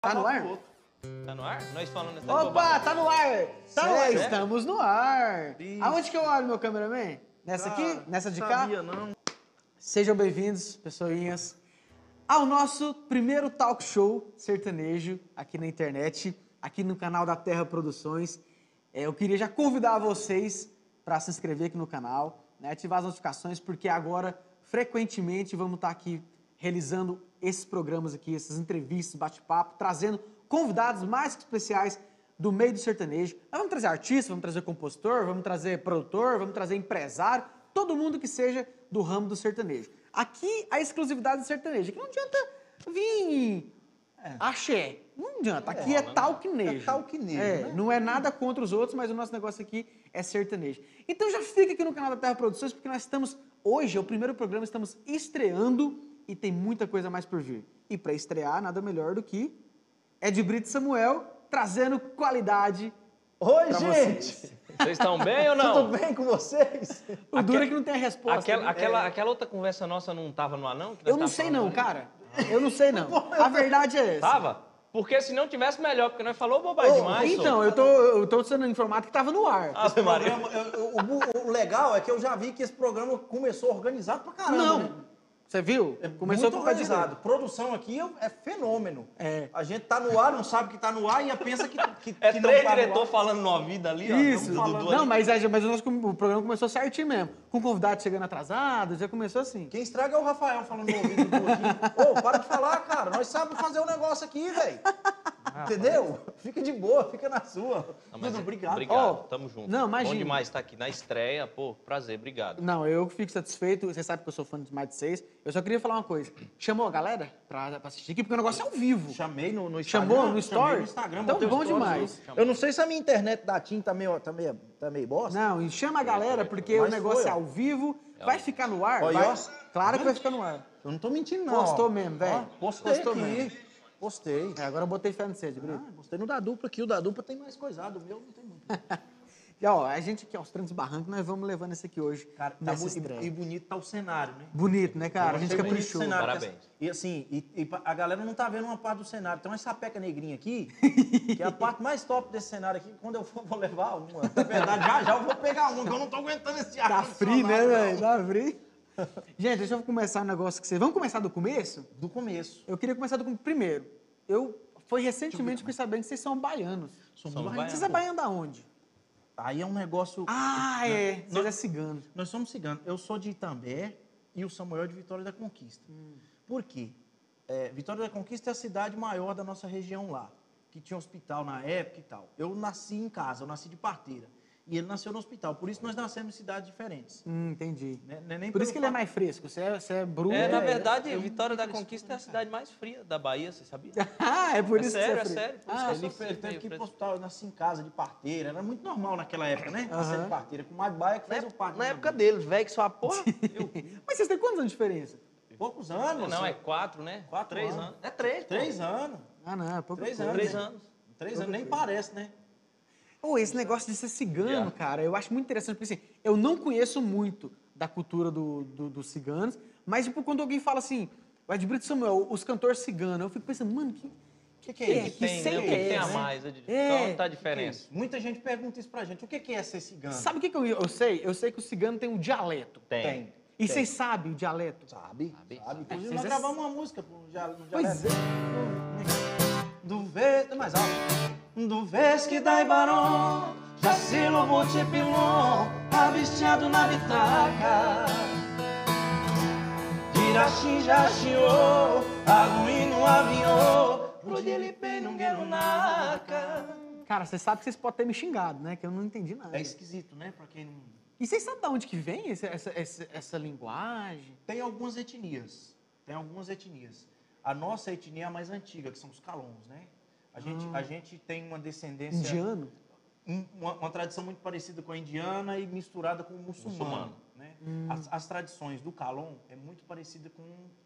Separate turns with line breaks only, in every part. Tá no ar?
Tá no ar? Nós falando essa
Opa, tá no ar! Tá no ar!
Sério?
Estamos no ar!
Ih.
Aonde que eu olho, meu cameraman? Nessa aqui? Nessa de cá?
não.
Sejam bem-vindos, pessoinhas, ao nosso primeiro talk show sertanejo aqui na internet, aqui no canal da Terra Produções. É, Eu queria já convidar vocês para se inscrever aqui no canal, né, ativar as notificações, porque agora, frequentemente, vamos estar aqui realizando esses programas aqui, essas entrevistas, bate-papo, trazendo convidados mais que especiais do meio do sertanejo. Nós vamos trazer artista, vamos trazer compositor, vamos trazer produtor, vamos trazer empresário, todo mundo que seja do ramo do sertanejo. Aqui a exclusividade do sertanejo, que não adianta vir axé, não adianta, aqui é,
É. não, não.
talquinejo.
É talquinejo,
É,
né?
não é nada contra os outros, mas o nosso negócio aqui é sertanejo. Então já fica aqui no canal da Terra Produções, porque nós estamos, hoje é o primeiro programa, estamos estreando e tem muita coisa mais por vir. E para estrear, nada melhor do que Ed Brito e Samuel trazendo qualidade.
Oi,
Pra
gente!
Vocês estão bem ou não?
Tudo bem com vocês?
O duro é que não tem a resposta.
Aquela,
né?
aquela, aquela outra conversa nossa não tava no anão?
Eu não sei não, cara. Eu não sei não. A verdade é essa.
Tava? Porque se não tivesse melhor, porque nós falou bobagem
Ô,
tá demais.
Então, eu tô, eu tô sendo informado que tava no ar.
Ah, Maria.
Programa, eu- eu- o, bu- o legal é que eu já vi que esse programa começou organizado pra caramba. né?
não. Você viu?
É
Começou
muito
com o pé direito.
organizado. Produção aqui é- é fenômeno.
É.
A gente tá no ar, não sabe que tá no ar e já pensa que, que,
É
que não
três
tá no
diretor
ar.
falando no ouvido ali, ó.
Isso.
do Dudu
Não,
ali.
mas, é, mas o, nosso, com- o programa começou certinho mesmo. Com convidado chegando atrasado, já começou assim.
Quem estraga é o Rafael falando no ouvido do aqui. Ô, para de falar, cara. Nós sabemos fazer um negócio aqui, velho. Entendeu? Fica de boa, fica na sua.
Ah, Não, mas
Dudu,
é-
obrigado.
Obrigado,
Ó,
tamo junto.
não,
Bom
imagina.
demais estar aqui na estreia, pô, prazer, obrigado.
Não, eu fico satisfeito. Você sabe que eu sou fã de mais de seis. Eu só queria falar uma coisa. Chamou a galera pra, pra assistir aqui, porque o negócio é ao vivo.
Chamei no, no Instagram.
Chamou no
Chamei
story?
no Instagram.
Então,
botei o
bom
stories
demais.
lá. Eu não sei se a minha internet da TIM tá meio, tá meio, tá meio bosta.
Não, e chama a galera, porque o
Mas
negócio
foi,
é
ó.
ao vivo. Vai ficar no ar?
Ó, e
vai-
ó.
Claro que vai ficar no ar.
Eu não tô mentindo, não.
Postou
ó.
mesmo, velho.
Ó, Postei
Postou
aqui.
mesmo.
Postei.
É, agora eu botei fé no cedo, Brito.
Ah, postei no da dupla aqui. O da dupla tem mais coisado. O meu não tem muito.
E, ó, a gente aqui, aos trancos e barrancos, nós vamos levando esse aqui hoje.
Cara, tá
nessa
bu-
estreia.
e, e bonito tá o cenário, né?
Bonito, né, cara?
Eu
A gente
achei bonito
caprichou.
o cenário,
Parabéns.
que essa- E assim, e, e pa- a galera não tá vendo uma parte do cenário. Tem uma sapeca negrinha aqui, que é a parte mais top desse cenário aqui. Quando eu for, vou levar uma. Na verdade, já já eu vou pegar uma, que eu não tô aguentando esse ar.
Tá frio, né,
condicionado,
velho?
não.
Tá frio. Gente, deixa eu começar um negócio que você. Vamos começar do começo?
Do começo.
Eu queria começar do começo. Primeiro, eu foi recentemente que eu sabendo que vocês são baianos.
Somos
Somos
baianos.
Vocês é baiano da onde?
Aí é um negócio.
Ah, é. Vocês
Nós-
é cigano.
Nós somos ciganos. Eu sou de Itambé e o Samuel é de Vitória da Conquista.
Hum.
Por quê? É, Vitória da Conquista é a cidade maior da nossa região lá, que tinha hospital na época e tal. Eu nasci em casa, eu nasci de parteira. E ele nasceu no hospital. Por isso nós nascemos em cidades diferentes.
Hum, entendi.
Né? Não é nem
Por
pelo
isso que ele é
fato-
mais fresco. Você é, você é bruto.
É, na
né?
verdade, Vitória da Conquista é a cidade mais fria da Bahia, você sabia?
ah, é por
É
isso
sério, é
que você
sério.
fresco. Ah,
Por isso que eu
Ele,
sou
ele
meio
teve que ir pro
fresco.
hospital, eu nasci em casa de parteira. Era muito normal naquela época, né? Nascer de parteira. Com mais baia que
Na
fez o
época-
parto.
Na época dele, velho, que sua porra. Eu-
Mas vocês têm quantos anos de diferença?
Poucos
tá
anos.
Não, é quatro, né?
Quatro
Três
anos.
anos. É três, pô.
Três anos.
Ah, não, é pouco
Três
tempo.
anos.
Três
né?
anos.
Três anos.
é-
Nem parece, né?
Ô, esse negócio de ser cigano,
Yeah.
cara, eu acho muito interessante, porque assim, eu não conheço muito da cultura do- do- dos ciganos, mas tipo, quando alguém fala assim, o Adbrito Samuel, os cantores ciganos, eu fico pensando, mano, que,
O que, que é
Que
isso?
Que tem, né? O que
sempre é
tem a
esse, né?
mais? Então
É.
tá a diferença?
Muita gente pergunta isso pra gente. O que que é ser cigano?
Sabe o que, que eu, eu sei? Eu sei que o cigano tem um dialeto.
Tem.
E vocês sabem o dialeto?
Sabe?
Sabe,
Sabe?
sabe.
Inclusive,
Vocês
nós
é-
gravamos uma música pro já, no
Pois
Jalé. Do vez... Mais alto. Do vez que dai barão, jacilo multipilon, avisteado tá na bitaca. Iraxim já chiou, agui no avião, onde ele pei não quero naca.
é. Cara, vocês sabem que vocês podem ter me xingado, né? Que eu não entendi nada.
É esquisito, né? Pra quem não...
E vocês sabem de onde que vem esse- essa, essa- essa linguagem?
Tem algumas etnias. Tem algumas etnias. A nossa etnia é a mais antiga, que são os calons, né? A gente, a gente tem uma descendência.
Indiano?
um- uma, uma tradição muito parecida com a indiana e misturada com o muçulmano.
Muçulmano.
Né? As, as tradições do calon é muito parecida com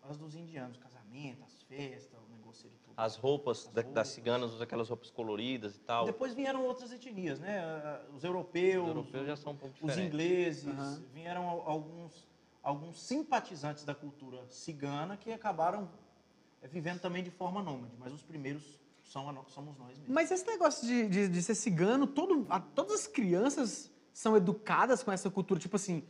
as dos indianos. Casamento, as festas, o negócio de tudo.
As roupas da-
roupas.
das ciganas usam aquelas roupas coloridas e tal.
Depois vieram outras etnias, né? Ah, Os europeus,
Os europeus já são um pouco
os
diferentes.
ingleses,
Aham.
vieram al- alguns, alguns simpatizantes da cultura cigana que acabaram eh, vivendo também de forma nômade, mas os primeiros são a no- somos nós mesmos.
Mas esse negócio de, de, de ser cigano, todo, a- todas as crianças são educadas com essa cultura. Tipo assim,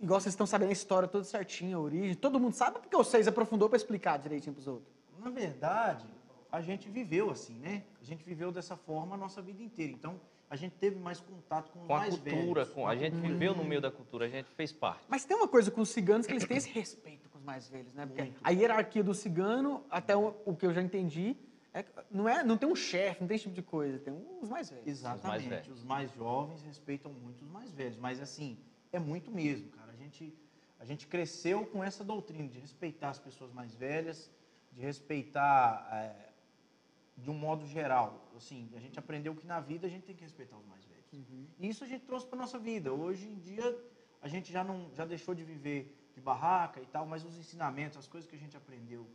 igual vocês estão sabendo a história toda certinha, a origem. Todo mundo sabe porque vocês aprofundou pra explicar direitinho pros outros.
Na verdade, a gente viveu assim, né? A gente viveu dessa forma a nossa vida inteira. Então, a gente teve mais contato com, os
Com a
mais
cultura,
velhos.
com, a
Uhum.
gente viveu no meio da cultura, a gente fez parte.
Mas tem uma coisa com os ciganos que eles têm esse respeito com os mais velhos, né? Porque
Muito.
a hierarquia do cigano, até o, o que eu já entendi, é, que não, é, não tem um chefe, não tem esse tipo de coisa. Tem os mais velhos.
Exatamente.
mais
Os mais,
velhos.
jovens respeitam muito os mais velhos. Mas, assim, é muito mesmo, cara. A gente, a gente cresceu com essa doutrina de respeitar as pessoas mais velhas, de respeitar eh, de um modo geral. Assim, a gente aprendeu que na vida a gente tem que respeitar os mais velhos.
Uhum.
E isso a gente trouxe para nossa vida. Hoje em dia a gente já não já deixou de viver de barraca e tal, mas os ensinamentos, as coisas que a gente aprendeu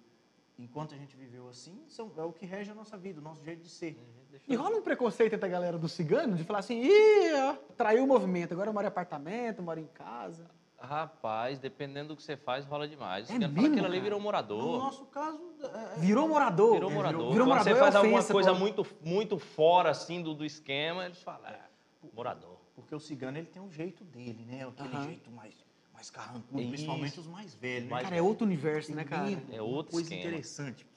enquanto a gente viveu assim, são é o que rege a nossa vida, o nosso jeito de ser.
E rola um preconceito entre a galera do cigano de falar assim, ih, ó, traiu o movimento, agora eu moro em apartamento, moro em casa.
Rapaz, dependendo do que você faz, rola demais.
É
Você fala
mesmo,
que ela ali
cara?
virou
No
morador.
nosso caso, é- é-
Virou morador.
Virou
É,
morador.
Virou
Quando
morador
você faz
é
alguma
ofensa,
coisa
pô.
muito, muito fora, assim, do, do esquema, eles falam, é, morador.
porque o cigano ele tem um jeito dele, né? Aquele
Aham.
jeito mais, mais carrancudo,
Isso.
principalmente os mais velhos.
Mais
né?
Cara, é outro universo, né,
Tem
cara?
livro,
É
uma
outro
coisa
esquema.
interessante.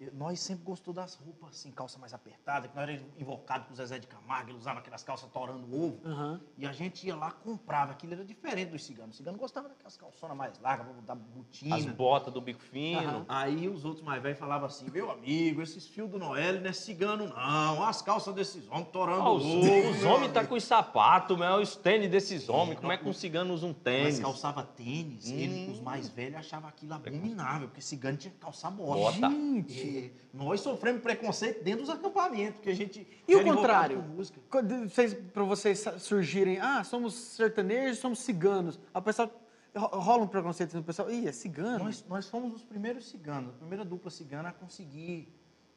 Eu- Nós sempre gostou das roupas assim, calça mais apertada, que nós era invocado com o Zezé de Camargo, ele usava aquelas calças torando o ovo.
Aham.
E a gente ia lá, comprava. Aquilo era diferente dos ciganos. O cigano gostava daquelas calçonas mais largas, pra botar botina.
As botas do bico fino.
Aham.
Aí os outros mais velhos falavam assim, meu amigo, esses fios do Noel não é cigano, não. As calças desses homens torando
Ah, os,
o ovo.
os
meu
homens tá
amigo."
com os sapatos, né? os tênis desses homens. Como é que um cigano usa um
Mas
tênis? Hum.
calçava tênis, ele- os mais velhos achavam aquilo abominável, porque cigano tinha que calçar bota.
Bota.
Gente.
E nós sofremos preconceito dentro dos acampamentos, porque a gente.
E o
era
contrário?
envolvido com música.
Quando Vocês, pra vocês sa- surgirem, ah, somos sertanejos, somos ciganos. A pessoa ro- rola um preconceito no pessoal, ih, é cigano?
Nós, nós fomos os primeiros ciganos, a primeira dupla cigana a conseguir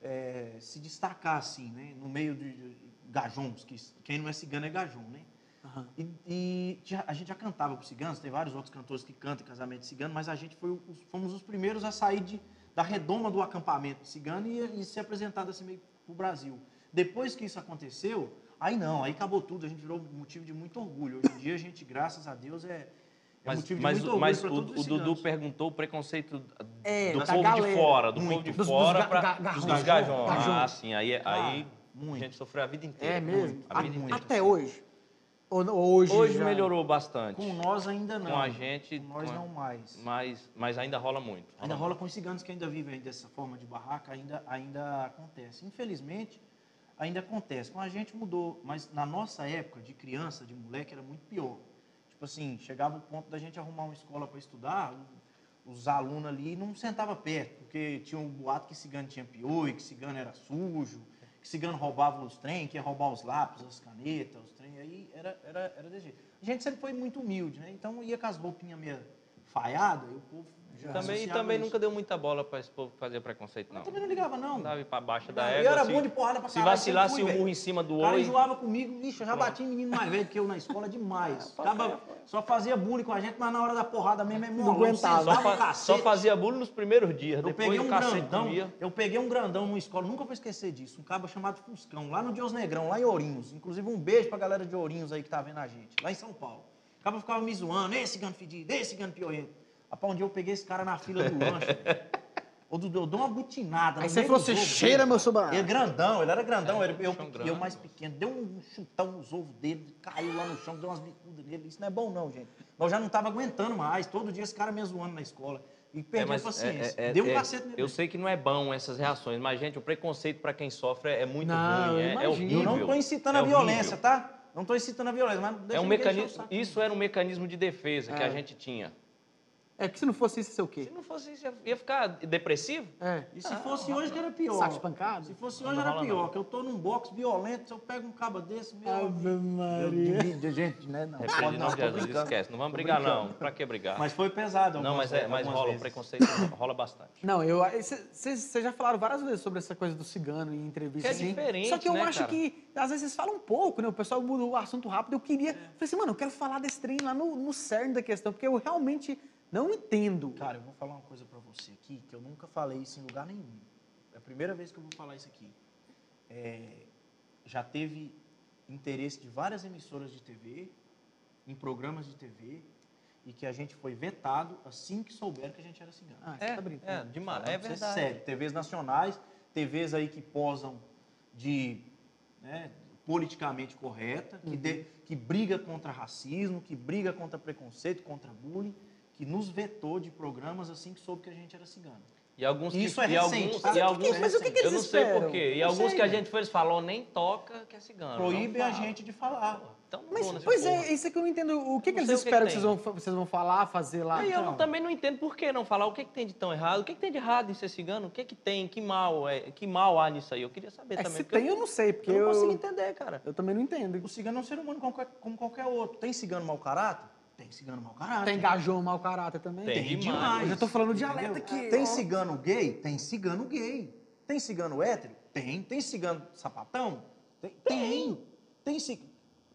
eh, se destacar, assim, né? No meio de, de gajons, que quem não é cigano é gajom, né?
Aham.
E, e já- a gente já cantava com ciganos, tem vários outros cantores que cantam em casamento cigano, mas a gente foi o- os- fomos os primeiros a sair de- da redoma do acampamento cigano e, e ser apresentado assim meio pro Brasil. Depois que isso aconteceu, aí não, aí acabou tudo, a gente virou motivo de muito orgulho. Hoje em dia a gente, graças a Deus, é, é
Mas,
motivo
mas-
de muito orgulho
mas
pra
o,
todos os
o Dudu
ciganos.
perguntou o preconceito
É,
do
da
povo de
galera.
fora, do
Muito.
povo de
Dos- dos
fora
ga-
pra-
ga-
dos
garrões.
gajões. Ah,
Gajões.
sim, aí,
Tá.
aí a
Tá muito.
gente sofreu a vida inteira.
É mesmo?
A vida
A-
inteira. é
Até hoje? Ou não- ou hoje
Hoje
já-
melhorou bastante.
Com nós ainda não.
Com a gente,
Com nós
com a-
não mais.
Mas, mas ainda rola muito.
Ainda rola com os ciganos que ainda vivem dessa forma de barraca, ainda, ainda acontece. Infelizmente, ainda acontece. Com a gente mudou, mas na nossa época de criança, de moleque, era muito pior. Tipo assim, chegava o ponto da gente arrumar uma escola para estudar, o- os alunos ali não sentava perto, porque tinha um boato que cigano tinha piolho, que cigano era sujo, que cigano roubava os trem, que ia roubar os lápis, as canetas, os trem, aí era, era, era desse jeito. A gente sempre foi muito humilde, né? Então ia com as roupinhas meio falhadas, e o povo já
Também, e
associava
também
isso.
nunca deu muita bola pra esse povo que fazia preconceito, não.
Eu também não ligava, não.
Dava pra baixa da
Eu
égua.
era
assim,
bom de porrada pra
Se
caralho,
vacilasse um
sempre
o
fui,
burro
velho.
em cima do
O cara
olho.
enjoava comigo, vixe, eu já bati em menino mais velho que eu na escola demais. Acaba, só fazia bullying com a gente, mas na hora da porrada mesmo é molão,
aguentava.
sentava
Só,
o
fa- só
cacete.
fazia bullying nos primeiros dias.
Eu
depois
peguei
o
um
cacete
grandão,
comia. É,
eu peguei um grandão numa escola, nunca vou esquecer disso, um cabo chamado Fuscão, lá no Deus Negrão, lá em Ourinhos. Inclusive um beijo pra galera de Ourinhos aí que tá vendo a gente, lá em São Paulo. O cabo ficava me zoando, esse gano fedido, esse gano piorento. Rapaz, um dia eu peguei esse cara na fila do lanche, velho. Ô, Dudu, eu dou uma butinada.
Aí
no
você
meio
falou,
dos
você
ovos
cheira
dele.
meu sobrado.
Ele é grandão, ele era grandão,
É,
era eu,
chão
eu
grande,
mais
nossa.
pequeno. Deu um chutão nos ovos dele, caiu lá no chão, deu umas bicudas nele. Isso não é bom não, gente. Mas eu já não tava aguentando mais, todo dia esse cara me zoando na escola. E perdi
É, mas
a paciência.
é- é-
Deu um
é-
cacete nele.
Eu sei que não é bom essas reações, mas, gente, o preconceito pra quem sofre é muito
Não, eu
ruim. É, é
imagino.
horrível.
Eu não tô incitando
É
a
horrível.
violência, tá? Não tô incitando a violência, mas deixa
É um
ninguém encher o
mecanismo,
saco.
isso era um mecanismo de defesa que
É.
a gente tinha.
É que se não fosse isso, ia ser o
Se
quê?
não fosse isso, ia- ia ficar depressivo? Ah,
É.
E se fosse hoje que era pior.
Saco espancado?
Se fosse
Não
hoje era
rola, não.
pior, que eu tô num box violento, se eu pego um cabo desse, meu amigo.
Maria.
De- de- gente, né? Não,
Depende de
não,
nós,
tô
é, Jesus,
brincando.
esquece. Não vamos
Tô
brigar,
brincando.
não. Pra que brigar?
Mas foi pesado.
não,
algumas
mas, é,
ve-
mas
algumas
rola, o
vezes.
preconceito rola bastante.
Não, eu. ah, Vocês já falaram várias vezes sobre essa coisa do cigano em entrevista.
Que é
assim.
diferente,
Só que eu
né,
acho
cara?
que, às vezes, vocês falam um pouco, né? O pessoal muda o assunto rápido. Eu queria.
É.
Falei assim, mano, eu quero falar desse trem lá no, no cerne da questão, porque eu realmente não entendo.
Cara, eu vou falar uma coisa pra você aqui, que eu nunca falei isso em lugar nenhum. É a primeira vez que eu vou falar isso aqui. é, já teve interesse de várias emissoras de TV, em programas de TV, e que a gente foi vetado assim que souberam que a gente era cigano.
Ah, você
É,
tá
é,
brincando.
demais.
Falando
É
pra você
verdade.
sério, TVs nacionais, TVs aí que posam de né, politicamente correta,
Uhum.
que, de- que briga contra racismo, que briga contra preconceito, contra bullying, que nos vetou de programas assim que soube que a gente era cigano.
E alguns que-
Isso é
e
recente,
alguns,
sabe?
e
Mas
o que que-
alguns,
mas o que que eles
Eu não sei
esperam?
por quê. E
Não
alguns
sei.
que a gente foi, eles falou, nem toca que é cigano. não
Proíbe a
fala.
gente de falar.
Então,
Mas,
mudou nessa
pois
porra.
é, isso é que eu não entendo. O que, que
Eu não
eles
sei o que
esperam que,
que
vocês,
tem.
vão, fa- vocês vão falar, fazer lá?
Aí eu
Então,
não- também não entendo por que não falar o que, que tem de tão errado, o que, que tem de errado em ser cigano, o que, que tem, que mal, é, que mal há nisso aí. Eu queria saber
é,
também.
se
porque
tem, eu não sei,
eu
porque
não
eu,
consigo
eu,
entender, cara.
também não entendo.
O cigano é um ser humano como qualquer, como qualquer outro. Tem cigano mau caráter? Tem cigano mau caráter.
Tem gajão tá mau caráter também?
Tem.
Tem
demais.
É demais.
Eu já tô falando
Entendeu?
dialeto aqui, ó.
Tem cigano gay? Tem cigano gay. Tem cigano hétero? Tem. Tem cigano sapatão? Tem. Tem, tem, ci-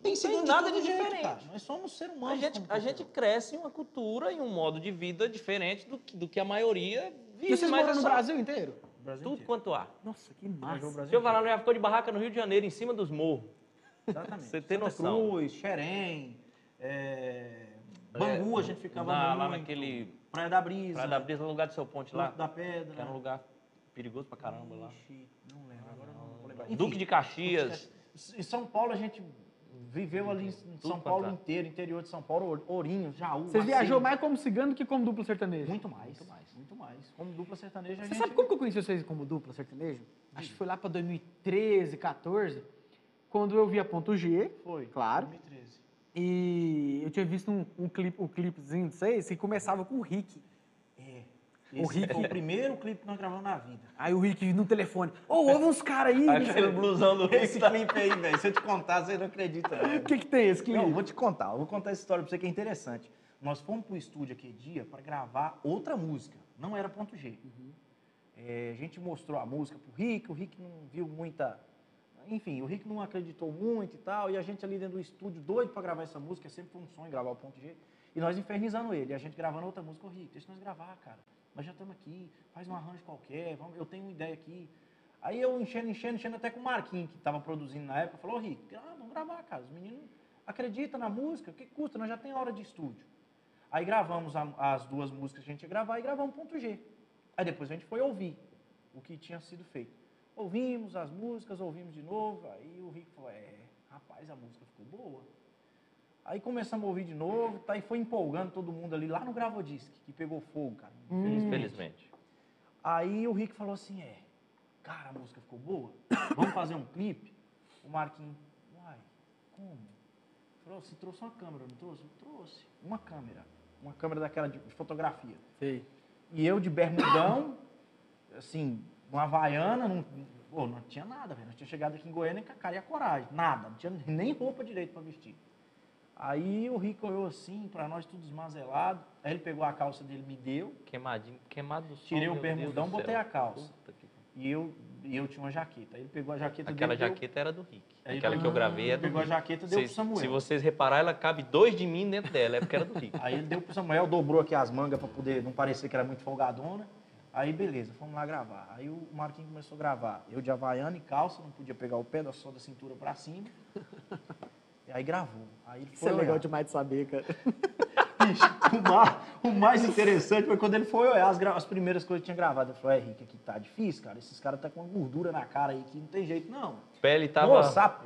tem cigano
nada
todo
de
jeito,
diferente.
cara. Nós somos seres
A
humanos.
gente,
como
a
qualquer um.
gente
outro.
cresce em uma cultura e um modo de vida diferente do que, do que a maioria vive.
E vocês
mas é
moram no
só
Brasil inteiro?
O Brasil
Tudo
inteiro.
quanto há.
Nossa, que
Viajou o
massa.
Brasil
Se eu falar,
inteiro.
já ficou de barraca no Rio de Janeiro, em cima dos morros.
Exatamente.
Você tem
Santa
noção.
Cruz, Xerém, é, Bangu, a gente ficava
na- lá
muito.
naquele-
Praia da Brisa.
Pra dar brisa no lugar do seu ponte lá.
Porto da Pedra.
Que era um lugar perigoso pra caramba lá.
Ixi, Não lembro, agora não vou lembrar.
Duque de Caxias.
Em São Paulo a gente viveu ali em
Tudo
São
quanto
Paulo
é.
inteiro, interior de São Paulo, Or- Ourinho, Jaú.
Você
Macedo.
viajou mais como cigano do que como duplo sertanejo?
Muito mais, muito mais, muito mais. Como dupla sertaneja a
Você
gente...
sabe como que eu conheci vocês como dupla sertanejo? Acho que foi lá pra 2013, 14, quando eu vi a Ponto G,
Foi.
Claro.
2013.
e eu tinha visto um, um clipe, um clipezinho de vocês, que começava com o Rick.
É.
O
Esse
Rick-
foi o primeiro clipe que nós gravamos na vida.
Aí o Rick no telefone, ô, ouve uns caras aí, não sei
Aquele blusão do tá?
Esse clipe aí, velho, se eu te contar, você não acredita.
o que que tem esse clipe?
Não, eu vou te contar. Eu vou contar essa história pra você que é interessante. Nós fomos pro estúdio aquele dia pra gravar outra música. Não era ponto G. É, a gente mostrou a música pro Rick, o Rick não viu muita. Enfim, o Rick não acreditou muito e tal. E a gente ali dentro do estúdio, doido pra gravar essa música, sempre foi um sonho gravar o ponto G. E nós infernizando ele. E a gente gravando outra música, o Rick, deixa nós gravar, cara. Nós já estamos aqui, faz um arranjo qualquer, vamos- eu tenho uma ideia aqui. Aí eu enchendo, enchendo, enchendo até com o Marquinhos, que tava produzindo na época, falou, ô Rick, gra- vamos gravar, cara. Os meninos acreditam na música, o que custa? Nós já tem hora de estúdio. Aí gravamos a- as duas músicas que a gente ia gravar e gravamos ponto G. Aí depois a gente foi ouvir o que tinha sido feito. Ouvimos as músicas, ouvimos de novo, aí o Rick falou, é, rapaz, a música ficou boa. Aí começamos a ouvir de novo, tá, e foi empolgando todo mundo ali lá no Gravodisc, que pegou fogo, cara.
Infelizmente.
Aí o Rick falou assim: é, cara, a música ficou boa, vamos fazer um clipe? O Marquinhos, uai, como? Falou: você trouxe uma câmera, não trouxe? Eu trouxe uma câmera, uma câmera daquela de fotografia.
Sei.
E eu de bermudão, assim, uma havaiana, não, pô, não tinha nada, velho. Nós tinha chegado aqui em Goiânia com a cara e a coragem, nada, não tinha nem roupa direito pra vestir. Aí o Rick olhou assim, pra nós tudo esmazelado. Aí ele pegou a calça dele, me deu.
Quemadinho, queimado do sol.
Tirei o
meu Deus
bermudão,
do céu.
botei a calça.
Puta que pariu.
E eu, e eu tinha uma jaqueta. Aí Ele pegou a jaqueta
Aquela
dele.
jaqueta era do Rick.
Aí-
Aquela que eu gravei
deu,
era do
pegou a
Rick.
jaqueta e deu
Vocês-
pro Samuel.
se vocês repararem, ela cabe dois de mim dentro dela, é porque era do Rick.
Aí ele deu pro Samuel, dobrou aqui as mangas pra poder não parecer que era muito folgadona. Aí beleza, fomos lá gravar. Aí o Marquinhos começou a gravar. Eu de Havaiana e calça, não podia pegar o pé da só da cintura pra cima. E aí gravou. Aí ele
Isso
foi
é legal
olhar.
demais de saber, cara.
Bicho, tipo, o, ma- o mais interessante foi quando ele foi olhar as, gra- as primeiras coisas que tinha gravado. Ele falou, é, Rick, aqui tá difícil, cara. Esses caras tá com uma gordura na cara aí que não tem jeito, não.
pele tava
Nossa, pra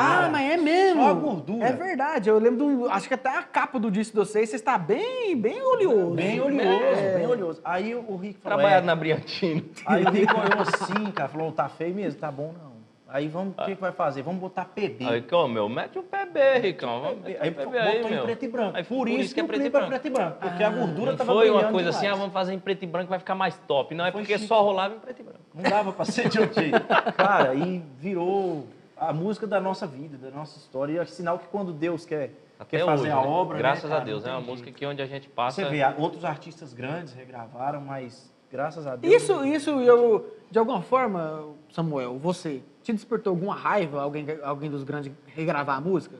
Ah, mas é mesmo.
Só a gordura.
É verdade. Eu lembro, de um- acho que até a capa do disco de vocês, vocês está bem, bem oleoso. Né? É.
Bem oleoso, bem oleoso. Aí o Rick falou, é,
Trabalhado é. na Briantina.
Aí o Rico olhou assim, cara, falou, tá feio mesmo, tá bom não. Aí vamos, o que, que vai fazer? Vamos botar PB.
Ah. Aí, é, como, meu, mete o PB, Ricão. Vamos
Aí,
meter o PB
botou
aí,
em
meu.
preto e branco.
Aí,
por, isso que, o clipe é preto e branco. Porque a gordura
Ah, Não
tava
foi uma
brilhando
coisa
demais.
assim, ah, vamos fazer em preto e branco, vai ficar mais top. Não, é
Foi
porque
chique.
só rolava em preto e branco.
Não dava pra ser de outro jeito. Cara, e virou a música da nossa vida, da nossa história. E é sinal que quando Deus quer,
Até
quer fazer
hoje,
a
né?
obra... né,
Graças a
cara,
Deus,
não
é uma
tem
música
jeito.
que onde a gente passa...
Você vê, a- outros artistas grandes regravaram, mas graças a Deus...
Isso, isso, eu, de alguma forma, Samuel, você, te despertou alguma raiva alguém, alguém dos grandes regravar a música?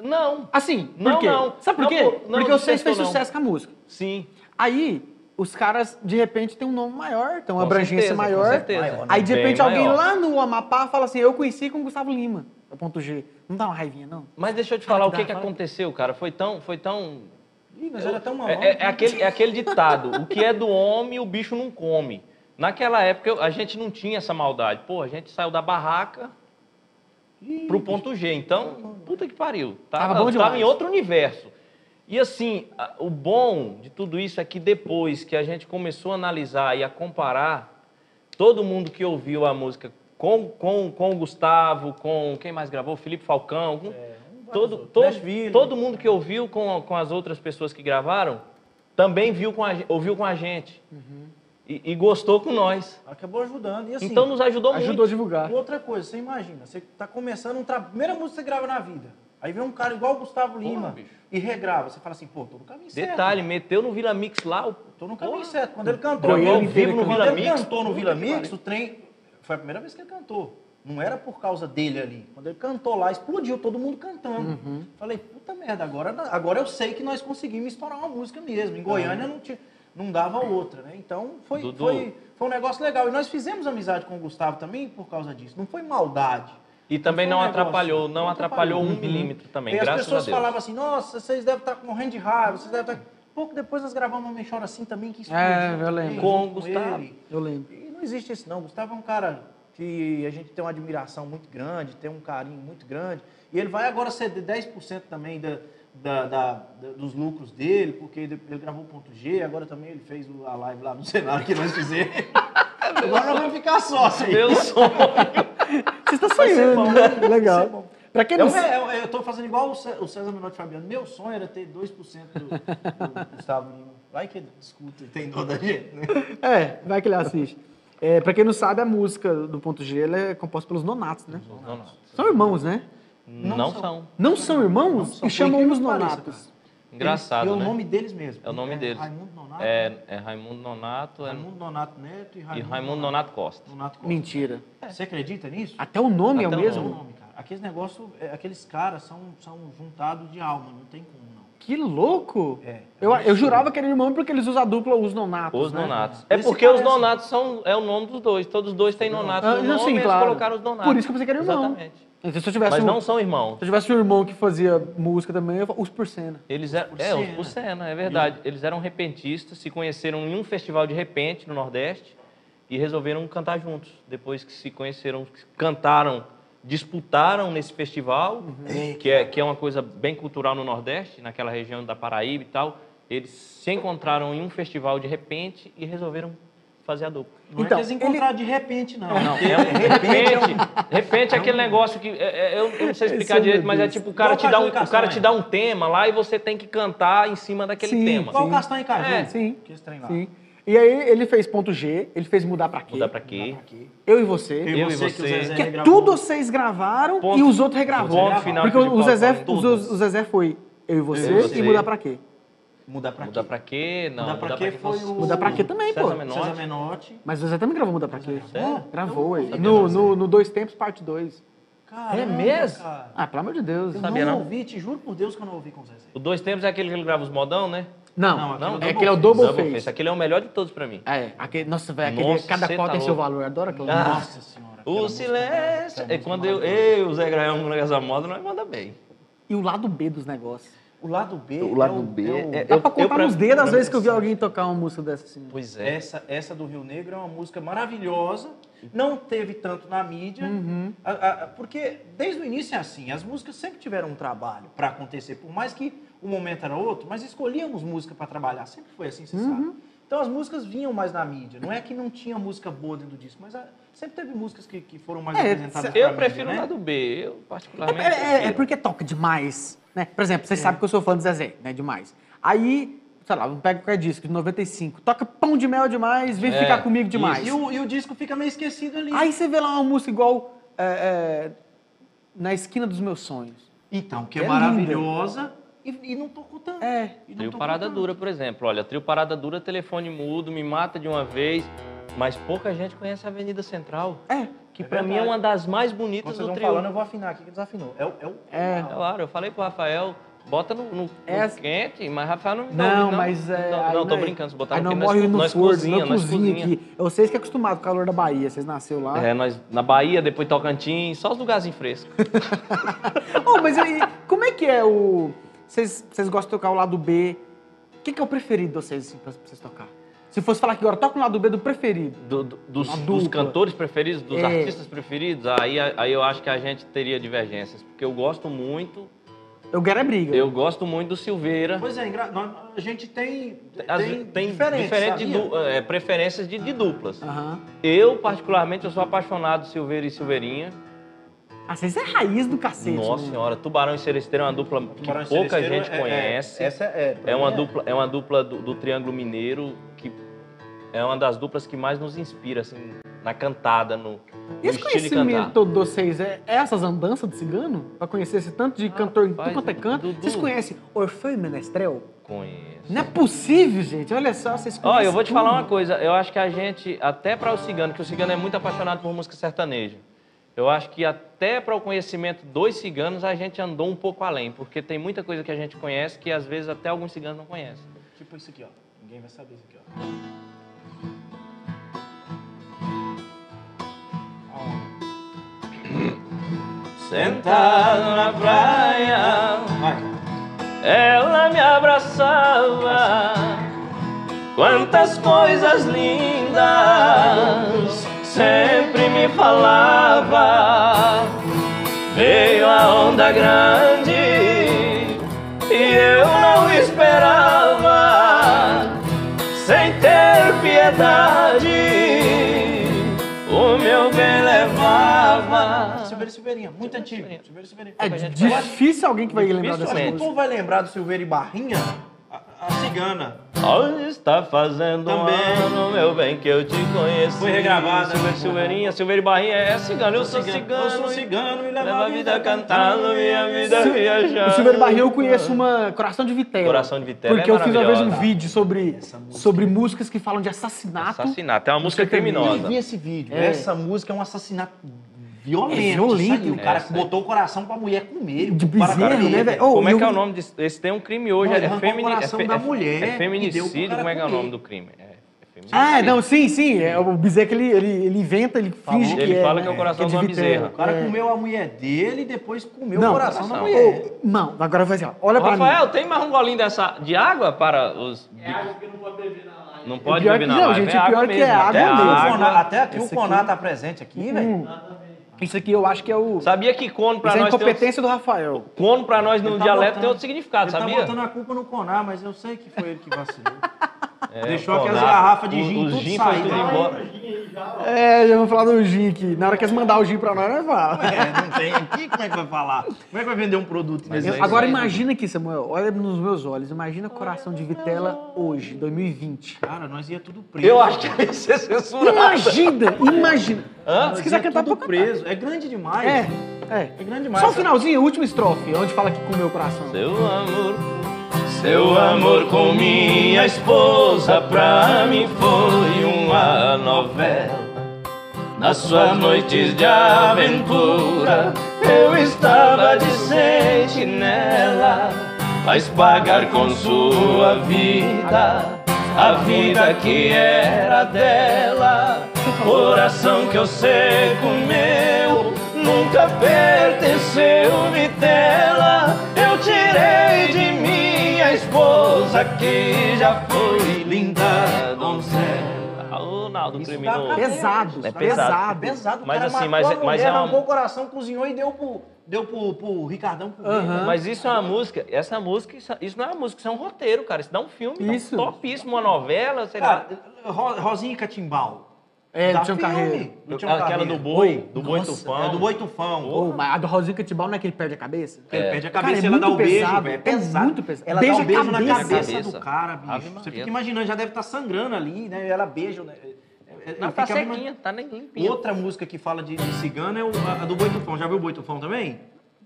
Não,
Assim, por
Não,
quê?
não.
Sabe por
Não,
quê?
pô, não,
Porque
não
vocês fez
despertou, não.
sucesso com a música.
sim.
Aí, os caras, de repente, têm um nome maior, têm uma
Com
abrangência
certeza, com
maior.
certeza.
Maior, né?
Aí, de
Bem
repente, alguém
maior.
lá no Amapá fala assim, eu conheci com o Gustavo Lima, da ponto G. Não dá uma raivinha, não?
Mas deixa eu te falar
Ah,
o que,
dá,
que
fala.
aconteceu, cara. Foi tão. Foi tão...
Ih, nós era tão mal.
É, é- é aquele, é aquele ditado: o que é do homem, o bicho não come. Naquela época, eu- a gente não tinha essa maldade. Pô, a gente saiu da barraca pro ponto G. Então, puta que pariu. tá? Tava,
Tava bom
tava
demais.
em outro universo. E assim, a- o bom de tudo isso é que depois que a gente começou a analisar e a comparar, todo mundo que ouviu a música com, com, com o Gustavo, com quem mais gravou, Felipe Falcão, com- todo, todo,
É. Nashville.
todo mundo que ouviu com, com as outras pessoas que gravaram, também viu com a, gen- ouviu com a gente e, e gostou com nós.
Acabou ajudando. E assim,
então nos ajudou,
Ajudou a
muito.
divulgar.
outra coisa, você imagina, você tá começando um trabalho. Primeira música que você grava na vida. Aí vem um cara igual o Gustavo Lima
bicho.
e regrava. Você fala assim, pô, tô no caminho certo.
Detalhe, meteu no Vila Mix lá, o-
Tô no caminho certo. Quando ele cantou,
Goiânia
ao
inteira
vivo no
cantando.
Vila
Puta
Mix,
que
cantou no Vila
pariu.
Mix, o trem. Foi a primeira vez que ele cantou. Não era por causa dele ali. Quando ele cantou lá, explodiu todo mundo cantando.
Uhum.
Falei, puta merda, agora, agora eu sei que nós conseguimos estourar uma música mesmo. Em Goiânia não, tinha, não dava outra, né? Então foi,
Ah. Dudu.
foi, foi um negócio legal. E nós fizemos amizade com o Gustavo também por causa disso. Não foi maldade.
E também
Mas
não
foi um negócio.
atrapalhou, não
Não
atrapalhou um
atrapalhou.
milímetro também,
e as
graças
pessoas
a Deus.
falavam assim, nossa, vocês devem estar morrendo de raiva, vocês devem estar... Pouco depois nós gravamos um Mechora assim também, que explodiu.
É, eu
também,
lembro.
junto
Com o Gustavo.
ele.
Eu lembro.
E não existe isso não. O Gustavo é um cara que a gente tem uma admiração muito grande, tem um carinho muito grande. E ele vai agora ceder 10% também da, da- da- da- dos lucros dele, porque ele, ele gravou o ponto G, agora também ele fez o- a live lá no cenário que nós fizemos. agora nós vamos ficar assim. sócio. aí.
Meu sonho.
Você está sonhando, né? Legal. Pra quem
É
Eu,
um
não sabe...
é um, eu, eu tô fazendo igual o Cé- o César Menotti Fabiano. Meu sonho era ter 2% do, do Gustavo Lima. Vai que ele escuta e tem dor da gente, né?
É, vai que ele assiste. É, pra quem não sabe, a música do ponto G ela é composta pelos nonatos, né?
Não, não.
São irmãos, né?
Não, são.
Não são irmãos?
são.
e chamam
Por
uns
incrível que pareça,
nonatos.
Engraçado,
E é o
né?
nome deles mesmo.
É o nome deles.
Raimundo Nonato. né?
É, é Raimundo Nonato é-
Raimundo Nonato Neto e
e
Raimundo,
Raimundo Nonato Costa.
Nonato Costa. É,
Mentira.
Você acredita nisso?
Até o nome
Até
é o
o
É o
mesmo?
nome, cara. Aqueles negócios, é, aqueles caras são, são juntados de alma, não tem como, não.
Que louco!
É.
Eu, eu jurava que era irmão porque eles usam a dupla os nonatos.
Os
né?
Nonatos.
Esse
É porque os
parece-
Nonatos são é o nome dos dois. Todos os dois têm Nonato
Ah,
no nome,
sim,
eles
claro.
colocaram os Nonatos.
Por isso que eu pensei que era irmão.
Exatamente.
Então, se eu tivesse
Mas
um,
não
se
são irmãos.
eu tivesse um irmão que fazia música também, eu falo, os por cena. Hum.
Eles eram,
Por
é, os
Senna.
Pulsena, é verdade. Eles eram repentistas, se conheceram em um festival de repente no Nordeste e resolveram cantar juntos. Depois que se conheceram, cantaram, disputaram nesse festival,
Uhum.
que, é, que é uma coisa bem cultural no Nordeste, naquela região da Paraíba e tal. Eles se encontraram em um festival de repente e resolveram fazer a dupla.
Então,
Não é que eles encontraram de repente, não.
Não, é um, de repente, de repente é aquele negócio que é- é- eu, eu não sei explicar
Esse é
direito,
meu
mas é
Deus.
tipo o cara
Igual
te dá um,
Caju e
o cara te
Castanha.
dá um tema lá e você tem que cantar em cima daquele
Sim,
tema.
Qual
Sim.
o Castanho e Caju?
É.
Sim.
Que esse trem lá.
Sim. E aí ele fez ponto G, ele fez mudar pra quê?
Mudar pra quê?
Aqui.
Eu e você.
Eu e você.
que é tudo vocês gravaram
Ponto-
e os outros regravou.
ponto final
Porque
que ele
o Zezé,
colocou em
o,
todos.
o Zezé foi eu e você,
Eu e você.
e mudar pra quê?
Mudar pra
Mudar
quê?
pra quê? Não.
Mudar pra quê foi
você-
o-
Mudar pra quê também,
César
pô.
Menotti.
César Menotti.
Mas o Zezé também gravou mudar pra quê? É,
Sério?
Gravou, aí.
sabia
No,
não,
no, no Dois Tempos, parte 2.
Caramba,
É mesmo?
cara.
Ah, pelo amor de Deus.
Eu
Sabia
não,
não?
ouvi, te juro por Deus que eu não ouvi com o Zezé.
O Dois Tempos é aquele que ele grava os modão, né?
Não,
Não,
é
aquele
aquele é o
Double
Double,
Double
Face.
Face. Aquele é o melhor de todos pra mim.
Ah, é. Aquele- nossa, velho, aquele-
Nossa,
cada
cê
qual
tá
tem seu
louco.
valor. Eu adoro aquela
Ah.
Nossa senhora. aquela
O
é música-
silêncio.
aquela
É
música
quando eu,
maravilhosa.
eu, o Zé Graham, com essa moda, nós manda bem.
E o lado B dos negócios.
O lado B.
O lado
é o-
B
é o-
é-
Dá
Eu-
pra contar
eu pra-
nos dedos as
pra
vezes
mim,
que eu vi
assim.
alguém tocar uma música dessa assim.
Pois é.
Essa, essa do Rio Negro é uma música maravilhosa, não teve tanto na mídia, a- a- a- porque desde o início é assim, as músicas sempre tiveram um trabalho para acontecer, por mais que o momento era outro, mas escolhíamos música para trabalhar, sempre foi assim, você sabe. Então as músicas vinham mais na mídia, não é que não tinha música boa dentro do disco, mas a- sempre teve músicas que, que foram mais
É,
apresentadas pra
Eu
mídia,
prefiro o
né?
lado B. Eu,
É,
particularmente.
é- é
prefiro.
porque toca demais, né? Por exemplo,
É.
vocês sabem que eu sou fã do Zezé, né? Demais. Aí, sei lá, pega qualquer disco de 95, toca Pão de Mel demais, vem
É,
ficar comigo demais.
E o, e o disco fica meio esquecido ali.
Aí você vê lá uma música igual é, é, Na Esquina dos Meus Sonhos.
então, que é,
É linda.
maravilhosa e, e não tocou tanto.
É.
E não
Trio
tocou
Parada
tanto.
Dura, por exemplo. Olha, Trio Parada Dura, telefone mudo, me mata de uma vez. Mas pouca gente conhece a Avenida Central,
É.
que
É
pra mim é
verdade.
uma das mais
Quando
bonitas
vocês
do
vão
trio.
falando, eu vou afinar aqui que desafinou. É, o- é, o-
É.
Claro, eu falei pro Rafael, Bota no, no- no
Essa-
quente, mas Rafael não me dá
Não,
um-
mas é.
Não,
aí
não, tô
é-
brincando, se botar
aí
no
não
quente,
morre
nós,
no
nós
forno,
cozinha,
não
nós
cozinha,
cozinha.
aqui. tá? É Vocês que é acostumado com o calor da Bahia, vocês nasceu lá.
É, nós na Bahia, depois Tocantins, só os lugarzinhos frescos.
Oh, mas aí, como é que é o. Vocês vocês gostam de tocar o lado B? O que, que é o preferido de vocês, assim, pra pra vocês tocar? Se fosse falar que agora toca o lado B do preferido.
Do- do- dos,
Uma
dos
dupla.
cantores preferidos, dos
É.
artistas preferidos, aí, aí eu acho que a gente teria divergências. Porque eu gosto muito,
Eu quero é briga.
eu gosto muito do Silveira.
Pois é, engra- nós- a gente tem.
As-
Tem,
tem
diferente,
diferente de
sabia?
du- é, preferências de, de duplas.
Aham.
Eu, particularmente, eu sou apaixonado por Silveira e Silveirinha.
Ah, vocês é raiz do cacete.
Nossa
né?
senhora, Tubarão e Celesteiro é uma dupla que
Tubarão e
pouca
Celesteiro
gente
é- é-
conhece.
essa é, pra
É uma
mim
dupla, é uma dupla do, do Triângulo Mineiro que é uma das duplas que mais nos inspira assim na cantada, no, no
E esse
estilo de cantar.
conhecimento todo de vocês é é essas andanças de cigano? Pra conhecer esse tanto de cantor em tudo
Rapaz,
quanto é canto?
Dudu.
Vocês conhecem Orfeu e Menestrel?
Conheço.
Não é possível, gente. Olha só, vocês
Ó,
conhecem.
eu vou te
tudo.
falar uma coisa. Eu acho que a gente, até para o cigano, que o cigano é muito apaixonado por música sertaneja. Eu acho que até para o conhecimento dos ciganos a gente andou um pouco além, porque tem muita coisa que a gente conhece que às vezes até alguns ciganos não conhecem.
é. Tipo isso aqui, ó. Ninguém vai saber isso aqui, ó.
Sentado na praia,
Vai.
Ela me abraçava. Quantas coisas lindas sempre me falava. Veio a onda grande e eu não esperava. Sem ter piedade, o meu bem levava.
Silveira e Silveirinha, muito antigo. Silveira e Silveirinha.
É
gente vai-
difícil alguém que vai lembrar dessa
Dificilmente.
música.
O povo vai lembrar do Silveira e Barrinha? A, a cigana.
Hoje está fazendo
Também.
um ano, meu bem, que eu te conheci.
Foi regravada.
Silveira, Silveirinha, Silveira e Barrinha é cigano, eu sou cigano.
Eu sou cigano e levo
Leva
a né? vida cantando, minha vida.
Sim. viajando.
O Silveiro Barrinho eu conheço uma Coração de Vitela.
Coração de Vitela
Porque
é
eu fiz uma vez um
maravilhosa.
vídeo sobre, sobre músicas que falam de assassinato.
Assassinato, é uma música
Eu
criminosa.
vi esse vídeo.
É.
Essa música é um assassinato violento.
É violento.
sabe? O cara
Essa aí.
botou o coração pra mulher comer.
De
para
bezerro,
comer,
né, velho? Ô,
Como
e
é que é
eu-
o nome disso? Esse tem um crime hoje,
Oh, Não,
é,
ele arrancou o
femini- é,
coração
fe-
da
é-
mulher e deu
é
pro
feminicídio,
cara
como é que é o
comer.
nome do crime? É, é feminicídio.
Ah,
um
não, sim, sim. É, o Bezerra que ele, ele, ele inventa, ele finge que
Ele
é.
fala
né?
que é o coração
de
de uma
Vitela.
bezerra.
O cara
É.
comeu a mulher dele e depois comeu
Não,
o coração da
não.
mulher.
Ô, não, agora vai assim, ó. Olha pra mim.
Rafael, tem mais um golinho dessa, de água para os... É água que não pode
Pior
beber
que
na
não,
live.
gente, pior que é água
até
mesmo.
O
água.
Coná- até aqui o
Esse
Coná
aqui-
tá presente aqui,
Hum.
velho.
Isso aqui eu acho que é o.
Sabia que cono pra
Isso é a
nós um tem outro
incompetência do Rafael.
Cono pra nós no
Ele tá
dialeto
botando-
tem outro significado,
Ele tá
sabia?
botando a culpa no Coná, mas eu sei que foi ele que vacilou.
É,
Deixou
o
aquelas
Conato,
garrafas de
o-
gin
os
tudo
gin foi
sair,
tudo
né?
embora.
É, já vamos falar do gin aqui. Na hora que eles mandar o gin pra nós, nós vamos.
É, não tem aqui, como é que vai falar? Como é que vai vender um produto
Mas
nesse
é isso
Agora
aí,
imagina aqui, Samuel, olha nos meus olhos, imagina coração de Vitela hoje, 2020.
Cara, nós ia tudo preso.
Eu acho que vai ser censurado.
Imagina, imagina.
Hã?
Se
Nós
quiser
ia
cantar,
tudo
pode cantar.
preso. É grande demais.
É, é.
É grande demais.
Só o finalzinho, a última estrofe, onde fala que comeu o coração.
Seu amor, seu amor com minha esposa pra mim foi uma novela. Nas suas noites de aventura, eu estava de sentinela. Mas pagar com sua vida, a vida que era dela. Coração que eu sei comeu, nunca pertenceu-me dela. Eu tirei de minha esposa, que já foi linda
um
donzela. Ô, Naldo,
Isso dá pra-
Pesado,
É
pesado.
pesado.
pesado. O
Mas
cara
assim, mas-
matou a
mas
mulher,
é uma-
arrancou o coração, cozinhou e deu pro, deu pro, pro Ricardão comer.
Aham.
Mas isso é uma música, essa música, isso, isso não é uma música, isso é um roteiro, cara. Isso dá um filme
Isso.
topíssimo, uma novela, sei lá.
Cara, Ro- Rosinha e Catimbau.
É,
Dá
do Tião
filme.
Carreiro.
Do Tião
Aquela
Carreiro.
do boi,
Oi.
do boi
Nossa,
tufão.
É do boi tufão.
Ô, mas a do Rosinho Cantibal não é que ele perde a cabeça?
Ele
É.
perde a
Cara,
cabeça
é
e ela dá o
muito
beijo,
pesado,
velho. É
é
pesado.
muito pesado.
Ela
Beija
dá o
a
beijo na
cabeça.
cabeça,
Cabeça.
do cara, bicho.
Ave
Você
Maria.
fica imaginando, já deve estar sangrando ali, né? Ela beija, né? Ele
Não, tá
fica
sequinha,
uma-
tá nem limpinha.
Outra música que fala de, de cigano é o- a, a do Boi Tufão. Já viu o Boi Tufão também?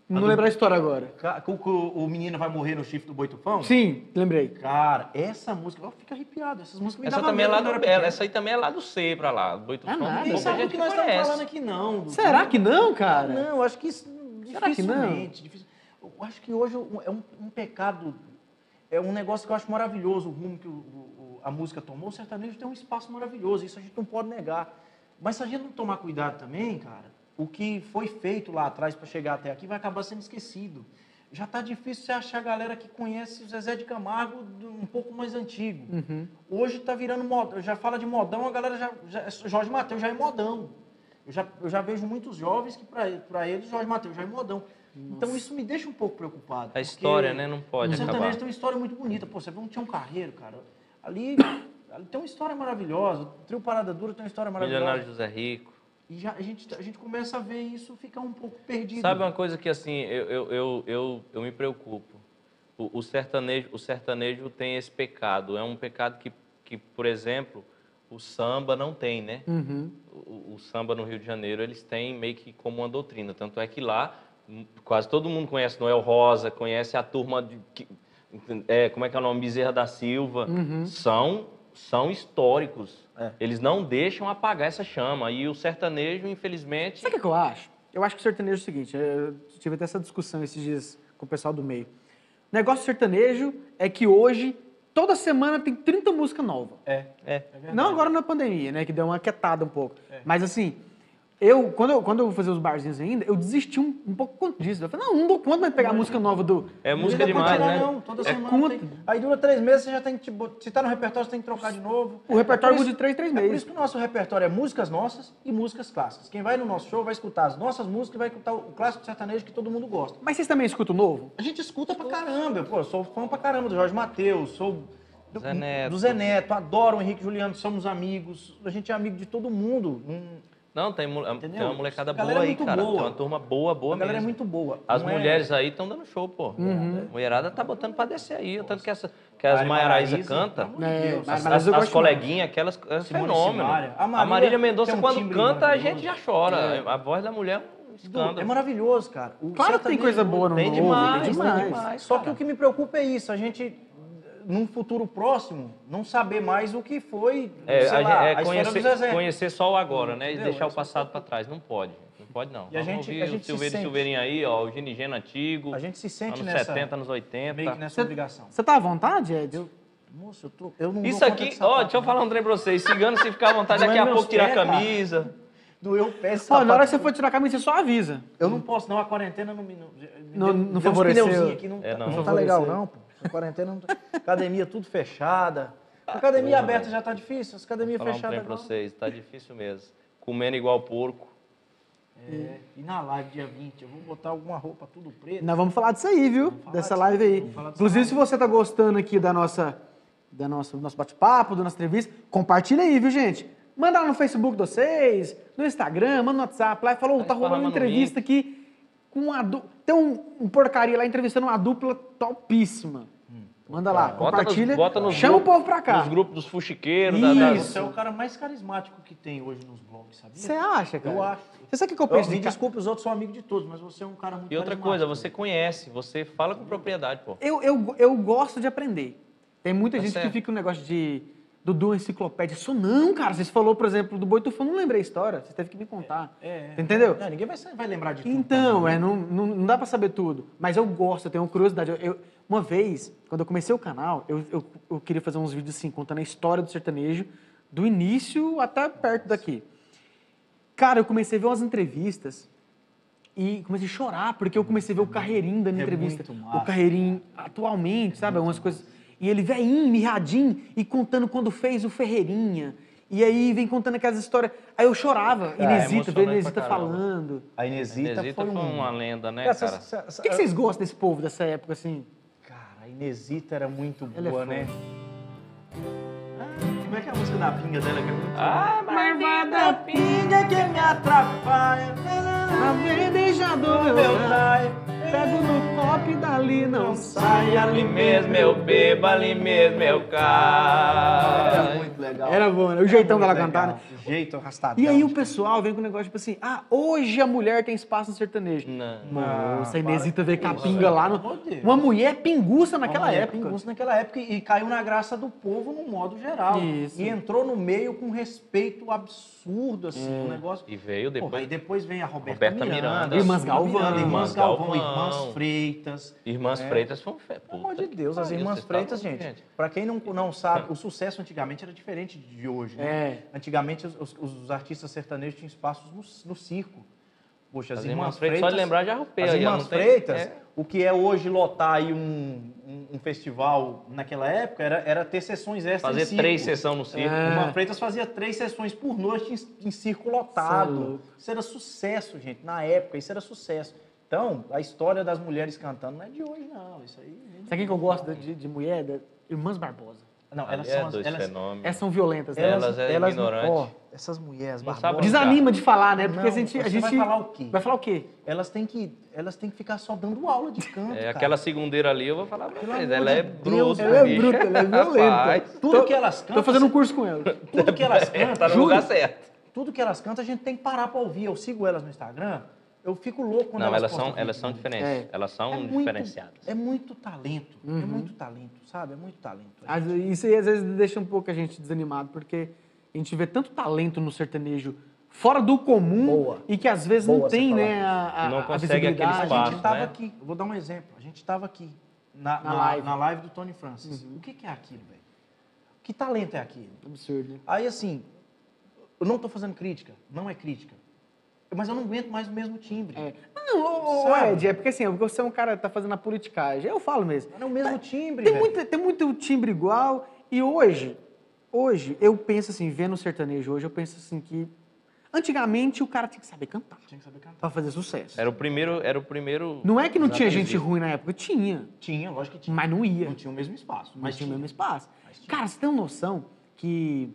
Não lembro a história agora.
Ca- que O, que o- o menino vai morrer no chifre do Boi Tufão?
Sim, lembrei.
Cara, essa música, eu fico arrepiado. Essas músicas me
Essa
davam
também é
medo
lá
quando eu
do,
era
ela-
pequeno.
essa aí também é lá do C pra lá. Do Boito
É nada.
Nem
Pouca
sabe o que nós estamos falando aqui, não.
Será que não, cara?
Não, acho que isso
Será que não?
dificilmente. difícil. eu acho que hoje é um, um pecado, é um negócio que eu acho maravilhoso, o rumo que o- o- o- a música tomou. O sertanejo tem um espaço maravilhoso, isso a gente não pode negar. Mas se a gente não tomar cuidado também, cara, o que foi feito lá atrás para chegar até aqui vai acabar sendo esquecido. Já tá difícil você achar a galera que conhece o Zezé de Camargo do- um pouco mais antigo.
Uhum,
Hoje tá virando modão, já fala de modão, a galera já, já Jorge Mateus já é modão. Eu já, eu já vejo muitos jovens que para eles Jorge Mateus já é modão. Então isso me deixa um pouco
A
preocupado. porque
história, né, não pode
o
acabar.
sertanejo tem uma história muito bonita. Pô, você vê um Tião Carreiro, cara. Ali, ali tem uma história maravilhosa. O Trio Parada Dura tem uma história maravilhosa.
Milionário José Rico.
E já, a, gente, a gente começa a ver isso ficar um pouco perdido.
Sabe uma coisa que assim, eu, eu, eu, eu, eu me preocupo. O, o sertanejo, o sertanejo tem esse pecado. É um pecado que, que, por exemplo, o samba não tem, né?
uhum.
O, o samba no Rio de Janeiro, eles têm meio que como uma doutrina. Tanto é que lá, hum, quase todo mundo conhece Noel Rosa, conhece a turma de. que- é, como é que é o nome? Bezerra da Silva. São, são históricos.
Uhum. É.
Eles não deixam apagar essa chama. E o sertanejo, infelizmente.
Sabe o que que eu acho? Eu acho que o sertanejo é o seguinte, eu tive até essa discussão esses dias com o pessoal do meio. O negócio do sertanejo é que hoje, toda semana tem 30 músicas novas.
É,
É.
é verdade.
Não agora na pandemia, né? Que deu uma quietada um pouco. Mas assim, eu quando, eu, quando eu fazia os barzinhos ainda, eu desisti um, um pouco disso. Eu falei, não, não dou conta mais de pegar a música É nova do.
É música
não dá pra
demais,
tirar,
né?
Não, toda semana.
conta.
tem- Aí dura três meses, você já tem que. tipo, Se tá no repertório, você tem que trocar de novo.
O repertório
É por
muda
isso-
de três em três
É por
meses.
isso que o nosso repertório é músicas nossas e músicas clássicas. Quem vai no nosso show vai escutar as nossas músicas e vai escutar o clássico sertanejo que todo mundo gosta.
Mas vocês também escutam o novo?
A gente escuta pra caramba. Pô, eu sou fã pra caramba do Jorge Matheus, sou do
Zé Neto.
do Zé Neto, adoro o Henrique Juliano, somos amigos. A gente é amigo de todo mundo. Hum,
Não, tem, mu- tem
Entendeu?
uma molecada
A galera
boa
é
aí,
muito
cara.
boa.
Tem uma turma boa, boa
a galera
mesmo.
é muito boa.
As
Não é- Uhum.
mulheres aí estão dando show, pô. A mulherada tá botando pra descer aí. Tanto que, essa, que as
Mari
Maiara Isa
Maraíza,
canta.
pelo amor de
É,
Deus,
Mari
as-
Maraíza
As,
eu
as
gosto
coleguinhas, aquelas. elas
Simone
fenômeno.
Simaria. A
A Marília,
Marília
Mendonça,
tem um
quando
timbre
canta, a gente
maravilhoso.
já chora. A voz da mulher é um escândalo.
É maravilhoso, cara. O
Claro que tem
sertanejo-
coisa boa no
Tem
novo.
demais, tem
demais.
demais.
Só
cara.
que o que me preocupa é isso, a gente num futuro próximo não saber mais o que foi,
É,
sei
a gente- é
lá, a história do
conhecer,
Zezé.
conhecer só o agora, né? E
Entendeu?
deixar o
É isso
passado pra trás. Não pode. Não pode, não.
E a
Vamos
gente-
ouvir
a gente
o
se
Silveira e
sente.
Silveirinha aí, ó. O Ginigeno antigo.
A gente se sente
anos
nessa
70, anos 80.
meio que nessa obrigação.
Você tá à vontade, Ed?
Moço, eu, tô, eu não
Isso
dou conta
aqui,
de sapato,
ó, deixa eu
não.
falar um trem pra vocês. Cigano, se ficar à vontade,
Não
daqui
é
a
meus
pouco tirar a
pés, cara.
camisa.
Doeu o pé esse
Pô, na hora que
sapato.
você for tirar a camisa, você só avisa.
Eu não posso, não. A quarentena não me. Não, me
Não-
deu-
não
deu uns
favoreceu.
pneuzinhos aqui, não,
É,
tá-
não.
não
Não
tá legal,
favoreceu.
não, pô. A quarentena não tá... Academia tudo fechada. Academia
Ah, porra,
aberta
velho.
já tá difícil. As academias
falar um
fechadas.
trem pra
agora.
vocês, tá difícil mesmo. Comendo igual porco.
É, e na live dia 20, eu vou botar alguma roupa tudo preta.
Nós vamos falar disso aí, viu?
falar
Dessa
disso,
live aí.
vamos falar disso
Inclusive,
aí.
se você tá gostando aqui da nossa, da nossa, do nosso bate-papo, da nossa entrevista, compartilha aí, viu, gente? Manda lá no Facebook de vocês, no Instagram, manda no WhatsApp lá e falou,
Aí
tá rolando
fala
uma
no
entrevista aqui com uma du... Tem um, um porcaria lá entrevistando uma dupla topíssima. Manda lá,
Bota nos-
compartilha,
bota nos
chama
grupos-
o povo pra cá.
Nos grupos dos fuxiqueiros.
Você
Isso.
é o cara mais carismático que tem hoje nos blogs, sabia?
Você acha, cara?
Eu acho.
Você sabe o que que eu
Eu,
penso? de
me
ca-
desculpe, os outros são amigos de todos, mas você é um cara muito
E outra coisa,
carismático.
você conhece, você fala com propriedade, pô.
Eu, eu, eu gosto de aprender. Tem muita
Tá
gente
certo.
que fica um negócio de. Dudu, enciclopédia. Isso não, cara. Vocês falou, por exemplo, do Boitufa, eu não lembrei a história. Você teve que me contar.
É, é.
Entendeu?
Não, ninguém vai, vai lembrar de tudo.
Então, é, não, não, não dá pra saber tudo. Mas eu gosto, eu tenho uma curiosidade. Eu- eu- uma vez, quando eu comecei o canal, eu, eu, eu queria fazer uns vídeos assim, contando a história do sertanejo, do início até perto daqui. Cara, eu comecei a ver umas entrevistas e comecei a chorar, porque eu comecei a ver o Carreirinho dando
é
entrevista.
muito massa.
O Carreirinho, atualmente, sabe? Algumas coisas. E ele veinho, mirradinho, e contando quando fez o Ferreirinha. E aí vem contando aquelas histórias. Aí eu chorava,
é
Inesita, ver
emocionante
Inesita
pra caramba.
falando.
A Inesita, um
Inesita foi uma lenda, né,
Essa-
cara?
essa- essa-
O que, que vocês gostam desse povo dessa época, assim?
Cara, a Inesita era muito
Ela é
boa,
foda.
né? Ah, Como é que é a música da pinga dela? Que é muito
Ah,
Marvada
pinga que me atrapalha.
A vendejadora, pego no copo e dali não sai.
é ali mesmo eu bebo, ali mesmo eu caio.
legal.
legal.
Era bom, né? O jeitão dela
Legal.
cantar, né?
Jeito arrastadão.
E aí o pessoal vem com o negócio tipo assim, ah, hoje a mulher tem espaço no sertanejo.
Não.
Mano, essa
Ah, para
Inesita
com
veio Hum, ah, com a
isso,
pinga
velho.
lá.
Pelo
No...
amor de Deus.
Uma mulher é pinguça naquela
Uma mulher
época.
pinguça naquela época e e caiu na graça do povo no modo geral.
Isso.
E entrou no meio com respeito absurdo, assim,
É.
um negócio.
E veio
Porra,
depois.
aí depois vem a Roberta,
Roberta Miranda,
Irmãs
Silvia
Galvão.
Miranda, irmãs
Irmãs
Galvão,
Galvão.
irmãs Freitas.
Irmãs
É.
Freitas foi um fe...
Pelo
Puta
amor de
que
Deus, as
pariu, tá
irmãs
vocês
Freitas,
estavam-
gente. Pra quem não, não sabe,
É.
o sucesso antigamente era diferente de hoje.
É.
né? Antigamente os, os- os artistas sertanejos tinham espaços no, no circo. Poxa, as,
As irmãs Freitas, só de lembrar já arrupei.
as
aí, ó,
Irmãs
não tem-
Freitas,
é.
o que é hoje lotar aí um, um- um festival naquela época era, era ter sessões extras. em
Fazer
circo.
três sessões no circo.
É.
Irmã Freitas fazia três sessões por noite em, em circo
Cê é
lotado.
louco.
Isso era sucesso, gente. Na época, isso era sucesso. Então, a história das mulheres cantando não é de hoje, não. Isso aí. vem de-
Sabe quem que eu gosto de, de mulher? Da- Irmãs Barbosa.
Não, elas
Ali
são
é
as.
dois
Elas,
fenômenos.
Elas são violentas, né?
Elas é ignorante.
ó, essas mulheres,
Não
barbosas.
sabe-
Desanima de falar, né? Porque
Não,
a gente. A
você
gente
vai falar o quê?
Vai falar o quê?
Elas têm que, elas têm que ficar só dando aula de canto.
É,
cara.
aquela segundeira ali, eu vou falar pra
Pelo
vocês.
amor
Ela
de
é
Deus,
bruta,
Ela é
bicho.
bruta, ela é
Rapaz,
violenta.
Tudo
Tô-
que elas cantam.
Tô fazendo um curso com ela.
Tudo que elas cantam,
tá no
juro,
lugar certo.
tudo que elas cantam, a gente tem que parar pra ouvir. Eu sigo elas no Instagram, eu fico louco quando
Não,
elas
elas
postam
são,
vídeo.
elas são diferentes.
É.
Elas são
É muito-
diferenciadas.
É muito talento,
Uhum.
é muito talento, sabe? É muito talento.
Às- Isso aí às vezes deixa um pouco a gente desanimado, porque a gente vê tanto talento no sertanejo fora do comum
Boa.
e que às vezes não
Boa você
tem,
falar
né? A, a,
Não
a
consegue aquele
visibilidade.
A
espaço.
gente tava
né?
aqui, eu vou dar um exemplo. A gente tava aqui na,
Na
na-
live. Uhum.
na live do Tony Francis. O que, que é aquilo, velho? Que talento é aquele?
Absurdo, né?
Aí assim, eu não tô fazendo crítica, não é crítica. Mas eu não aguento mais o mesmo timbre.
É. Não, ô, ô, ô,
Sabe?
Ed, é porque assim, é porque você é um cara que tá fazendo a politicagem. Eu falo mesmo.
Não é o mesmo timbre,
Tem
velho.
muito, tem muito timbre igual. E hoje, hoje, eu penso assim, vendo o sertanejo hoje, eu penso assim que antigamente o cara tinha que saber cantar
Tinha que saber cantar.
pra fazer sucesso.
Era o primeiro. Era o primeiro.
Não é que não tinha gente
Exatamente.
ruim na época, tinha,
Tinha, lógico que tinha.
mas não ia.
Não tinha o mesmo espaço.
mas
Mas
tinha o
tinha.
mesmo espaço.
Mas tinha.
Cara, você tem noção que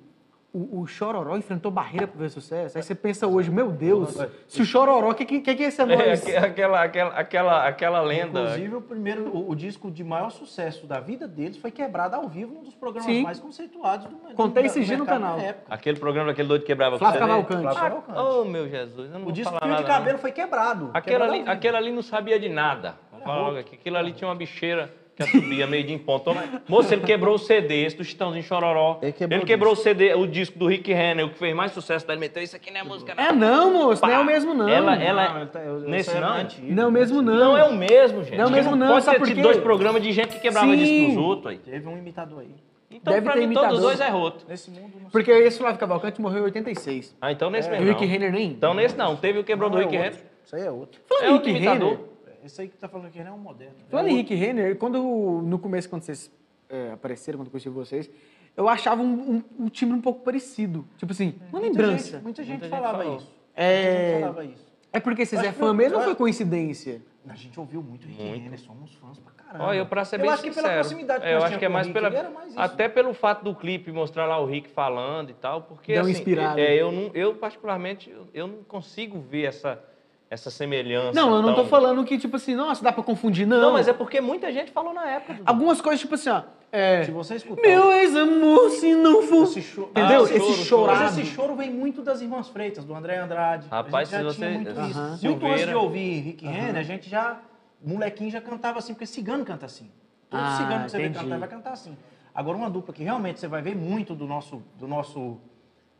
o, o Chororó enfrentou barreira para ver sucesso? Aí você pensa hoje, meu Deus, se o Chororó, o que, que, que é esse
É,
nós?
aque- aquela, aquela, aquela, aquela lenda.
Inclusive, o primeiro, o, o disco de maior sucesso da vida deles foi quebrado ao vivo num dos programas
Sim.
mais conceituados do do-
Contei
da-
esse
do
dia no
mercado
canal.
na época.
Aquele programa daquele doido que quebrava
Flávio
costela.
Cavalcante.
Flávio
Ah,
Cavalcante.
Oh, meu Jesus, eu não
O
vou
disco
falar
Fio
nada,
de
não.
Cabelo foi quebrado.
Aquela
quebrado assim.
ali,
ao vivo.
aquela ali não sabia de nada. Vou falar logo aqui. Aquilo ali tinha uma bicheira que subia meio de em ponto. Moço, ele quebrou o CD, esse do Chitãozinho Chororó.
Ele quebrou
o CD, o disco do Rick Renner, o que fez mais sucesso da meteu Isso aqui não é música, não.
É não, moço, não é o mesmo não.
Ela, ela...
Não, ele tá- eu- né? eu
Nesse
sou
não?
antigo.
Não é o mesmo não.
Não é o mesmo, gente.
Não é o
Porque
mesmo, não,
Pode
sabe
ter
por
tido
quê?
dois programas de gente que quebrava
Sim.
disco dos outros aí.
Teve um imitador aí.
Então,
Deve
pra
ter
mim, todos
imitador.
os dois é roto.
Nesse mundo, não sei.
Porque esse Flávio Cavalcante morreu em 86.
Ah, então nesse
E
mesmo
o É. Rick
não.
Renner nem.
Então nesse não. Teve o quebrou do
Não, é
Rick Renner.
outro. Isso aí é outro.
Falando
é
em
outro
Rick
imitador.
Renner,
Esse aí que tá falando que ele é um moderno.
falando em Rick Renner, quando, no começo, quando vocês é, apareceram, quando eu conheci vocês, eu achava um, um, um timbre um pouco parecido. Tipo assim, uma
É, Muita
lembrança.
gente- Muita gente,
Muita gente
falava
falou.
isso.
É.
Muita gente falava isso.
É porque vocês
Acho
é
que
fã
eu-
mesmo ou
eu-
foi coincidência?
A gente ouviu muito Rick
Muito.
Renner, somos fãs pra caramba.
Ah.
Olha, eu pra ser
eu
bem
acho que
sincero,
pela proximidade que
eu
nós
acho que é
tínhamos
mais
com o
pela
Rick, ele era mais isso.
até pelo fato do clipe mostrar lá o Rick falando e tal, porque
Deu uma
assim,
inspirada.
é, eu não, eu particularmente eu- eu não consigo ver essa essa semelhança.
Não, eu não tô
tão-
falando que, tipo assim, nossa, dá pra confundir, não.
Então- Não, mas é porque muita gente falou na época. Dudu.
Algumas coisas, tipo assim, ó.
Se
É.
você escutar
Meu ex-amor, se não fosse.
esse choro,
Entendeu?
Ah,
esse
choro,
chorado.
Mas esse choro vem muito das Irmãs Freitas, do André Andrade.
Rapaz,
a gente já
se
tinha
você-
muito isso.
Aham.
Muito antes de
Silveira.
ouvir Rick Renner, a gente já... Molequinho já cantava assim, porque cigano canta assim. Todo
Ah,
cigano que você vê
entendi.
cantar vai cantar assim. Agora, uma dupla que realmente você vai ver muito do nosso... Do nosso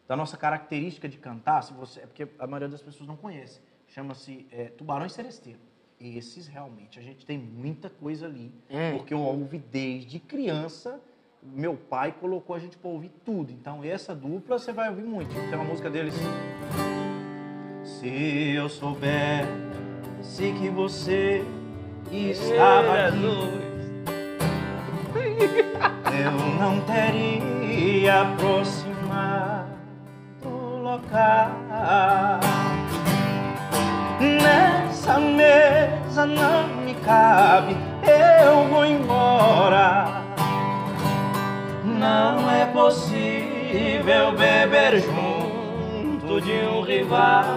da nossa característica de cantar, se você, é porque a maioria das pessoas não conhece, chama-se é, Tubarão e Seresteiro. Esses realmente, a gente tem muita coisa ali,
É.
porque eu ouvi desde criança, meu pai colocou a gente pra ouvir tudo. Então essa dupla você vai ouvir muito. Tem uma música deles. Se eu soubesse que você estava
Ei,
aqui,
Jesus.
eu não teria aproximado do local. Nessa mesa não me cabe, eu vou embora. Não é possível
um
beber junto de um rival.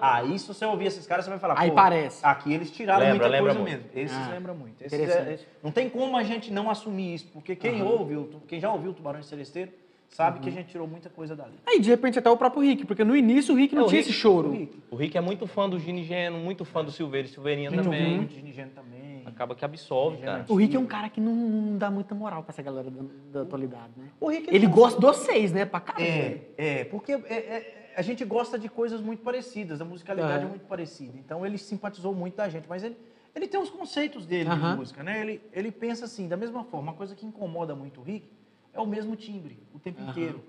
Aí, se você ouvir esses caras, você vai falar.
Aí
"Pô,
parece."
Aqui eles tiraram
Lembra,
muita
lembra
coisa
muito.
mesmo. Esses
Ah,
lembram muito. Esses
interessante.
é- esse- não tem como a gente não assumir isso, porque quem ouve, o Tu- quem já ouviu o Tubarão e Celesteiro, sabe
Uhum.
que a gente tirou muita coisa dali.
Aí, de repente, até o próprio Rick, porque no início o Rick não
É, o
tinha
Rick-
esse choro.
O Rick,
O Rick é muito fã do Gini Geno, muito fã do Silveira e Silveirinha
Muito
também.
bom, o Dinigeno também.
Acaba que absolve, cara.
O Rick é um cara que não, não dá muita moral pra essa galera da, da atualidade, né?
O Rick
Ele
tá-
gosta dos seis, né? Pra caramba.
É, é, porque é- é- a gente gosta de coisas muito parecidas, a musicalidade
É.
é, muito parecida. Então ele simpatizou muito da gente, mas ele, ele tem os conceitos dele
Aham.
de música, né? Ele, ele pensa assim, da mesma forma, uma coisa que incomoda muito o Rick é o mesmo timbre o tempo
Aham.
inteiro.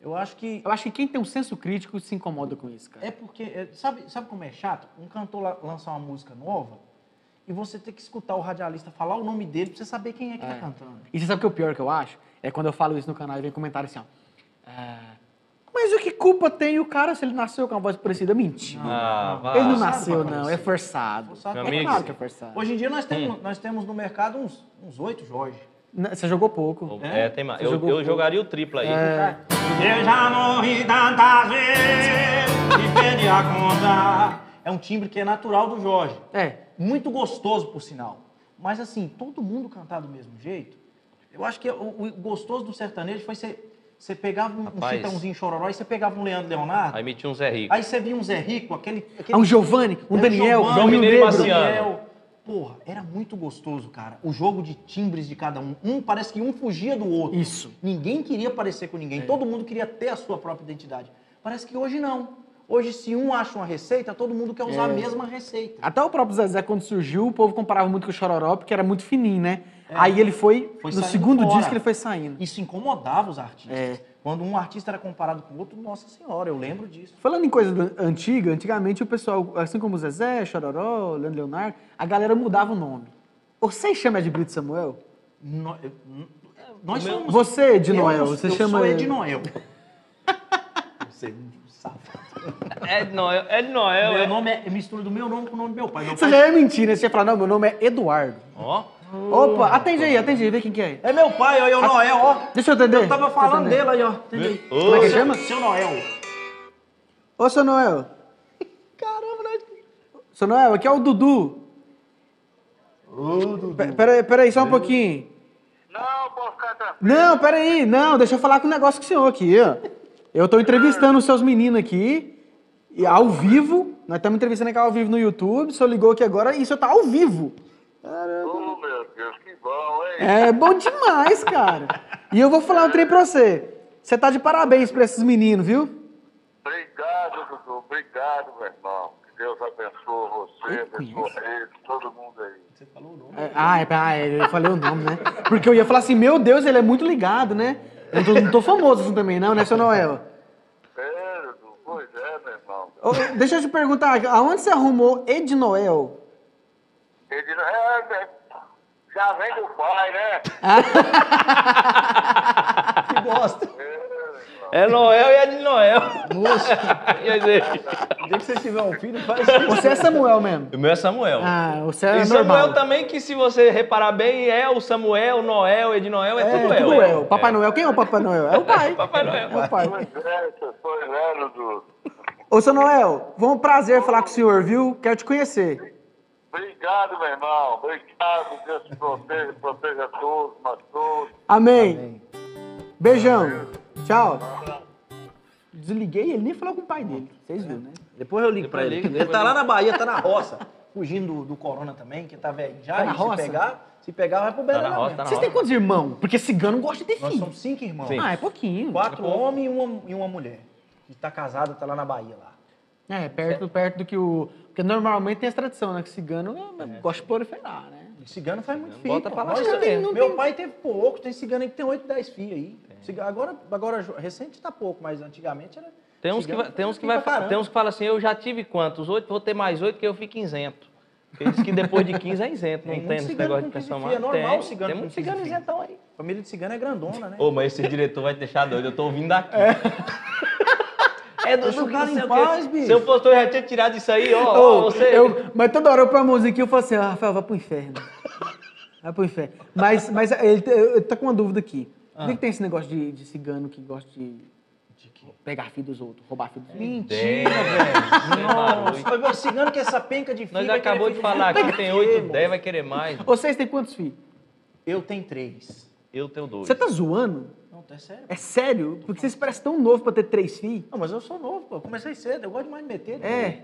Eu acho que
Eu acho que quem tem um senso crítico se incomoda com isso, cara.
é porque, é, sabe, sabe como é chato? Um cantor la- lançar uma música nova e você ter que escutar o radialista falar o nome dele pra você saber quem é que tá
É.
cantando.
E você sabe o que é o pior que eu acho? É quando eu falo isso no canal e vem comentário assim, ó. "Ah, mas o que culpa tem o cara se ele nasceu com uma voz parecida? Mentira.
Ah, vai.
ele não
Forçado pra
nasceu, não. É
aparecer.
forçado.
Forçado
é
pra
claro
aparecer.
que é forçado.
Hoje em dia nós temos,
Hum.
nós temos no mercado uns uns oito Jorge.
Não, Você jogou pouco.
É,
É?
tem mais.
Você
Eu,
jogou
eu
pouco.
jogaria o triplo aí.
Eu já morri tantas vezes e perdi a conta. É um timbre que é natural do Jorge.
É.
Muito gostoso, por sinal. Mas assim, todo mundo cantar do mesmo jeito. Eu acho que o, o gostoso do sertanejo foi você, você pegava um, um
Rapaz.
chitãozinho chororó e você pegava um Leandro Leonardo.
Aí meti um Zé Rico.
Aí você via um Zé Rico, aquele.
É
aquele
um Giovanni, um
era
Daniel,
é Giovanni,
um
João Mineiro
Negro.
e Marciano.
Daniel. Porra, era muito gostoso, cara. O jogo de timbres de cada um. Um parece que um fugia do outro.
Isso.
Ninguém queria parecer com ninguém. Todo mundo queria ter a sua própria identidade. Parece que hoje não. Hoje, se um acha uma receita, todo mundo quer usar a mesma receita.
Até o próprio Zezé, quando surgiu, o povo comparava muito com o Chororó, porque era muito fininho, né? Aí ele foi,
É. Foi
no
saindo
segundo
fora.
disco ele foi saindo.
Isso incomodava os artistas.
É.
Quando um artista era comparado com o outro, nossa senhora, eu lembro disso.
Falando em coisa do- antiga, antigamente o pessoal, assim como o Zezé, Chororó, Leandro Leonardo, a galera mudava o nome. Você chama de Brito Samuel?
No- eu- n- Nós
meu-
somos.
Você, Ed
Eu-
Noel, você
eu
chama
sou
ele.
Ed Noel. você um sabe.
É de Noel, é de Noel.
Meu
É...
nome é mistura do meu nome com o nome do meu pai. Meu
Você
pai-
já ia mentir, né? Você ia falar, não, meu nome é Eduardo.
Ó,
Opa, atende aí, atende aí, vê quem que é.
É meu pai, ó, eu Noel, ó.
Deixa eu atender.
Eu tava falando
Deixa eu
dele aí, ó. Entendeu?
Ô, Como
é que chama?
Seu Noel.
atender. Ô, seu Noel.
Caramba,
né?
nós.
Seu Noel, aqui é o Dudu.
Ô, Dudu.
Pe- Pera aí, pera aí, só um pouquinho.
Não, pode ficar tranquilo.
Não, pera aí, não, deixa eu falar com um negócio com o senhor aqui, ó. Eu tô entrevistando os seus meninos aqui, e ao vivo. Nós estamos entrevistando aqui ao vivo no YouTube. O senhor ligou aqui agora e o senhor tá ao vivo.
Oh, meu Deus, que bom, hein?
É bom demais, cara. E eu vou falar um trem pra você. Você tá de parabéns pra esses meninos, viu?
Obrigado, Dudu. Obrigado, meu irmão. Que Deus abençoe você, abençoe ele, todo mundo aí.
Você falou o nome.
É, Ah, é, ah, é, eu falei o nome, né? Porque eu ia falar assim, meu Deus, ele é muito ligado, né? Eu tô- não tô famoso assim também, não, né, seu Noel?
É, Dudu, pois é, meu irmão.
Ô, deixa eu te perguntar, aonde você arrumou Ed Noel?
Ele diz, é, né, já vem do pai, né?
Que bosta.
é Noel e é de Noel.
Moço,
E aí, gente?
desde que você tiver um filho, faz isso.
Você é Samuel mesmo?
o meu é Samuel.
Ah, você é
e
normal.
Samuel tá também, que se você reparar bem, é o Samuel, Noel, Ed Noel, é,
É,
tudo
tudo
El.
El. Papai Noel, quem é o Papai Noel? É o pai.
Papai Noel.
É o pai.
Pois é, pois é, Dudu.
Ô, seu Noel, foi um prazer falar com o senhor, viu? Quero te conhecer.
Obrigado, meu irmão. Obrigado. Deus te proteja, proteja todos, mas todos.
Amém. Beijão. Tchau. Desliguei, ele nem falou com o pai dele. Vocês viram, né?
Depois eu ligo
Depois
pra ele.
liga,
Ele
depois
tá lá
liga.
na Bahia, tá na roça. Fugindo do, do corona também, que tá velho. Já
Tá na
e
roça?
se pegar, se pegar, vai pro Belém.
Tá na roça,
mesmo.
tá na
Vocês têm quantos irmãos? Porque cigano gosta de ter
Nós
filho.
somos cinco irmãos.
Sim.
Ah, é pouquinho.
Quatro homens e uma, e uma mulher. Que tá casada, tá lá na Bahia lá.
É, perto, perto do que o... Porque normalmente tem essa tradição, né? Que cigano é, gosta de proliferar, né?
E Cigano faz muito filho.
bota
pô.
pra lá
Nós
cigano.
tem-
Não
Meu
tem-
pai teve pouco, tem cigano aí que tem 8, 10 filhos aí. Ciga- Agora, agora, jo- recente tá pouco, mas antigamente era.
Tem uns, que
cigano
vai, tem, uns que
filho
vai,
pra caramba.
tem uns que falam assim, eu já tive quantos? Oito, vou ter mais oito que eu fico isento. Porque diz que depois de 15 é isento, não
Tem
tem,
muito
esse
cigano
negócio de
com 15
pensão
filho, é normal
tem,
o cigano
tem
com
muito
15
cigano
filho.
isentão aí.
Família de cigano é grandona, né?
Ô, mas esse diretor vai te deixar doido, eu tô ouvindo daqui. É, do
Deixa o cara
não sei
em
o quê.
paz, bicho.
Se eu fosse, eu já tinha tirado isso aí, ó. ó,
Ô,
você...
eu- mas toda hora eu ponho a mãozinha aqui e eu falo assim, "Ah, Rafael, vai pro inferno. Vai pro inferno. é Mas, mas ele, tá- eu, eu tô com uma dúvida aqui. Por que, que tem esse negócio Ah. de, É. de cigano que gosta de Pegar filho dos outros, roubar filho dos outros.
Mentira,
Dez,
velho.
você é maluco.
Nossa, o cigano que é essa penca de filho.
Nós
vai
acabou
querer
de
filho
falar
filho.
aqui, tem
Vai querer,
8,
moço.
10, vai querer mais. mano.
Vocês têm quantos filhos?
Eu tenho três.
Eu tenho dois.
Você tá zoando?
Não, tá sério?
É sério? Porque vocês parecem tão novo pra ter três filhos.
Não, mas eu sou novo, pô. Eu comecei cedo, eu gosto demais de meter.
É.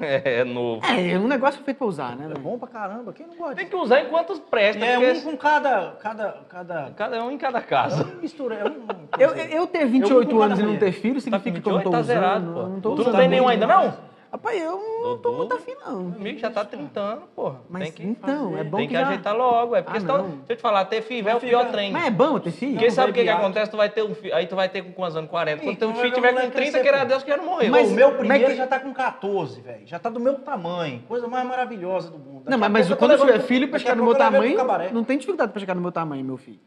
É, é novo.
É, é um negócio feito pra usar, né?
pô. É
velho?
bom pra caramba. Quem não gosta?
Tem É que usar enquanto presta,
É um
porque
com cada. cada, cada...
cada um em cada
É
casa.
uma mistura. É um...
Eu, eu ter 28
cada
anos e não
mulher.
ter filho significa que eu não tô
tá
usando.
zerado,
eu
pô.
não tô
tu
usando.
não tem nenhum ainda, não?
Rapaz, eu não tô
Dodô?
muito afim, não.
Meu amigo já tá 30 anos, porra.
Mas
tem que,
então, é bom
tem que,
que já...
ajeitar logo, é. Porque
Ah,
senão,
não.
deixa eu te falar, ter filho é o
Mas
pior
fica-
trem.
Mas é bom ter filho?
Porque
Não,
sabe o
vai
que, que
viado.
acontece? Tu vai ter um filho, aí tu vai ter com quantos anos? 40. Quando
Ih,
teu
então
filho
vai
tiver
ver o
com
moleque
30,
crescer,
queira
pô.
a Deus que já não morreu.
Mas-
o meu
como é
primeiro
que-
já tá com 14, velho. Já tá do meu tamanho. Coisa mais maravilhosa do mundo. Daqui
Não, mas,
a
mas
pouco
quando
tô
eu tiver
levando pro-
filho, pra
daqui a
chegar no meu
pouco eu levo pro
tamanho,
cabaré.
não tem dificuldade pra chegar no meu tamanho, meu filho.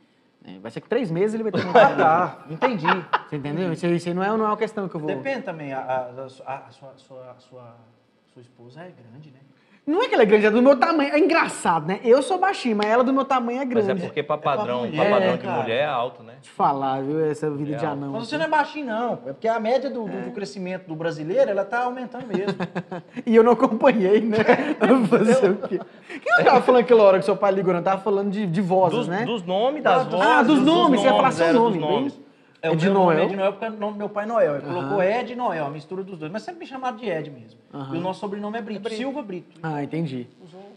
É, Vai ser que três meses ele vai ter um meu
Ah,
tamanho.
tá. Entendi.
Você entendeu? Isso, aí- isso aí não é, não é uma questão que eu vou...
Depende também. A, a- a sua, a sua, sua, sua, sua esposa é grande, né?
Não é que ela é grande, é do meu tamanho. É engraçado, né? Eu sou baixinho, mas ela do meu tamanho é
Mas
grande.
é porque pra padrão,
mulher,
pra padrão de
cara.
mulher é alto, né?
Te falar, viu? Essa vida de
Real.
anão.
Mas você não é baixinho, não. É porque a média do, do- do crescimento do brasileiro, ela tá aumentando mesmo.
E eu não acompanhei, né? Fazer o quê? Quem eu tava falando aquela hora que seu pai ligou? Não tava falando de, de vozes,
Dos,
né?
dos nomes, das
Ah,
vozes.
Ah, dos,
dos
nomes, você ia falar seu
era dos
nome.
nomes.
bem?
É,
É
o
de
meu nome
Noel?
É de Noel porque é o nome do meu pai é Noel. Ele colocou Ed e Noel, a mistura dos dois. Mas sempre me chamaram de Ed mesmo.
Aham.
E o nosso sobrenome é Brito. Silva Brito.
Ah, entendi.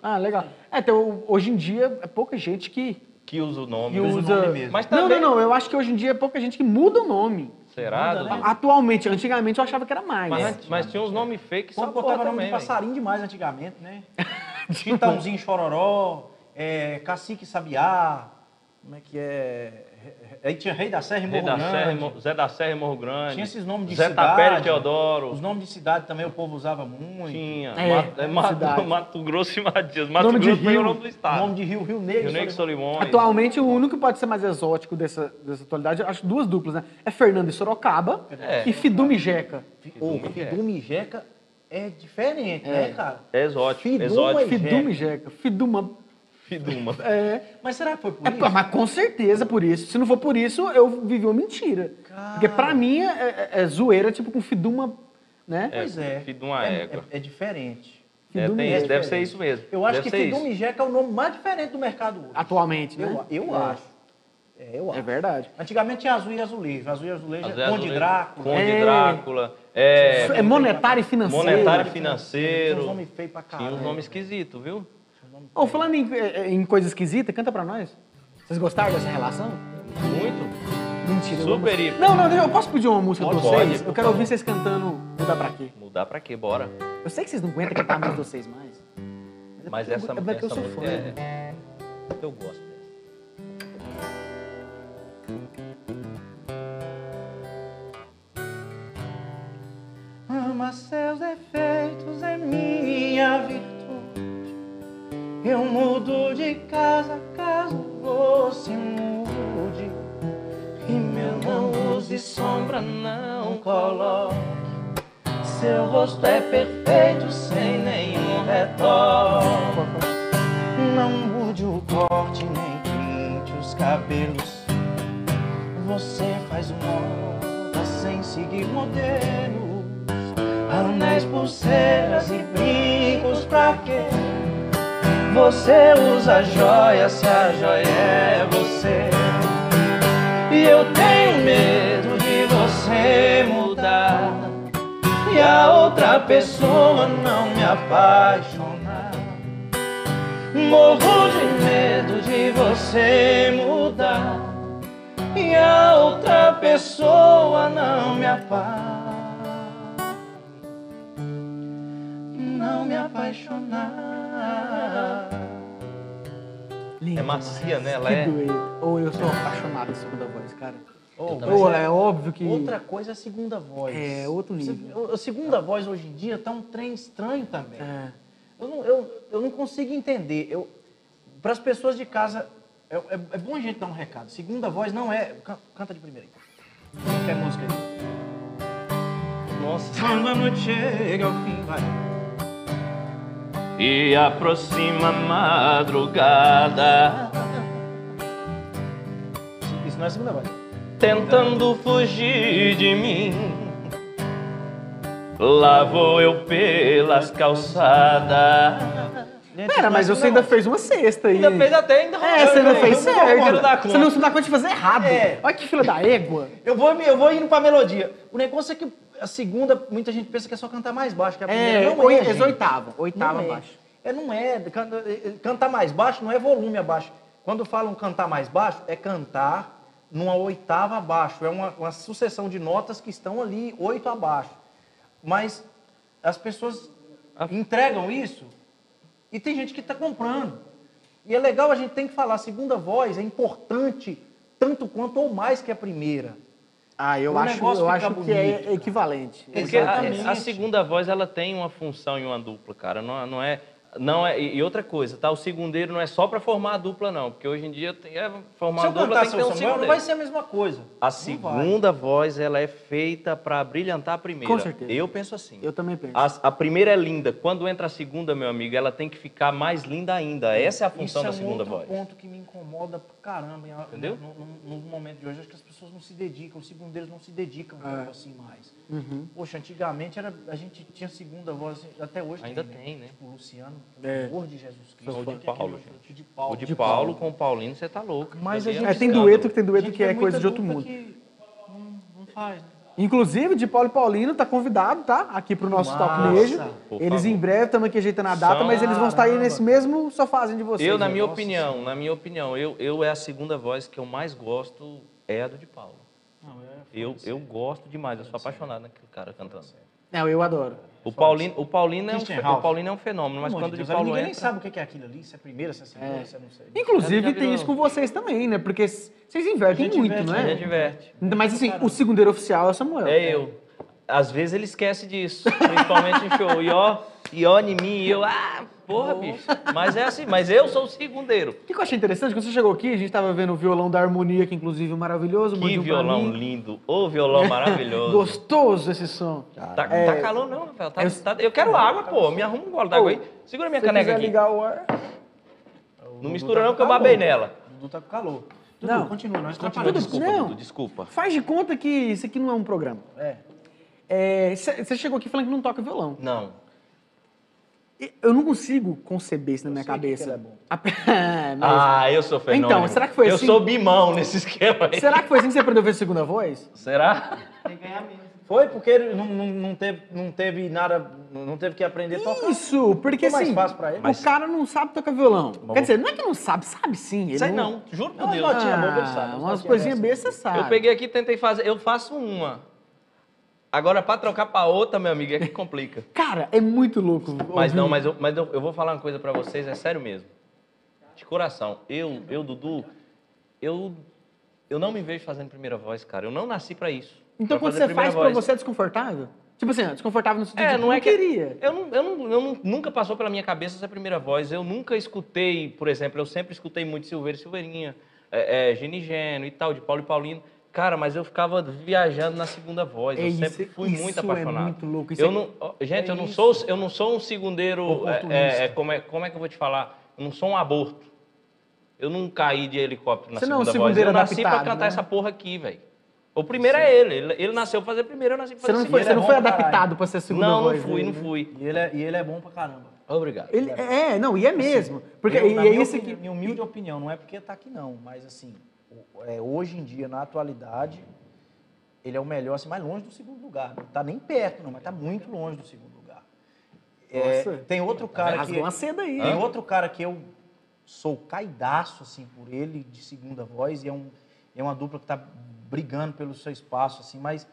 Ah, legal. É, então, hoje em dia é pouca gente que,
Que usa o nome.
que
usa o
usa.
nome mesmo.
Mas
não,
também-
não, não. Eu acho que hoje em dia é pouca gente que muda o nome.
Será?
Muda,
Dudu?
né?
Atualmente, antigamente eu achava que era mais.
Mas, antes- mas tinha uns nomes fakes só
Quando
porra
botava nome
também,
de
velho.
passarinho demais antigamente, né? Chitãozinho Chororó, é, Cacique Sabiá, como é que é? Aí tinha Rei da Serra e
Rei
Morro
da
Grande.
Serra, e Mo- Zé da Serra e Morro Grande.
Tinha esses nomes de
Zé
cidade.
Tapera e Teodoro.
Os nomes de cidade também o povo usava muito.
Tinha.
É,
Mato, é,
cidade.
Mato, Mato Grosso e Matias. Mato
Nome de
Grosso foi
rio.
o nome do estado.
Nome de Rio, Rio Negro.
Rio Negro e
Solimões.
Solimões.
Atualmente, o único que pode ser mais exótico dessa, dessa atualidade, eu acho duas duplas, né? É Fernando e Sorocaba
É.
e Fidume e Jeca.
Fiduma
Ô,
e Jeca.
Fiduma e Jeca é diferente, né, cara?
É exótico,
Fiduma
exótico. é.
e
Fidume e Jeca. Fiduma.
Fiduma.
É.
Mas será que foi por
É,
isso?
pô, mas com certeza por isso. Se não for por isso, eu vivi uma mentira.
Cara.
Porque pra mim é, é- é zoeira, tipo, com Fiduma, né?
Pois é.
Fiduma
é,
égua.
é, é diferente.
É,
Fiduma
tem-
e Jeca.
deve ser isso mesmo.
Eu acho
Deve
que
ser isso.
Fiduma e Jeca é o nome mais diferente do mercado hoje.
Atualmente, né?
Eu, eu
É.
acho. É, eu
É
acho.
verdade.
Antigamente tinha azul e azulejo. Azul e azulejo
Às
é
vezes,
Conde
azulejo-
Drácula.
Conde
É.
Drácula. É,
É, monetário e financeiro.
monetário e
Tinha uns
financeiro.
nomes feios pra
Tinha
caralho.
uns nomes esquisitos, viu?
Ô, falando em, eh, em coisa esquisita, canta pra nós. Vocês gostaram dessa relação?
Muito.
Mentira. eu
Super
amo-
hiper.
Não, não, deixa eu eu posso pedir uma música pra
Pode,
vocês?
pode.
Eu quero ouvir vocês cantando Mudar Pra Quê.
Mudar pra quê? Bora.
Eu sei que vocês não aguentam cantar a música de vocês mais. é
Mas
porque eu-
essa,
é porque
essa
eu sou
música
fã,
é-
né?
Eu gosto dessa.
Ama seus defeitos, é minha virtude. Eu mudo de casa caso você mude. Rímel não use, sombra não coloque. Seu rosto é perfeito sem nenhum retoque. Não mude o corte, nem pinte os cabelos. Você faz moda sem seguir modelos. Anéis, pulseiras e brincos pra quê? Você usa joia se a joia é você. E eu tenho medo de você mudar e a outra pessoa não me apaixonar. Morro de medo de você mudar e a outra pessoa não me apaixonar. Não me apaixonar.
Lindo
É macia,
demais.
né? Ela
que
é-
doido. Ou eu sou apaixonado em segunda voz, cara.
Oh, mas
Ou
é-
é óbvio que...
Outra coisa é a segunda voz.
É, outro
Você-
nível.
A segunda voz hoje em dia tá um trem estranho também.
É.
Eu não, eu, eu não consigo entender. Eu, para as pessoas de casa, é, é, é bom a gente dar um recado. Segunda voz não é. can- Canta de primeira aí. Como que é a música aí?
Nossa.
Quando a noite chega ao fim, vai.
E aproxima a madrugada.
Isso não é segunda voz.
tentando fugir de mim. Lá vou eu pelas calçadas.
é
Pera, mas você ainda fez uma sexta aí.
Ainda fez até, ainda
É, você ainda
Eu
fez
não quero dar
certo.
conta.
Você não, você não dá conta de fazer errado.
É.
Olha que filha da égua.
Eu vou, eu vou indo pra melodia. O negócio é que a segunda, muita gente pensa que é só cantar mais baixo, que a primeira
É,
não
oi-
é.
é
gente.
oitava, oitava
Não é.
abaixo.
É, não é. Canta- é, Cantar mais baixo não é volume abaixo. Quando falam cantar mais baixo, é cantar numa oitava abaixo. É uma, uma sucessão de notas que estão ali, oito abaixo. Mas as pessoas
Ah.
entregam isso e tem gente que está comprando. E é legal, a gente tem que falar, a segunda voz é importante tanto quanto ou mais que a primeira.
Ah, eu
O
acho,
negócio
eu
fica
acho que é
bonito,
equivalente.
Porque a,
Exatamente.
a segunda voz ela tem uma função e uma dupla, cara. Não, não é, não é. E e outra coisa, tá? O segundeiro não é só pra formar a dupla, não. Porque hoje em dia tem, é formar
Se
a
eu
dupla
cantar
tem que ter
seu
um
Samuel, não
segundo.
vai ser a mesma coisa.
A
Não vai.
segunda voz ela é feita pra brilhantar a primeira.
Com certeza.
Eu penso assim.
Eu também penso.
As- A, primeira é linda. Quando entra a segunda, meu amigo, ela tem que ficar mais linda ainda. Essa é a função da
Isso é um
segunda
outro
voz.
ponto que me incomoda pra caramba. em-
Entendeu?
No, no- no momento de hoje, acho que as pessoas não se dedicam, os segundeiros não se dedicam
É.
tanto assim mais.
Uhum.
Poxa, antigamente era, a gente tinha segunda voz, assim, até hoje
Ainda
né?
tem, né?
Tipo, o Luciano, pelo
É.
amor de Jesus
Ou
Cristo.
de
o que é que
Paulo,
ele-
gente.
De Paulo.
O de, Paulo, com o Paulino, você tá louco.
Mas a
Ali é
gente-
um
É, tem
escândalo.
dueto, que tem dueto
Gente,
que é
muita
coisa de outro
dupla
mundo.
que Não, não faz, né?
Inclusive, de Paulo e Paulino tá convidado, tá? Aqui pro nosso
Massa.
talquejo.
Por
Eles
favor.
em breve estamos aqui ajeitando a data,
São-
mas eles vão estar aí
Caramba.
nesse mesmo sofazinho de vocês.
Eu, na
né?
minha
Nossa.
opinião, na minha opinião, eu, eu é a segunda voz que eu mais gosto é a do de Paulo.
Não, é foda,
Eu,
sério.
eu gosto demais, eu sou apaixonado naquele cara cantando.
Não, eu adoro.
O Paulino, o Paulino é um,
Christian
fe-
Ralph.
o Paulino é um fenômeno, mas
Pelo amor
quando
de
o de
Deus, aí
Paulo
ninguém nem
entra,
sabe o que que é aquilo ali, se é primeira, se é segunda, se é não sei.
Já
Inclusive,
virou-
tem isso com vocês também, né? Porque c- vocês invertem
gente
muito,
inverte,
não
a
é?
gente diverte.
Mas assim, o segundeiro oficial é o Samuel.
É eu. Às vezes ele esquece disso, principalmente em show. E ó, e ó em mim, e eu, ah, porra, bicho. Mas é assim, mas eu sou o segundeiro.
O que eu achei interessante, quando você chegou aqui, a gente tava vendo o violão da harmonia, que inclusive é maravilhoso.
Que
mandou pra
violão
mim.
lindo, ô violão maravilhoso.
Gostoso esse som.
Tá,
É,
tá calor não, Rafael. Tá-
eu-
tá- eu quero água, pô. Me arruma um gole d'água
Ô,
aí. Segura minha
Se você
caneca
quiser
aqui.
ligar o ar...
Não mistura
tá
não, que eu babei nela.
O Dudu tá com calor. Dudu,
Não.
continua, nós
Continua,
atrapalhamos.
desculpa,
não.
Dudu, desculpa.
Faz de conta que isso aqui não é um programa.
É.
É, c- Você chegou aqui falando que não toca violão.
Não.
E Eu não consigo conceber isso na
Eu
minha
sei que
cabeça.
que ele é bom.
A- É, mas-
Ah, eu sou fenômeno.
Então, será que foi
Eu
assim?
sou bimão nesse esquema aí.
Será que foi assim que você aprendeu a ver segunda voz?
Será?
Foi porque ele não, não, não teve, não teve nada, não teve que aprender a tocar.
Isso, porque
Ficou mais
assim,
fácil pra ele.
o cara não sabe tocar violão. Quer dizer, não é que não sabe, sabe sim. Ele
Sei é não, juro por
Não,
Deus.
mas- Notinha boa, ele sabe, é
Ah,
umas
umas
notinhas
coisinhas
dessas.
bestas sabe.
Eu peguei aqui e tentei fazer. Eu faço uma. Agora, pra trocar pra outra, meu amigo, é que complica.
Cara, é muito louco.
Mas
ouvir.
não, mas eu, mas eu, eu vou falar uma coisa pra vocês, é sério mesmo. De coração. Eu, eu Dudu, eu, eu não me vejo fazendo primeira voz, cara. Eu não nasci pra isso.
Então
pra
quando
fazer
você
primeira
faz pra
voz.
você é desconfortável? Tipo assim, desconfortável no sentido
É,
de
não é que.
queria.
Eu, não, eu, não, eu não- nunca passou pela minha cabeça essa primeira voz. Eu nunca escutei, por exemplo, eu sempre escutei muito Silveira e Silveirinha, é, é, Gene e Geno e tal, de Paulo e Paulino. Cara, mas eu ficava viajando na segunda voz.
É
eu
isso,
sempre fui
isso
muito
é
apaixonado.
muito louco, isso
Eu
é-
não, ó, gente,
é
eu, não
isso.
sou, eu não sou um segundeiro. é,
Oportunista.
é, como, é, como é que eu vou te falar? Eu não sou um aborto. Eu não caí de helicóptero na
Você não é um
segunda voz. Eu
segundeiro
nasci pra
adaptado,
cantar
né?
essa porra aqui, velho. O primeiro é ele. ele. Ele nasceu pra fazer primeiro, eu nasci pra
Você
fazer
não foi,
segundo.
você
é
não
bom
foi
pra
adaptado
caralho.
pra ser a segunda
Não, não
voz.
fui,
dele,
não
né?
fui.
E ele é, e ele é bom pra caramba.
Obrigado.
Ele, é, não, e é mesmo. Porque
Assim, Eu,
e
na
é
minha
isso
opini-
que.
Minha humilde opinião, não é porque tá aqui não, mas assim, o- é, hoje em dia, na atualidade, ele é o melhor, assim, mais longe do segundo lugar. Não tá nem perto não, mas tá muito longe do segundo lugar. É,
Nossa.
tem outro cara
rasgou
que...
uma seda aí.
Tem
hein?
outro cara que eu sou caidaço, assim, por ele, de segunda voz, e é, um, é uma dupla que tá brigando pelo seu espaço, assim, mas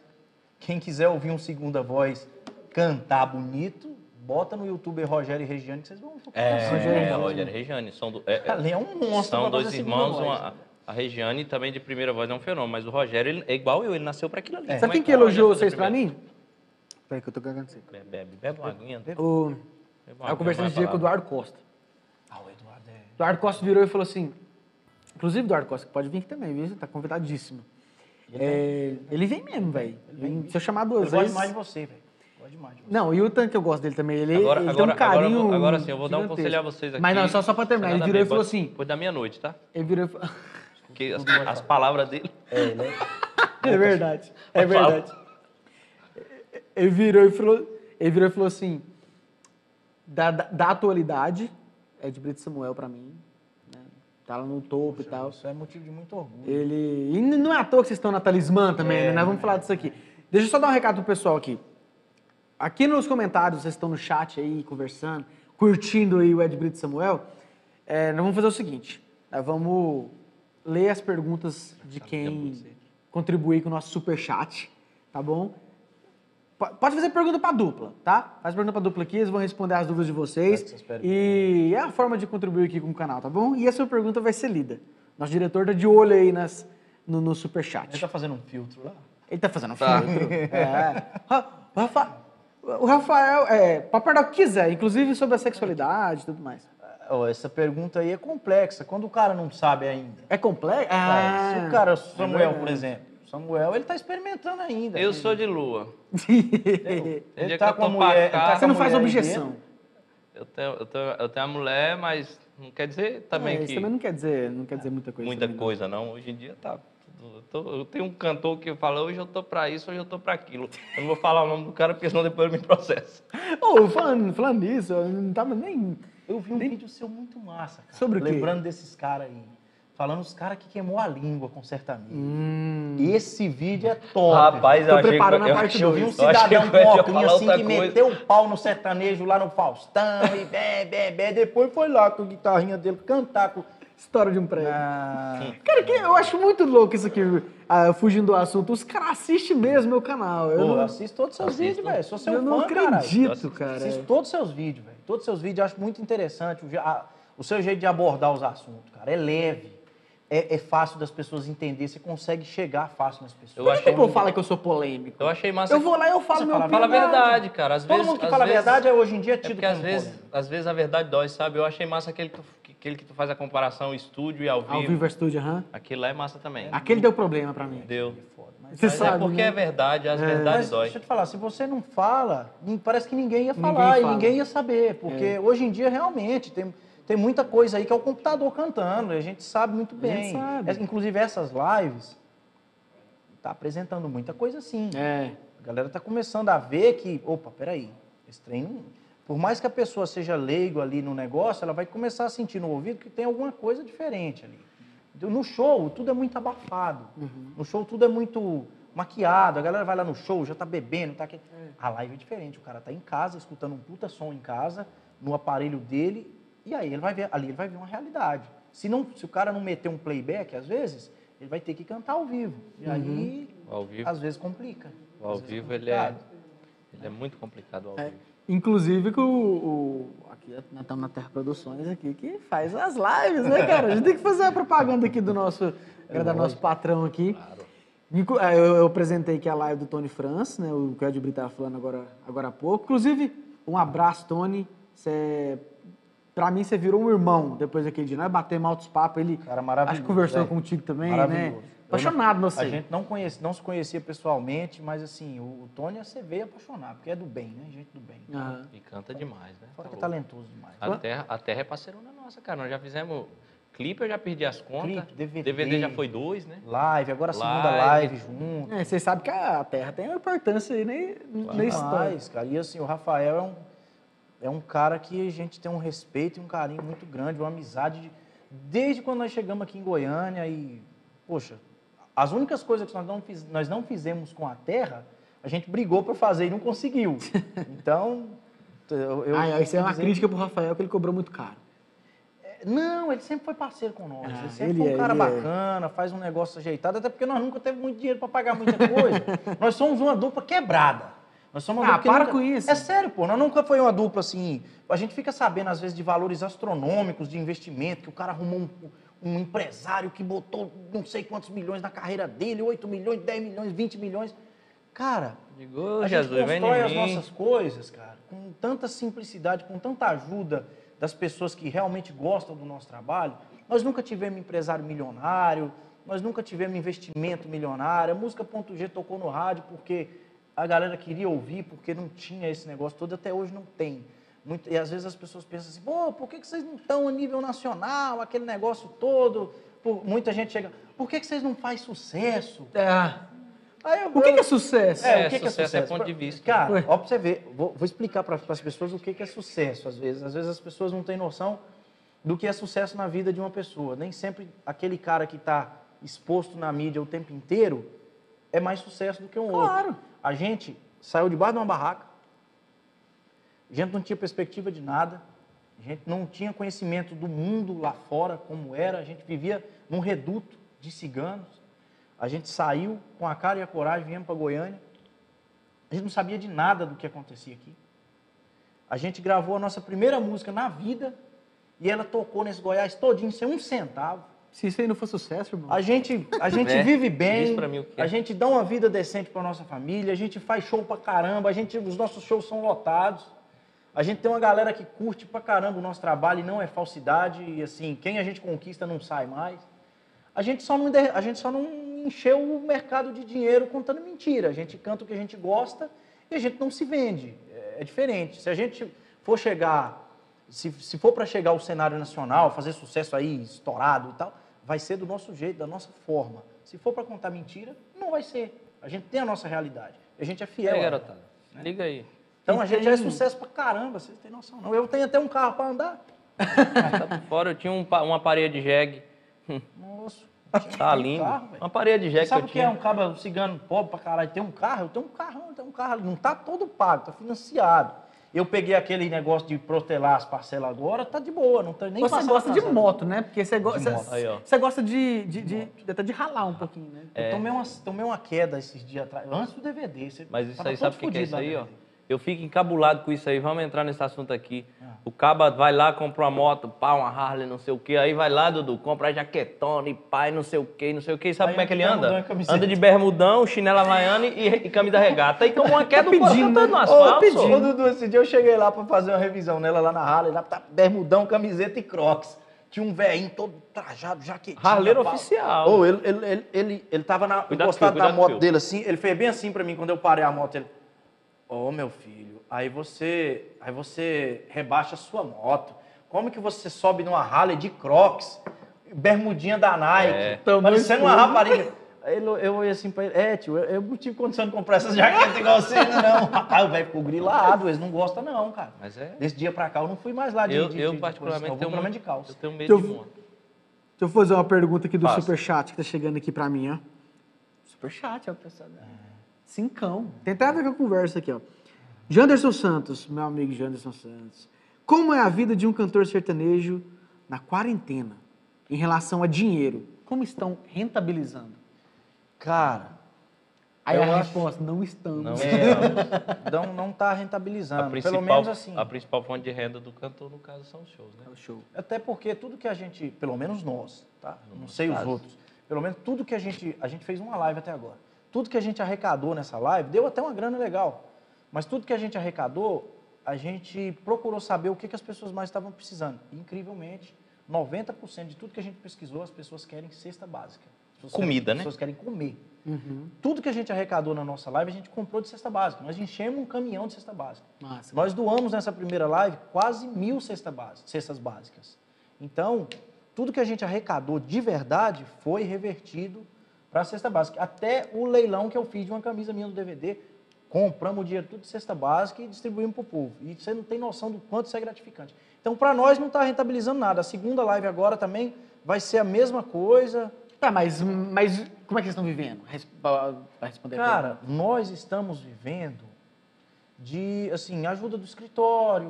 quem quiser ouvir um segunda voz cantar bonito, bota no YouTube Rogério e Regiane que vocês vão...
É, é,
né?
Rogério e Regiane. São, do- é, é,
Ali é um monstro
são
pra fazer
dois
a segunda
irmãos.
voz.
uma- a Regiane também de primeira voz é um fenômeno, mas o Rogério ele é igual eu, ele nasceu pra aquilo ali. Como
Sabe
é
quem que
o Rogério
elogiou
fazer
vocês pra
primeiro?
mim? Peraí que eu tô cagando seco.
Bebe, bebe, bebe uma aguinha. Bebe
O...
uma
Eu conversei
aguinha,
esse dia com o
vai lá.
Eduardo Costa.
Ah, o Eduardo é...
Eduardo Costa virou e falou assim. Inclusive, Eduardo Costa, que pode vir aqui também, viu? Você tá convidadíssimo. É, Ele vem mesmo, velho. Se eu chamar
Eu
duas
gosto demais de
vezes.
você, velho. Gosto demais de você.
Não, e o tanto que eu gosto dele também. Ele,
Agora,
ele
agora,
tem um carinho.
agora, eu vou- agora sim, eu vou dar um
gigantesco.
conselho a vocês aqui.
Mas não, só, só pra terminar. Ele
Nada
virou e
bem,
falou
pode-
assim.
Pode da meia-noite, tá?
Ele virou e falou.
Porque as, as palavras dele.
É, ele é...
É verdade, é verdade. Ele virou e falou, ele virou e falou assim, da, da, da atualidade, é de Brito Samuel pra mim, né? tá lá no topo e tal.
Isso é motivo de muito orgulho.
Ele. E não é à toa que vocês estão na talismã também, né? Nós vamos falar disso aqui. Deixa eu só dar um recado pro pessoal aqui. Aqui nos comentários, vocês estão no chat aí, conversando, curtindo aí o Ed Brito Samuel. É, nós vamos fazer o seguinte: nós vamos ler as perguntas de quem contribuir com o nosso super chat, tá bom? Po- Pode fazer pergunta pra dupla, tá? Faz pergunta pra dupla aqui, eles vão responder as dúvidas de vocês. E é a forma de contribuir aqui com o canal, tá bom? E a sua pergunta vai ser lida. Nosso diretor tá de olho aí nas, no, no
Ele
superchat.
tá fazendo um filtro lá?
Ele tá fazendo um
Tá.
filtro. É. Ra- o Rafa- O Rafael, é, papai da quiser, inclusive sobre a sexualidade e tudo mais.
Ó, essa pergunta aí é complexa, quando o cara não sabe ainda.
É complexo?
Ué, se o cara, Samuel,
Ah. é
por exemplo, Samuel, ele tá experimentando ainda.
Eu sou de lua.
verdade.
Tem
Ele
dia que
tá
eu
com a
tô
mulher- ele tá
pacado,
Você não
a
faz
mulher aí
objeção.
eu, tenho, eu, tenho, eu tenho a mulher, mas não quer dizer também
É,
que
isso também não quer dizer, não quer dizer muita coisa.
muita
também, não.
coisa, não. Hoje em dia tá. tudo- Eu, tô- eu tenho um cantor que fala, hoje eu tô pra isso, hoje eu tô pra aquilo. Eu não vou falar o nome do cara, porque senão depois ele me processa.
Ô, falando, falando nisso, eu não tava nem.
Eu vi um vídeo seu muito massa, cara.
Sobre o quê?
Lembrando desses caras aí. Falando os caras que queimou a língua com sertanejo.
Hum.
Esse vídeo é top.
Rapaz,
Tô
eu achei que
preparando a
eu-
parte
eu
eu
dois.
vi um
achei que eu
cidadão
ia
com óculos
falar
assim
outra
que
coisa.
meteu o pau no sertanejo lá no Faustão e bé, bé, bé. Depois foi lá com a guitarrinha dele cantar com.
História de um prédio.
Ah,
Cara, que eu acho muito louco isso aqui, ah, fugindo do assunto. Os caras assistem mesmo meu canal. Eu
pô,
não,
assisto todos os seus
Assisto.
vídeos, velho. Sou seu
eu
fã,
não
caralho.
acredito, cara. é.
Assisto todos os seus vídeos, velho. Todos os seus vídeos eu acho muito interessante. O, je- a- o seu jeito de abordar os assuntos, cara. É leve. É, é fácil das pessoas entenderem. Você consegue chegar fácil nas pessoas.
Eu
Por é que
achei
que o povo
um-
fala que eu sou polêmico?
Eu achei massa.
Eu vou lá e eu falo
Você
meu
fala-
Fala a
opinião.
verdade, cara. Às
Todo
vezes,
mundo que
às
fala
vezes-
a verdade é, hoje em dia é
É
tido
porque às
como
vezes,
polêmica.
às vezes a verdade dói, sabe? Eu achei massa aquele que tu, que- aquele que tu faz a comparação estúdio e ao vivo.
Ao vivo é estúdio, aham.
Aquele lá é massa também.
Aquele deu problema pra mim.
Deu.
Foda, mas-
Você
Mas é
sabe,
porque
né?
é verdade, as
Mas
verdades dói.
deixa eu te falar, se você não fala, nin- parece que ninguém ia
Ninguém
falar
fala. É.
e ninguém ia saber. Porque hoje em dia, realmente, tem, tem muita coisa aí que é o computador cantando. e A gente sabe muito
A gente
bem.
sabe.
É, inclusive, essas lives tá apresentando muita coisa assim.
É.
A galera tá começando a ver que, opa, peraí, esse trem... não- Por mais que a pessoa seja leigo ali no negócio, ela vai começar a sentir no ouvido que tem alguma coisa diferente ali. No show, tudo é muito abafado. No show tudo é muito maquiado, a galera vai lá no show, já tá bebendo, tá aqui. A live é diferente, o cara tá em casa, escutando um puta som em casa, no aparelho dele, e aí ele vai ver, ali ele vai ver uma realidade. Se, não, se o cara não meter um playback, às vezes, ele vai ter que cantar ao vivo. E aí,
Ao vivo,
às vezes, complica.
o ao
Às vezes
vivo ele é,
complicado.
ele é muito complicado ao vivo.
Inclusive que o. o- aqui nós estamos na Terra Produções aqui, que faz as lives, né, cara? A gente tem que fazer a propaganda aqui do nosso,
É
do nosso patrão aqui. Inclu- ah, Eu, eu apresentei aqui a live do Tony France, né? O que o Ed Brito estava falando agora, agora há pouco. Inclusive, um abraço, Tony. Você. Pra mim, você virou um irmão depois daquele dia. é Nós batemos altos papos, ele.
Cara,
acho
maravilhoso,
que conversou
velho.
contigo também, né?
Maravilhoso.
Apaixonado, não sei.
A gente não, conhece, não se conhecia pessoalmente, mas assim, o, o Tony você veio apaixonar, porque é do bem, né? Gente do bem.
Aham.
E canta demais, né?
Fora
Tá louco.
que é talentoso demais.
A terra, a terra é parceirona nossa, cara. Nós já fizemos clipe, eu já perdi as contas.
Clipe, DVD.
DVD já foi dois, né?
Live, agora a segunda
Live.
live, junto.
É, vocês sabem que a Terra tem uma importância aí né, na história.
Demais, cara. E assim, o Rafael é um, é um cara que a gente tem um respeito e um carinho muito grande, uma amizade. de- desde quando nós chegamos aqui em Goiânia e, poxa, as únicas coisas que nós não, fiz- nós não fizemos com a terra, a gente brigou para fazer e não conseguiu. Então, eu. eu
ah, é, isso é uma
dizer-
crítica pro Rafael que ele cobrou muito caro.
Não, ele sempre foi parceiro com nós.
Ah,
ele sempre
ele
foi um
é,
cara
ele é.
bacana, faz um negócio ajeitado, até porque nós nunca teve muito dinheiro para pagar muita coisa. nós somos uma dupla quebrada. Nós somos uma
Ah,
dupla que
para
nunca-
com isso.
É sério, pô. Nós nunca foi uma dupla assim. A gente fica sabendo, às vezes, de valores astronômicos de investimento, que o cara arrumou um, um empresário que botou não sei quantos milhões na carreira dele 8 milhões, 10 milhões, 20 milhões. Cara,
Digo, "Ô,
a
Jesus,
gente
vem
constrói as
em mim.
nossas coisas, cara, com tanta simplicidade, com tanta ajuda das pessoas que realmente gostam do nosso trabalho. Nós nunca tivemos empresário milionário, nós nunca tivemos investimento milionário. A música.g tocou no rádio porque a galera queria ouvir, porque não tinha esse negócio todo, até hoje não tem. Muito- e às vezes as pessoas pensam assim, pô, por que, que vocês não estão a nível nacional, aquele negócio todo? Pô, muita gente chega, por que, que vocês não fazem sucesso?
Ah,
Aí eu
O que, que é sucesso?
É,
o que que
sucesso é ponto de vista.
Cara,
Ué.
ó, pra você ver, vou, vou explicar para as pessoas o que, que é sucesso, às vezes. Às vezes as pessoas não têm noção do que é sucesso na vida de uma pessoa. Nem sempre aquele cara que está exposto na mídia o tempo inteiro é mais sucesso do que um outro.
Claro.
A gente saiu debaixo de uma barraca, a gente não tinha perspectiva de nada, a gente não tinha conhecimento do mundo lá fora, como era, a gente vivia num reduto de ciganos. A gente saiu com a cara e a coragem, viemos para Goiânia. A gente não sabia de nada do que acontecia aqui. A gente gravou a nossa primeira música na vida e ela tocou nesse Goiás todinho sem um centavo.
Se isso aí não for sucesso, irmão.
A gente, a gente
É,
vive
diz
bem,
pra mim o que é.
a gente dá uma vida decente para nossa família, a gente faz show pra caramba, a gente, os nossos shows são lotados. A gente tem uma galera que curte pra caramba o nosso trabalho e não é falsidade e assim, quem a gente conquista não sai mais. A gente só não, de- a gente só não encheu o mercado de dinheiro contando mentira. A gente canta o que a gente gosta e a gente não se vende. É- É diferente. Se a gente for chegar, se, se for para chegar ao cenário nacional, fazer sucesso aí estourado e tal, vai ser do nosso jeito, da nossa forma. Se for para contar mentira, não vai ser. A gente tem a nossa realidade. A gente é fiel.
É,
à
garotada. Liga aí.
então a
E
gente
tem-
é sucesso pra caramba, vocês não têm noção não. Eu tenho até um carro pra andar.
Tá por fora, eu tinha um pa- uma parede jegue.
Nossa.
Tá
um
lindo.
carro, velho.
uma parede jegue que
Sabe
eu
o que é
tinha.
um cara um cigano pobre pra caralho? Tem um carro, eu tenho um carrão, eu tenho um carro. Não tá todo pago, tá financiado. Eu peguei aquele negócio de protelar as parcelas agora, tá de boa, não tá nem
Você
passando
gosta de
atrasado.
moto, né? Porque você, go-
De
você-
moto.
Aí, ó.
você gosta de, de, de- até de ralar um pouquinho, né?
É.
Eu tomei, uma, tomei uma queda esses dias atrás, antes do DVD. Você
Mas isso
tava
aí,
todo
sabe o que, que é
fudido
isso
lá
aí, ó?
dentro.
Eu fico encabulado com isso aí. Vamos entrar nesse assunto aqui.
Ah.
O caba vai lá, compra uma moto, pá, uma Harley, não sei o quê. Aí vai lá, Dudu, compra a jaquetona e pai, não sei o quê, não sei o quê. E Sabe
Aí
como é que ele
anda de bermudão
anda?
e camiseta.
Anda de bermudão, chinela havaiana e, e camisa regata. Aí tomou uma queda do
pedindo,
pedindo, tá né? no
Tá né? Ô,
asfalto.
pedindo. Ô,
só.
Dudu, esse dia eu cheguei lá pra fazer uma revisão nela lá na Harley, lá tá bermudão, camiseta e crocs. Tinha um velhinho todo trajado, jaquetinha.
Harleiro
pá.
oficial.
Ô, ele, ele, ele, ele, ele tava na,
Cuidado
encostado
com o fio,
na
cuidado com o
moto
fio.
dele assim, ele fez bem assim pra mim quando eu parei a moto, ele... Ô, meu filho, aí você, aí você rebaixa a sua moto. Como que você sobe numa Harley de crocs, bermudinha da Nike,
É.
parecendo uma rapariga? Aí ele- eu olhei assim pra ele, é, tio, eu, eu não tive condição de comprar essas jaquetas igual você ainda, não. Aí o velho ficou grilado, eles não gostam não, cara.
Mas é.
Desse dia pra cá eu não fui mais lá de
Eu,
de- de-
eu
de coisa,
particularmente,
não, eu vou
tenho
pelo menos
muito-
de calça.
eu tenho medo
Eu
de
vou-
moto.
Deixa eu fazer uma pergunta aqui do
Faça.
Superchat que tá chegando aqui pra mim, ó. Superchat, ó, pessoal. né? Cincão. Tem até a ver com a conversa aqui, ó. Janderson Santos, meu amigo Janderson Santos. Como é a vida de um cantor sertanejo na quarentena em relação a dinheiro? Como estão rentabilizando?
Cara,
Aí
Eu
a
acho-
resposta, não estamos.
Não,
É, não, não tá
a,
rentabilizando.
principal,
Pelo menos assim. É
a principal fonte de renda do cantor, no caso, são os shows, né?
Show.
Até porque tudo que a gente, pelo menos nós, tá? Não
nosso
sei os
caso.
outros. Pelo menos tudo que a gente, a gente fez uma live até agora. Tudo que a gente arrecadou nessa live deu até uma grana legal. Mas tudo que a gente arrecadou, a gente procurou saber o que, que as pessoas mais estavam precisando. E, incrivelmente, 90% de tudo que a gente pesquisou, as pessoas querem cesta básica. As pessoas querem-
Comida, né?
As pessoas querem comer. Tudo que a gente arrecadou na nossa live, a gente comprou de cesta básica. Nós enchemos um caminhão de cesta básica.
Massa.
Nós doamos nessa primeira live quase mil cesta base- cestas básicas. Então, tudo que a gente arrecadou de verdade foi revertido para a cesta básica. Até o leilão que eu fiz de uma camisa minha do DVD, compramos o dinheiro tudo de cesta básica e distribuímos para o povo. E você não tem noção do quanto isso é gratificante. Então, para nós não está rentabilizando nada. A segunda live agora também vai ser a mesma coisa.
Tá, mas, mas como é que vocês estão vivendo? Res- pra- pra responder a
Cara, nós estamos vivendo de, assim, ajuda do escritório,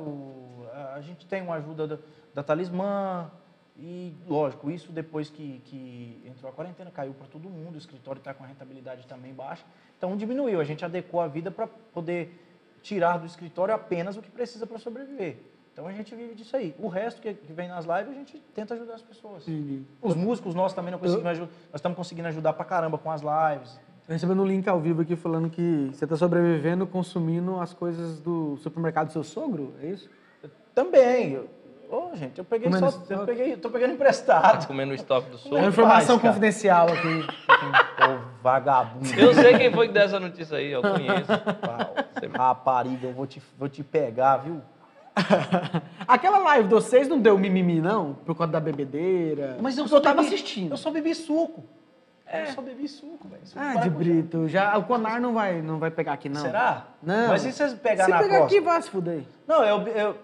a- a gente tem uma ajuda da, da Talismã, e, lógico, isso depois que, que entrou a quarentena, caiu para todo mundo, o escritório está com a rentabilidade também baixa, então diminuiu, a gente adequou a vida para poder tirar do escritório apenas o que precisa para sobreviver. Então a gente vive disso aí. O resto que, que vem nas lives, a gente tenta ajudar as pessoas.
Entendi.
Os músicos nós também não conseguimos ajudar, nós estamos conseguindo ajudar pra caramba com as lives.
Tô recebendo um link ao vivo aqui falando que você tá sobrevivendo consumindo as coisas do supermercado do seu sogro, é isso?
Também. Eu- Ô, gente, eu peguei
Comendo
só.
estoque.
Eu peguei, tô pegando emprestado.
Comendo o estoque do
É
sul.
uma informação
faz, cara?
confidencial aqui.
Ô, vagabundo.
Eu sei quem foi que deu essa notícia aí, eu conheço.
pau. Rapariga, eu vou te, vou te pegar, viu?
Aquela live de vocês não deu mimimi, não? Por conta da bebedeira? Porque eu tava assistindo.
Eu só bebi suco. É. Eu só bebi suco, velho. Suco
Ah, de
maracujá.
Brito. Já, o Conar não vai, não vai pegar aqui, não.
Será?
Não.
Mas e se vocês pegar
Se
na
pegar
costa?
aqui, vai se fuder.
Não, eu, eu,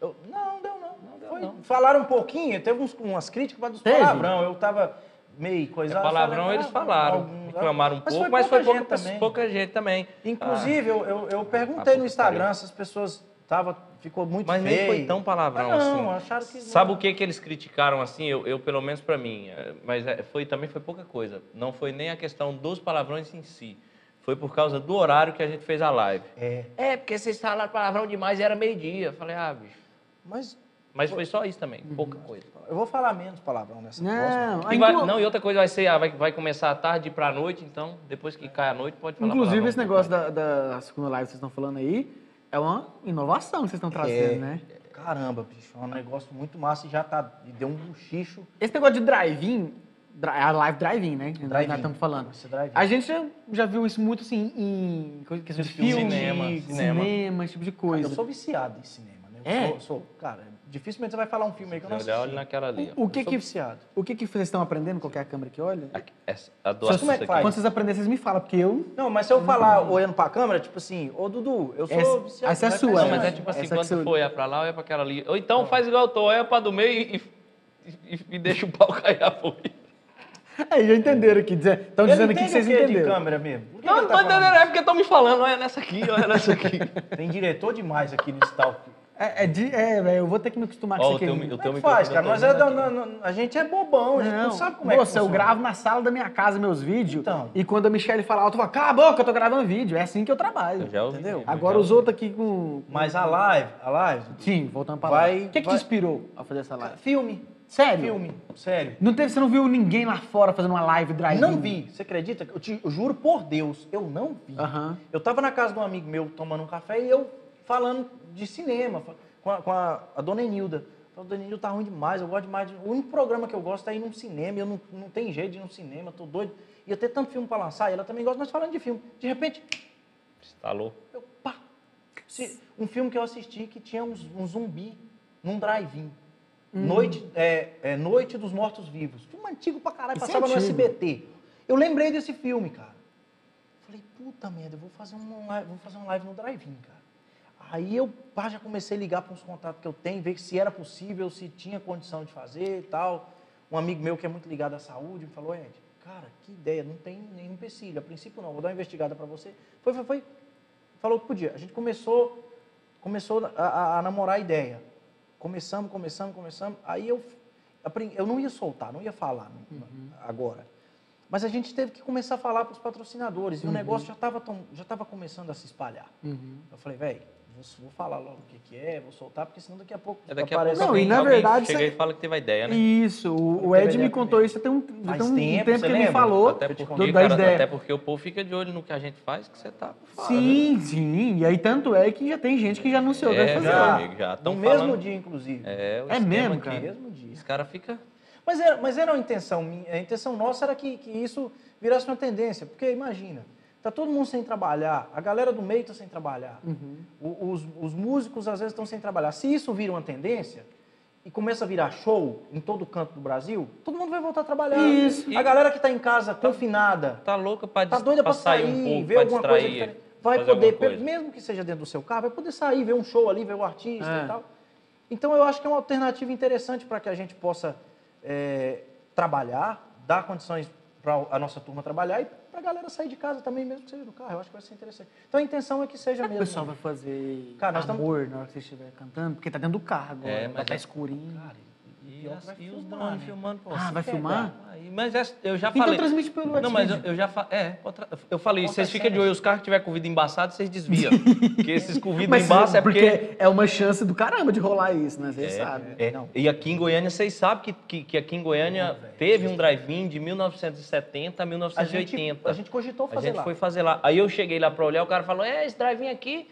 eu- Não, deu não. Foi- Falaram um pouquinho, teve uns- umas críticas, mas dos
Teve?
palavrão. Eu tava meio coisado. eu
É palavrão
falei,
eles
ah,
falaram,
alguns-
reclamaram um pouco,
foi
mas foi
pouca
pouca,
gente também.
pouca gente também.
Inclusive, eu, eu, eu
Ah,
perguntei
puta
no Instagram
pariu.
se as pessoas tava, ficou muito
Ah, Mas nem
feio.
foi tão palavrão
Ah, não,
assim.
acharam que não.
Sabe o que, que eles criticaram assim? Eu, eu, pelo menos pra mim, eh, mas eh, foi também foi pouca coisa. Não foi nem a questão dos palavrões em si. Foi por causa do horário que a gente fez a live.
É.
É, porque vocês falaram palavrão demais e era meio-dia. Eu Falei, ah, bicho.
Mas
Mas foi só isso também, pouca coisa.
eu vou falar menos palavrão nessa próxima.
Não,
E vai-
Ah, inclu-
não, e outra coisa vai ser, ah, vai, vai começar à tarde para a noite, então depois que cai a noite pode falar.
Inclusive,
palavrão.
esse negócio da, da segunda live que vocês estão falando aí é uma inovação que vocês estão trazendo,
É.
né?
Caramba, bicho, é um negócio muito massa e já tá. e Deu um buchicho.
Esse negócio de drive-in, dri- a live drive-in, né? que Nós
Drive-in.
estamos falando.
Esse drive-in.
A gente já, já viu isso muito assim em coisa- questão de
Filme,
filme,
cinema,
cinema,
cinema.
esse tipo de
Cara, eu
coisa.
sou viciado em cinema, né? Eu
É?
Sou, sou- cara, dificilmente você vai falar um filme aí que eu não
Olha,
assisti.
olha naquela ali. ó.
O que
eu sou
que,
viciado.
o que que vocês estão aprendendo? Qualquer câmera que olha?
Aqui, essa, a do
Só
assunto
como é que
aqui.
faz?
Quando vocês aprenderem, vocês me falam, porque eu...
Não, mas se eu falar olhando pra câmera, tipo assim, ô Dudu, eu sou
Essa-
viciado.
essa é
vai
sua,
pra
Não,
né?
cima.
mas é tipo assim,
Essa que
quando
você- Tá.
for olhar pra lá, olha pra aquela ali. Ou então faz igual eu tô, olha pra do meio e, e, e deixa o pau cair a folha.
Aí, já entenderam aqui. Estão
Ele
dizendo aqui que
entende
vocês
o quê de
entenderam.
câmera mesmo? Por que que
Não,
ele
não
tá
tô
falando
entendendo, é porque estão me falando, olha nessa aqui, olha nessa aqui.
isso? Tem diretor demais aqui nesse tal.
É, é, de- é, velho, eu vou ter que me acostumar com
Ó, o
isso
teu,
aqui.
mi- o
Como
teu
é
um
que
microfone. tá
faz,
eu
cara?
tô
Nós é
olhando
da-
aqui.
na- na- a gente é bobão, a gente não, sabe como é que
Moça, eu
funciona.
gravo na sala da minha casa meus vídeos.
Então.
E quando a Michelle fala alto, eu falo, cala a boca, eu tô gravando vídeo. É assim que eu trabalho.
Eu já ouvi,
entendeu?
eu
Agora
já
os outros aqui com.
Mas a live, a live, Dudu,
Sim, voltando pra
Vai-
lá. O que, que
vai-
te inspirou a fazer essa live?
filme,
Sério?
filme, sério.
Não teve, você não viu ninguém lá fora fazendo uma live drive?
Não vi, você acredita? Eu, te, eu juro por Deus, eu não vi.
Aham.
Eu tava na casa de um amigo meu tomando um café e eu falando de cinema fa- com a, com a- a dona Enilda. Falei, dona Enilda tá ruim demais, eu gosto demais. de- O único programa que eu gosto é ir num cinema, eu não, não tenho jeito de ir num cinema, tô doido. Ia ter tanto filme pra lançar, e ela também gosta, mas falando de filme. De repente,
Instalou.
eu, pá! Se- um filme que eu assisti que tinha um, um zumbi num drive-in.
Hum.
Noite, é, é Noite dos Mortos Vivos. Filme antigo pra caralho,
Isso é
passava no
antigo.
SBT. Eu lembrei desse filme, cara. Falei, puta merda, eu vou fazer um live, vou fazer um live no drive-in, cara. Aí eu pá, já comecei a ligar para uns contatos que eu tenho, ver se era possível, se tinha condição de fazer e tal. Um amigo meu que é muito ligado à saúde me falou, Ed, cara, que ideia, não tem nenhum empecilho. A princípio não, vou dar uma investigada para você. Foi, foi, foi. Falou que podia. A gente começou, começou a, a- a namorar a ideia. Começamos, começamos, começamos. Aí eu, a prin- eu não ia soltar, não ia falar agora. Mas a gente teve que começar a falar para os patrocinadores. E o negócio já estava já tava começando a se espalhar. Eu falei, velho, vou, vou falar logo o que, que é, vou soltar, porque senão daqui a pouco
É daqui a pouco
aparece
Tá Não,
alguém-
e na
alguém
verdade
chega
você-
e fala que teve a ideia, né?
Isso, o, o
Teve
Ed me
ideia
contou
também.
isso até um, já
Faz
tem um tempo,
tempo,
que
você
ele me
lembra?
falou
Até
do-
porque,
da
cara,
ideia.
até porque o povo fica de olho no que a gente faz, que você tá por fora, né?
Sim, sim. E aí tanto é que já tem gente que já anunciou
É,
que vai fazer.
já,
lá.
amigo, já. Tão
no mesmo
falando-
dia, inclusive.
É, o
É
esquema
mesmo,
aqui,
cara.
mesmo dia.
Os caras ficam.
Mas era, mas era uma intenção minha, a intenção nossa era que, que isso virasse uma tendência, porque imagina, tá todo mundo sem trabalhar, a galera do meio está sem trabalhar, o- os, os músicos às vezes estão sem trabalhar. Se isso vira uma tendência e começa a virar show em todo canto do Brasil, todo mundo vai voltar a trabalhar.
Isso.
A galera que está em casa confinada,
Tá louca pra,
Tá
dis-
doida pra
sair
sair,
um pouco,
ver
pra
alguma coisa
distrair,
diferente. Vai
fazer alguma
poder, pe-
coisa.
mesmo que seja dentro do seu carro, vai poder sair, ver um show ali, ver o artista
É.
e tal. Então eu acho que é uma alternativa interessante para que a gente possa é, trabalhar, dar condições para a nossa turma trabalhar e para a galera sair de casa também, mesmo que seja do carro. Eu acho que vai ser interessante. Então a intenção é que seja
Será que o
mesmo.
pessoal vai fazer
Cara, nós tamo-
amor na hora que você estiver cantando? Porque tá dentro do carro agora,
É,
vai
mas
tá
é-
escurinho.
E,
Pior que
as-
vai
e os
filmar,
drones
né?
filmando com
ah,
você.
vai filmar?
Aí, Mas essa- eu já
Então
falei.
transmite pelo
Não, mas eu,
WhatsApp.
eu já falei. É, outra- eu falei,
Outra
vocês ficam de
cena.
olho, os carros que tiver com o vidro embaçado, vocês desviam. porque esses com o vidro
Mas
embaçado é porque.
é uma chance do caramba de rolar isso, né? Vocês
É,
sabem.
é. E aqui em Goiânia, vocês sabem que, que, que aqui em Goiânia teve um drive-in de 1970 a
A gente,
1980.
a gente cogitou
A
fazer
gente
lá.
foi fazer lá. Aí eu cheguei lá pra olhar, o cara falou: É, esse drive-in aqui.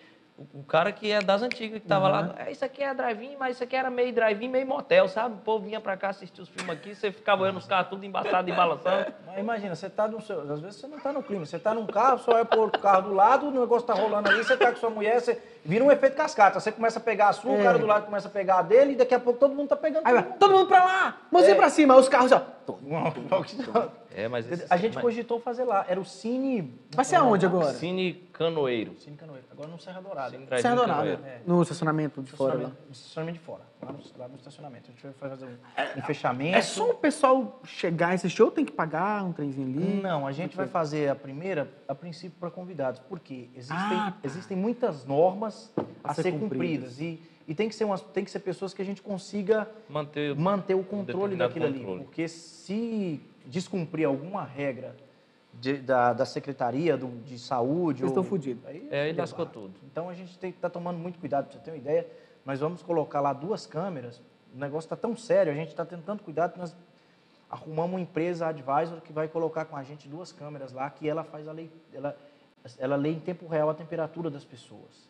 o- O cara que é das antigas que tava lá. É, isso aqui é drive-in, mas isso aqui era meio drive-in, meio motel, sabe? O povo vinha pra cá assistir os filmes aqui, você ficava olhando os caras tudo embaçado e balançando.
Mas imagina, você tá no seu. Às vezes você não tá no clima, você tá num carro, só é pro outro carro do lado, o negócio tá rolando ali, você tá com sua mulher, você vira um efeito cascata. Você começa a pegar a sua,
É.
o cara do lado começa a pegar a dele, e daqui a pouco todo mundo tá pegando. É.
Aí vai, todo mundo pra lá, mãozinha pra cima, aí os carros, ó. Tony.
Uma-
É, mas esse-
tá. A gente
mas-
cogitou fazer lá. Era o Cine.
Vai ser aonde agora?
Cine Canoeiro.
Cine Canoeiro. Agora no Serra Dourada.
Cine
Serra
Drive-In
Dourada,
Canoeiro.
no estacionamento de fora lá.
Estacionamento- Estacionamento de fora. Lá no, lá no estacionamento. A gente vai fazer um, um fechamento.
É só o pessoal chegar esse show, tem que pagar um trenzinho ali.
Não, a gente vai fazer a primeira, a princípio, para convidados. Por quê? Existem,
Ah, tá.
existem muitas normas a,
ser
ser cumpridas. E, e tem, que ser umas, tem que ser pessoas que a gente consiga
Manter
manter o controle
um determinado
daquilo
controle.
ali. Porque se descumprir alguma regra de- da, da Secretaria do- de Saúde...
Vocês
ou-
estão fudidos.
aí
É, aí
debate.
lascou tudo.
Então a gente está tomando muito cuidado, pra você ter uma ideia. Nós vamos colocar lá duas câmeras. O negócio está tão sério, a gente está tendo tanto cuidado que nós arrumamos uma empresa advisor que vai colocar com a gente duas câmeras lá, que ela faz a lei, ela, ela lê em tempo real a temperatura das pessoas.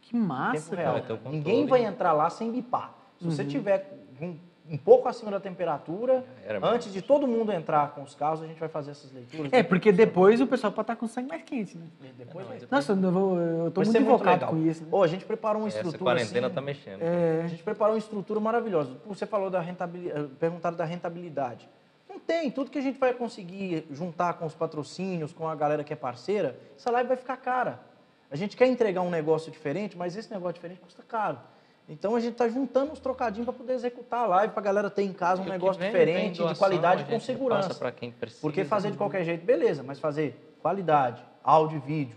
Que massa,
tempo real.
vai
cara. Uhum.
ter o controle,
Ninguém vai
né?
entrar lá sem bipar. Se você tiver um, um pouco acima da temperatura,
É, Era mesmo.
antes de todo mundo entrar com os carros, a gente vai fazer essas leituras.
É, porque depois o pessoal pode estar com o sangue mais quente, né?
depois vai
Nossa, eu, vou, eu tô
Vai
muito
ser
invocado
legal.
com isso. Né?
Ô, a gente preparou uma
Essa
estrutura
quarentena
assim,
tá mexendo.
A gente preparou uma estrutura maravilhosa. Pô, Você falou da rentabilidade, perguntaram da rentabilidade. Não tem, tudo que a gente vai conseguir juntar com os patrocínios, com a galera que é parceira, essa live vai ficar cara. A gente quer entregar um negócio diferente, mas esse negócio diferente custa caro. Então a gente está juntando uns trocadinhos para poder executar a live, para a galera ter em casa um
E o que
negócio
vem, vem
diferente, de
doação,
qualidade
a
com
gente Passa
segurança.
para quem precisa.
Porque fazer de qualquer jeito, beleza, mas fazer qualidade, áudio e vídeo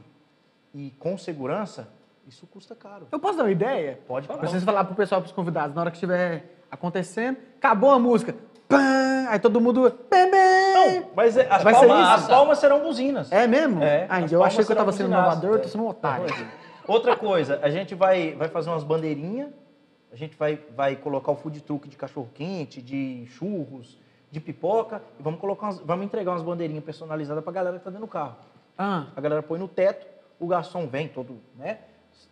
e com segurança, isso custa caro.
Eu posso dar uma ideia?
Pode
Pra vocês falar pro pessoal, pros convidados, na hora que estiver acontecendo, acabou a música. Pã! Aí todo mundo. Bem, bem.
Não, mas é- as,
Vai ser
palmas,
isso?
as palmas serão buzinas.
É mesmo?
É,
Ah,
as
eu
palmas
achei que eu tava
serão
sendo
buzinas,
inovador, eu tô
é.
sendo um otário.
Outra coisa, a gente vai, vai fazer umas bandeirinhas, a gente vai, vai colocar o food truck de cachorro-quente, de churros, de pipoca, e vamos, colocar umas- vamos entregar umas bandeirinhas personalizadas pra galera que tá dentro do carro.
Ah.
A galera põe no teto, o garçom vem todo, né?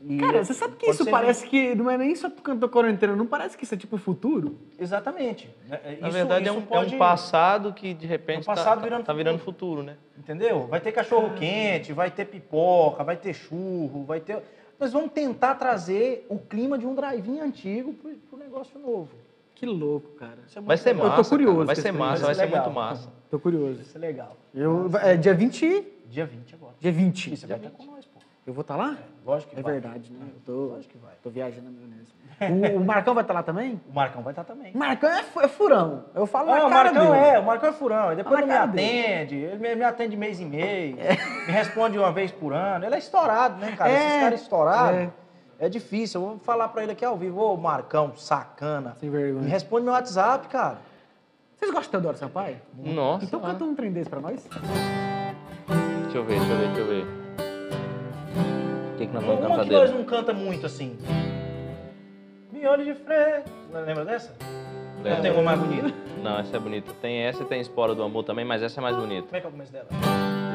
E-
Cara, você sabe que
pode
isso
ser-
parece que não é nem só pro cantor quarentena, não parece que isso é tipo o futuro?
Exatamente. Na
Na verdade, é um, é um passado que de repente
É um passado
tá,
virando
tá virando futuro, né?
Entendeu? Vai ter cachorro
Ah,
quente, vai ter pipoca, vai ter churro, vai ter. Nós vamos tentar trazer o clima de um drive-in antigo pro, pro negócio novo.
Que louco, cara.
Isso é muito
Vai ser
legal.
massa.
tô curioso
cara. Vai
com
ser
esse
massa,
negócio.
vai ser
Legal.
muito massa.
Tô
Vai
curioso.
ser legal.
Eu, é dia 20?
Dia 20 agora.
Dia 20.
Você vai estar com nós, pô.
Eu vou estar lá?
Lógico que
É
vai.
verdade, né? Eu tô,
Lógico que vai.
tô viajando na maionese.
É.
O, o Marcão vai estar lá também?
O Marcão vai estar também.
Marcão é, fu- é furão. Eu falo
Ah,
na
o
cara
Marcão
dele.
é, o Marcão é furão. Ele depois
Fala
não me
na cara É. dele.
atende. Ele me, me atende mês em mês. Me responde uma vez por ano. Ele é estourado, né, cara?
É,
Esses caras estourados.
é.
É. difícil. Eu vou falar pra ele aqui ao vivo. Ô, Marcão, sacana.
Sem
Me
vergonha.
responde meu WhatsApp, cara.
Vocês gostam de Teodoro Sampaio?
Nossa.
Então canta um trem desse pra nós.
Deixa eu ver, deixa eu ver, deixa eu ver. O que, que nós vamos
Uma
cantar
que nós
dele?
não canta muito assim. Me olhe de frente. Lembra dessa? Não tem uma mais bonita. Como
Não, essa é bonita. Tem essa e tem Espora do Amor também, mas essa é mais bonita.
é que é o começo dela?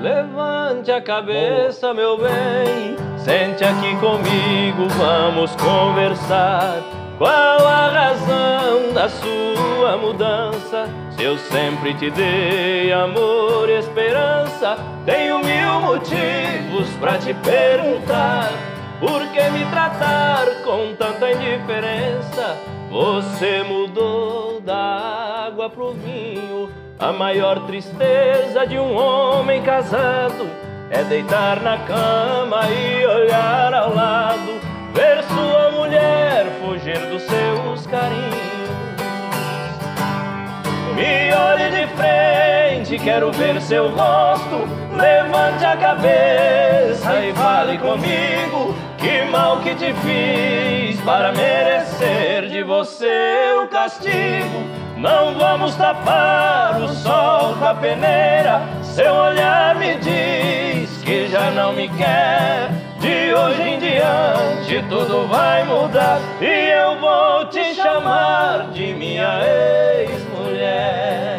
Levante a cabeça, meu bem, sente aqui comigo, vamos conversar. Qual a razão da sua mudança? Se eu sempre te dei amor e esperança, tenho mil motivos pra te perguntar. Por que me tratar com tanta indiferença? Você mudou da água pro vinho. A maior tristeza de um homem casado é deitar na cama e olhar ao lado, ver sua mulher fugir dos seus carinhos. Me olhe de frente, quero ver seu rosto. Levante a cabeça e fale comigo. Que mal que te fiz para merecer de você o castigo. Não vamos tapar o sol com a peneira. Seu olhar me diz que já não me quer. De hoje em diante tudo vai mudar e eu vou te chamar de minha ex-mulher.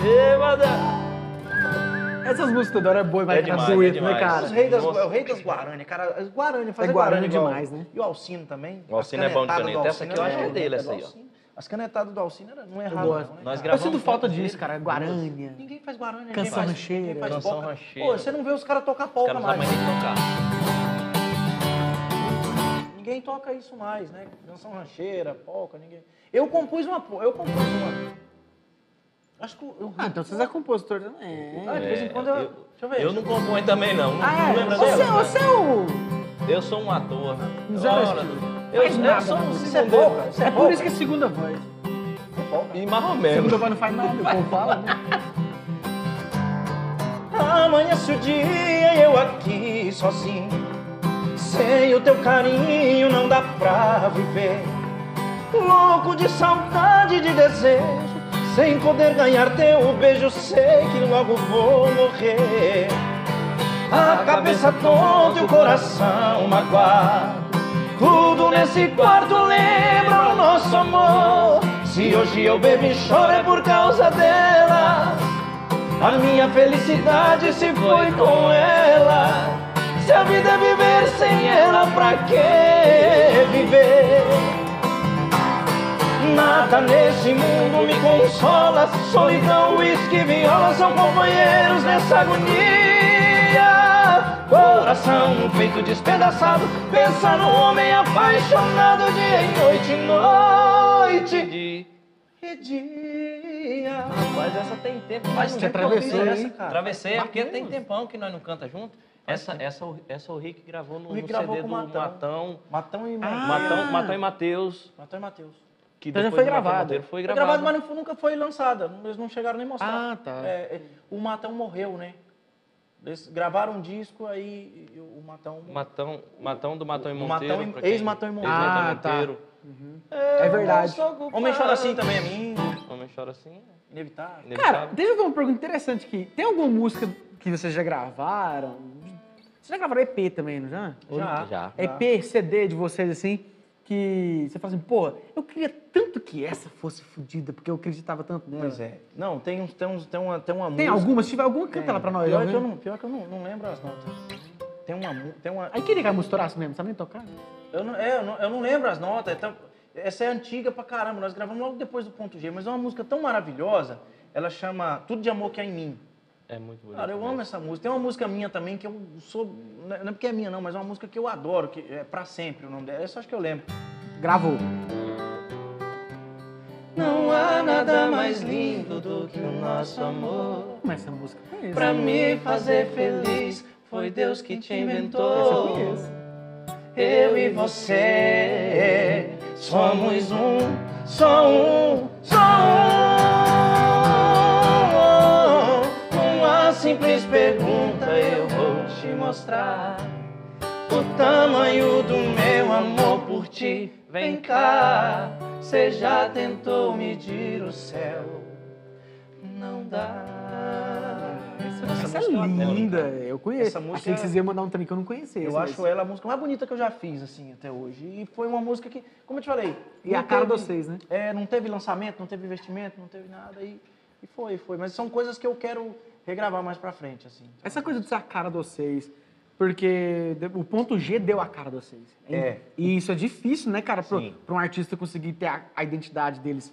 Evada.
Essas músicas do Teodoro é boa, mas
É
é
demais, é
dueto, né,
demais.
cara?
Os reis das,
nossa.
é o rei das Guarani, cara. As Guarani, fazer
É Guarani
Guarani, igual-
demais, né?
E o Alcino também.
O Alcino
As
é bom de
canetadas
caneta.
do
Essa aqui eu
Alcino
acho que é dele,
do
essa aí, ó.
Alcino. As canetadas do Alcino era- não é
Eu
errado,
gosto.
não, né,
Nós
cara?
Eu
gravamos
sinto falta
dele.
disso, cara. Guaranha.
Ninguém faz é Guarani, né?
Canção
Ninguém faz-
rancheira.
ninguém faz
Canção
polca.
rancheira.
Pô, você não vê os caras tocar polca
Cara, não sabe
mais.
mais nem tocar.
Ninguém toca isso mais, né? Canção rancheira, polca, ninguém. Eu compus uma. po- Eu compus uma.
Acho que eu.
Ah, então É, vocês é compositor né? também.
Ah, de vez em quando eu. Deixa eu ver.
É, Eu não compõe também, não. Não,
Ah,
não
é?
lembra
Você,
dela?
você é o...
Eu sou um ator.
zero
Ora,
estilo.
eu,
Faz
eu
nada,
sou um
você
é
segundo.
boca.
É por isso que é segunda voz.
E mais ou menos.
Segunda voz não faz nada, o povo fala, né?
Amanhece o dia eu aqui sozinho. Sem o teu carinho não dá pra viver. Louco de saudade, de desejo. Sem poder ganhar teu beijo, sei que logo vou morrer. A cabeça tonta e o coração magoado. Tudo nesse quarto lembra o nosso amor. Se hoje eu bebo e choro é por causa dela. A minha felicidade se foi com ela. Se a vida é viver sem ela, pra que viver? Nada nesse mundo me consola. Solidão, uísque e viola são companheiros nessa agonia. Coração no peito despedaçado, pensa no homem apaixonado dia e noite, noite
De...
e dia.
Mas essa tem tempo. Faz
Mas
você
tempo que eu fiz
atravessou,
essa,
hein?
cara.
Travessei, é porque tem
Bacana.
tempão que nós não canta junto. Essa, essa, o- essa é o Rick gravou no,
O Rick
no CD
gravou
do
com o
Matão.
Matão. Ah.
Matão,
Matão e
Matão, e Matheus.
Matão e Matheus.
Que
Então já
depois
foi
do Matão e
gravado.
Mateus Foi
Foi
gravado.
gravado, mas não fu- nunca foi lançada. Eles não chegaram nem a mostrar.
Ah, tá.
É, é, o Matão morreu, né? Eles gravaram um disco, aí e o Matão...
Matão, Matão do Matão e
O
Monteiro.
Matão e-
pra quem-
ex-Matão e Monteiro.
Ex-Matão e
Ah, tá.
Monteiro.
É verdade.
Homem chora assim também, a mim.
Homem chora assim, é
Inevitável.
Cara,
inevitável.
teve uma pergunta interessante aqui. Tem alguma música que vocês já gravaram? Vocês já gravaram EP também, não já?
Já.
Já.
EP, CD de vocês, assim, que você fala assim, porra, eu queria tanto que essa fosse fodida, porque eu acreditava tanto nela.
Pois é. Não, tem, uns, tem, uns, tem uma, tem uma
Tem
música...
alguma? Se tiver alguma, canta ela pra nós. né?
Pior
eu
que eu
não...
não, pior que eu não, não lembro as notas. Tem uma... mu- Tem uma
Aí queria que ela misturasse mesmo, sabe nem tocar?
Eu não, é, eu não, eu não lembro as notas. é tão- essa é antiga pra caramba. Nós gravamos logo depois do Ponto G, mas é uma música tão maravilhosa. Ela chama Tudo de Amor Que Há em Mim.
É muito bonito.
Cara, eu amo essa música. Tem uma música minha também que eu sou. Não é porque é minha, não, mas é uma música que eu adoro, que é pra sempre o nome dela. Essa eu acho que eu lembro.
Gravou.
Não há nada mais lindo do que o nosso amor.
Como é essa música? É isso.
Pra me fazer feliz, foi Deus que
Essa
te
eu
inventou.
conheço.
Eu e você somos um, só um, só um. Uma simples pergunta eu vou te mostrar. O tamanho do meu amor por ti, vem cá. Você já tentou medir o céu? Não dá.
Essa, é
música adoro,
linda,
cara.
eu conheço.
Essa música-
Achei que vocês iam mandar um trem que eu não conhecia.
Eu acho ela a música mais bonita que eu já fiz, assim, até hoje. E foi uma música que, como eu te falei.
E
não
a cara de
teve-
vocês, né?
É, não teve lançamento, não teve investimento, não teve nada. E, e foi, foi. Mas são coisas que eu quero regravar mais pra frente, assim.
Essa coisa de ser a cara de vocês, porque de- o ponto G deu a cara de vocês.
É.
E isso é difícil, né, cara, pro-
Sim.
pra um artista conseguir ter a, a identidade deles.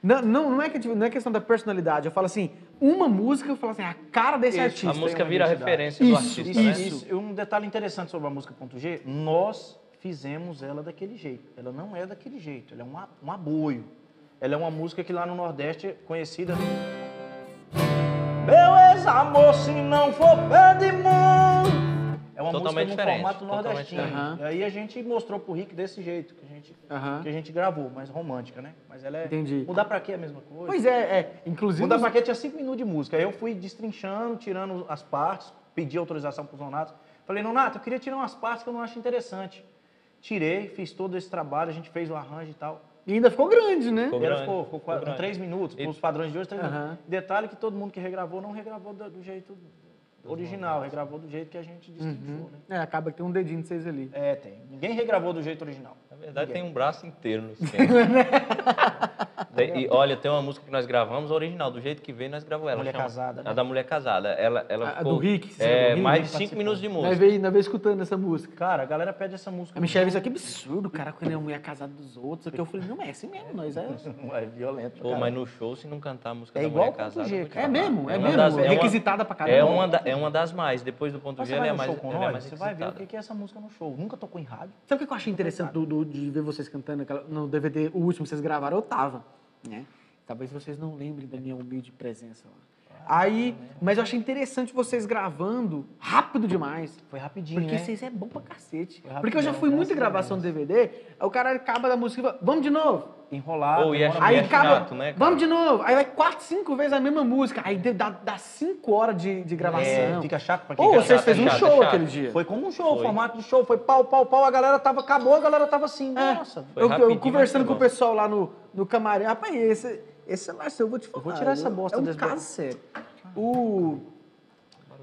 Não, não, não, é que, não é questão da personalidade. Eu falo assim, uma música, eu falo assim, a cara desse
um
artista.
A música vira
identidade.
referência do
Isso,
artista,
Isso,
né?
isso. E Um detalhe interessante sobre a música ponto G, nós fizemos ela daquele jeito. Ela não é daquele jeito, ela é um, a- um aboio. Ela é uma música que lá no Nordeste é conhecida. Meu ex-amor, se não for pé de mundo. É uma
Totalmente
música no
diferente,
formato
totalmente
nordestino.
diferente.
E aí a gente mostrou pro Rick desse jeito que a gente,
Aham.
que a gente gravou, mais romântica, né? Mas ela é.
Entendi.
Mudar pra quê é a mesma coisa?
Pois é, é. Inclusive.
Muda
os-
pra quê tinha cinco minutos de música. Aí eu fui destrinchando, tirando as partes, pedi autorização pro Nonato. Falei, Nonato, eu queria tirar umas partes que eu não acho interessante. Tirei, fiz todo esse trabalho, a gente fez o arranjo e tal.
E ainda ficou grande, né?
Ficou
E ela
grande,
ficou, ficou, quase- com
grande.
três minutos,
E-
com os padrões de hoje, três
Aham.
minutos. Detalhe que todo mundo que regravou não regravou do, do jeito original, regravou do jeito que a gente destrinchou,
Uhum.
né?
É, acaba que tem um dedinho de vocês ali.
É, tem. Ninguém regravou do jeito original.
Na verdade, tem um braço inteiro no esquema. Tem- e olha, tem uma música que nós gravamos, a original, do jeito que veio, nós gravamos ela.
Mulher
chama-
Casada, né?
A da Mulher Casada. Ela, ela
A- a
ficou,
do Rick, você lembra do
É,
Rick?
mais
Ele
de cinco
participou.
minutos de música.
Nós veio, nós veio escutando essa música.
Cara, a galera pede essa
É
música.
A Michelle disse que absurdo, cara, quando é uma mulher casada dos outros. Aqui eu falei, não é assim mesmo, nós é.
É violento. pra
Pô,
caralho.
mas no show, se não cantar a música
É
da
igual
Mulher
o Ponto
Casada...
G,
eu vou te
É
falar.
mesmo, é,
uma
mesmo.
das-
é
uma-
requisitada pra caramba.
É
um-
uma, da- é uma das mais. Depois do Ponto
Mas
G,
você
ela
vai
é
no
mais,
show com
ela é
nós,
mais
você vai ver o
requisitada.
que que é essa música no show. Nunca tocou em rádio.
Sabe o que eu achei interessante do, do- de ver vocês cantando aquela- no DVD, o último que vocês gravaram? Eu tava, né?
Talvez vocês não lembrem da minha humilde presença lá. Aí, mas eu achei interessante vocês gravando rápido demais.
Foi rapidinho,
Porque
né?
vocês é bom pra cacete.
Foi rapidão,
Porque eu já fui muito
graças
em gravação
a
do DVD, aí o cara acaba da música e fala, vamos de novo.
Enrolado.
Ou, e é
demora
Aí
muito.
chato,
acaba,
né, cara?
vamos de novo. Aí vai quatro, cinco vezes a mesma música. Aí deu- dá, dá cinco horas de, de
É,
gravação.
fica chato pra quem
Ou
quer
vocês
chato,
fez
é
um
chato, é
show
chato.
aquele dia.
Foi como um show,
Foi.
o formato de show. Foi pau, pau, pau, a galera tava. Acabou, a galera tava assim. Nossa,
Foi
Eu, eu
rapidinho,
conversando
mas
com o
foi
pessoal lá no, no camarim, rapaz, esse, esse celular seu, eu vou te falar.
vou tirar essa bosta
É um
desse
caso
bolso.
sério. O...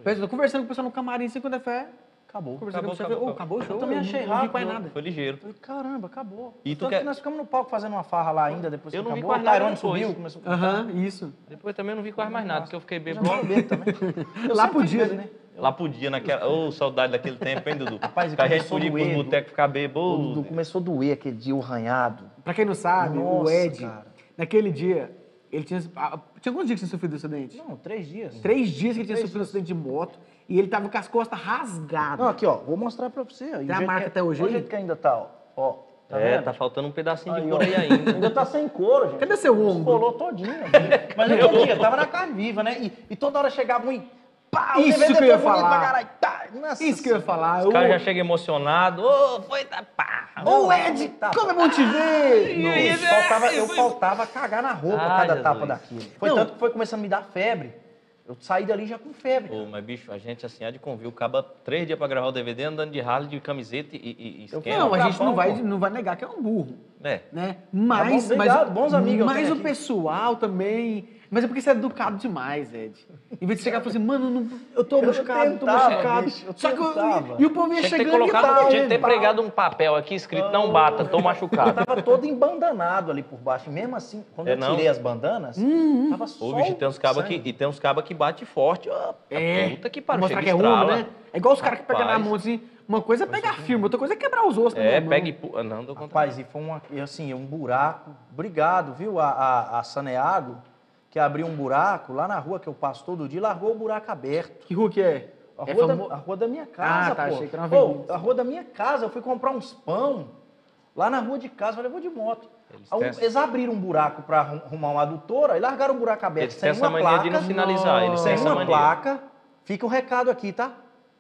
Eu tô conversando com o pessoal no camarim, assim, quando é fé,
acabou.
conversando com o pessoal,
acabou,
falei, ô, acabou o show,
Eu também achei
não,
rápido,
vi é mais
eu-
nada.
Foi ligeiro.
Eu Falei, caramba, acabou.
E tu
Tanto
quer-
que nós ficamos no palco fazendo uma farra lá ainda, depois
Eu
que
não vi
acabou.
quase nada
o Tyrone
depois.
subiu, começou a
Aham, isso.
Depois também não vi quase mais nada, porque eu fiquei
já
bêbado.
tava bêbado também. Eu
Lá
sempre
podia,
fico
né?
bêbado,
Lá podia naquela. Ô, saudade daquele tempo, hein, Dudu?
Rapaz,
que a gente
começou
podia ir pros
doendo.
botecos ficar
O Dudu
bêbado.
começou a doer aquele dia, o ranhado.
Pra quem não sabe, o
Nossa,
Ed,
cara.
naquele dia, ele tinha... ah, Tinha quantos dias que você sofreu do dente?
Não, três dias.
Três dias que ele tinha sofrido um acidente de moto e ele tava com as costas rasgadas.
Não, aqui, ó, vou mostrar pra você. ó, e o
Tem a
jeito
marca
que- é,
até hoje
olha
aí?
O jeito que ainda tá, ó. Ó, tá
é,
vendo?
tá faltando um pedacinho de
Aí,
couro
ó.
aí ainda.
Ainda tá sem couro, gente.
Cadê seu ombro?
Colou todinho. gente. Mas é todo dia, tava na carne viva, né? E, e toda hora chegava um e pá, o
Isso
DVD
que eu ia
foi bonito
falar.
pra caralho. Tá, nossa
é Isso que eu ia falar.
O cara
ô-
já chega emocionado. Ô, foi da pá!
Ô, Ed,
Tá.
como é bom te ver!
Não,
Ih, velho,
faltava- eu
foi-
faltava cagar na roupa
Ah,
cada
Jesus.
tapa daquilo. Foi
Não.
tanto que foi começando a me dar febre. Eu saí dali já com febre.
Ô, mas bicho, a gente assim, há de convir, o caba três dias pra gravar o DVD andando de ralo, de camiseta e, e, e esquema.
Não, a gente
Tá
não
bom,
vai,
pô.
não vai negar que é um burro,
É.
né? Mas,
bom,
mas,
obrigado, bons amigos eu
mas
tenho
o
aqui.
pessoal também... Mas é porque você é educado demais, Ed. Em vez de chegar e falar assim, mano, não- eu tô
Eu
machucado, eu tô
tentava,
machucado.
bicho, eu
Só que eu,
tentava.
E o povo ia
Tinha que ter
chegando e
colocado,
tal.
tinha que
né?
ter pregado um papel aqui escrito não bata,
Ah.
tô
Eu
machucado.
tava todo embandanado ali por baixo. E mesmo assim, quando
É,
eu
não?
tirei as bandanas,
Hum,
tava só
Ô, bicho, tem uns cabas que,
sangue.
e tem uns cabas que bate forte. Ó,
É,
puta que pariu,
mostrar
chega
que
e
é uma,
estrala.
né? É igual os caras que pegam na
Rapaz.
mão, assim, uma coisa é pegar firme, outra coisa é quebrar os ossos na
É,
minha mão.
pega e... pu- ah, Não, dou conta.
Rapaz, e foi uma, e assim, um buraco. Obrigado, viu, a, a, a Saneago, que abriu um buraco lá na rua que eu passo todo dia, largou o buraco aberto.
Que rua que é?
A
é
rua,
famo-
da, a rua da minha casa,
Ah, tá,
pô.
achei que era uma
Pô,
avenida.
a rua da minha casa, eu fui comprar uns pão lá na rua de casa, falei, eu vou de moto.
Eles
Aí, um-
têm
Eles,
essa-
abriram um buraco pra arrum- arrumar uma adutora e largaram um buraco aberto.
Eles
sem
têm essa
uma
mania de não
placa,
sinalizar, eles têm
sem
essa
uma
mania.
placa. Fica o recado aqui, tá?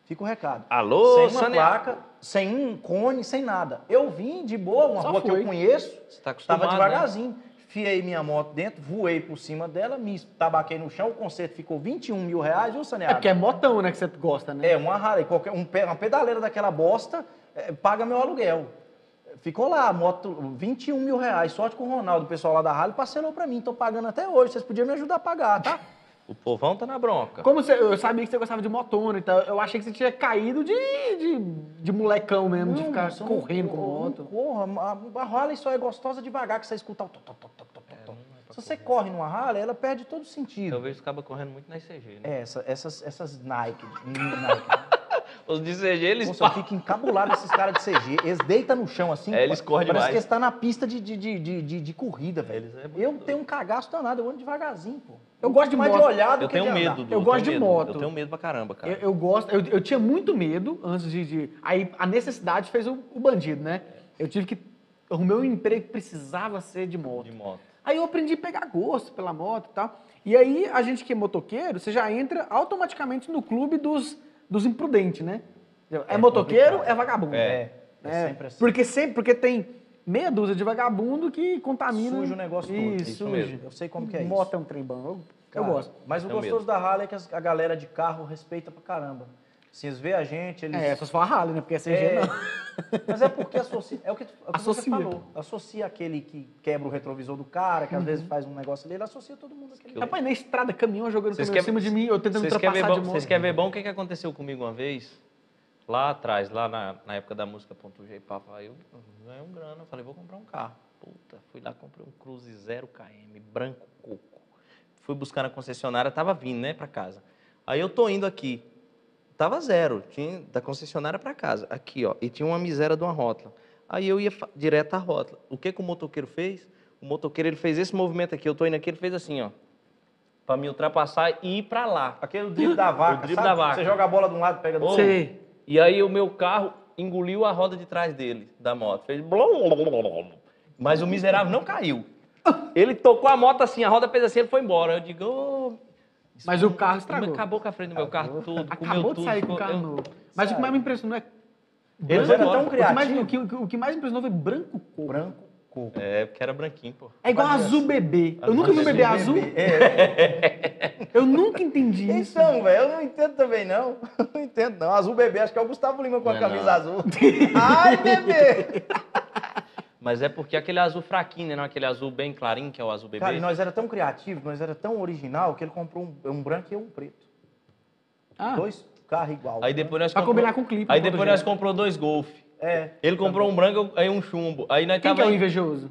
Fica o recado.
Alô,
Sem uma
Saneago.
placa, sem um cone, sem nada. Eu vim de boa, uma
Só
rua que
foi.
eu conheço.
Você tá acostumado,
Tava
né?
devagarzinho. Fiei minha moto dentro, voei por cima dela, me tabaquei no chão, o conserto ficou 21 mil reais, viu,
É
Saneago?
porque é motão, né, que você gosta, né?
É, uma Harley, qualquer, um, pe- uma pedaleira daquela bosta, é, paga meu aluguel. Ficou lá, a moto, 21 mil reais. Sorte com o Ronaldo, o pessoal lá da Harley, parcelou pra mim. Tô pagando até hoje, vocês podiam me ajudar a pagar, tá?
O povão tá na bronca.
Como você, eu sabia que você gostava de motona, então eu achei que você tinha caído de, de, de molecão mesmo, de ficar
moço, eu um não
correndo com
corro, eu
moto.
não corro. A, a- a Harley só é gostosa devagar, que você escuta o... to- to- to- to- to- to-
É,
to. Se você corre numa Harley, ela perde todo o
Eu
sentido.
vejo os cabas correndo muito na ICG, né?
É, essa- essas, essas Nike, hum, Nike.
Os de ICG, eles...
Nossa, eu fico encabulado esses caras de CG. Eles deitam no chão assim.
É, eles correm
Parece
demais.
que eles estão na pista de, de, de, de, de- de corrida, velho.
Eles é muito
eu
doido.
tenho um cagaço danado, eu ando devagarzinho, pô.
Eu gosto de
mais
moto.
de olhar do
Eu
que de
tenho
andar.
medo, Dudu.
Eu gosto
tenho
de
medo.
moto.
Eu tenho medo pra caramba,
Eu,
cara.
eu gosto, eu, eu tinha muito medo antes de, de- Aí a necessidade fez o, o bandido, né? Eu tive que. O meu emprego precisava ser de moto.
De moto.
Aí eu aprendi a pegar gosto pela moto e tal. E aí a gente que é motoqueiro, você já entra automaticamente no clube dos, dos imprudentes, né? É, motoqueiro, é vagabundo.
É, é,
É,
sempre assim.
Porque sempre, porque tem meia dúzia de vagabundo que contamina.
Suja o negócio todo.
Isso,
Isso
suja.
mesmo.
Eu sei como que é isso.
Moto é um trem bom. Eu, eu
Cara,
gosto.
Mas o
Tenho
gostoso da Harley é que as- a galera de carro respeita pra caramba. Assim, eles veem a gente, eles...
É, só se for a Harley, né? Porque a CG
É,
não.
Mas é porque associa. É o que, tu- é o que você
Associa.
falou. Associa aquele que quebra o retrovisor do cara, que às
Uhum.
vezes faz um negócio dele, associa todo mundo àquele.
Rapaz, na estrada, caminhão jogando
Vocês
caminhão
querem-
em cima de mim, eu tentando
Vocês querem ver
ultrapassar
bom,
de
vocês
moto.
querem ver bom o que, que aconteceu comigo uma vez? Lá atrás, lá na, na época da música Ponto G e Papa, eu ganhei um grana, eu falei, vou comprar um carro. Puta, fui lá, comprei um Cruze 0KM, branco coco. Fui buscar na concessionária, tava vindo, né, pra casa. Aí eu tô indo aqui, tava zero, tinha da concessionária pra casa, aqui, ó, e tinha uma miséria de uma rótula. Aí eu ia fa- direto à rótula. O que que o motoqueiro fez? O motoqueiro, ele fez esse movimento aqui, eu tô indo aqui, ele fez assim, ó, pra me ultrapassar e ir pra lá.
Aquele drible da vaca,
O drible
sabe?
da vaca.
Você joga a bola de um lado, pega do
Ô,
outro.
Sei.
E aí o meu carro engoliu a roda de trás dele, da moto. Fez blum, blum, blum, blum. Mas o miserável não caiu. Ele tocou a moto assim, a roda fez assim, ele foi embora. Eu digo, ô.
Mas o carro estragou.
Acabou com a frente do meu carro todo, comeu
Acabou de
tudo.
sair com o
ficou-
carro
eu-
novo. Mas o que mais me impressionou é.
Eles
Branco
eram
agora.
é tão
O
O que, mais,
criativos.
o que- o que- o que mais me impressionou foi branco coco.
Branco, coco.
É, porque era branquinho, pô.
É igual
Quase
azul bebê. Eu
Azul
nunca vi um
bebê.
bebê é. azul.
É,
Eu nunca entendi isso.
então, velho, eu não entendo também, não. Eu não entendo, não. Azul bebê, acho que é o Gustavo Lima com a
Não é
camisa
não.
azul. Ai, bebê!
Mas é porque aquele azul fraquinho, né? Não aquele azul bem clarinho, que é o azul bebê.
Cara, e nós era tão criativo, nós era tão original que ele comprou um, um branco e um preto.
Ah,
Dois carros igual.
Aí
né?
depois nós
pra
comprou-
combinar com o clipe.
Aí
né,
depois
Roger?
nós comprou dois Golf.
É.
Ele comprou um branco aí um chumbo. Aí nós
Quem
tava
que é o invejoso?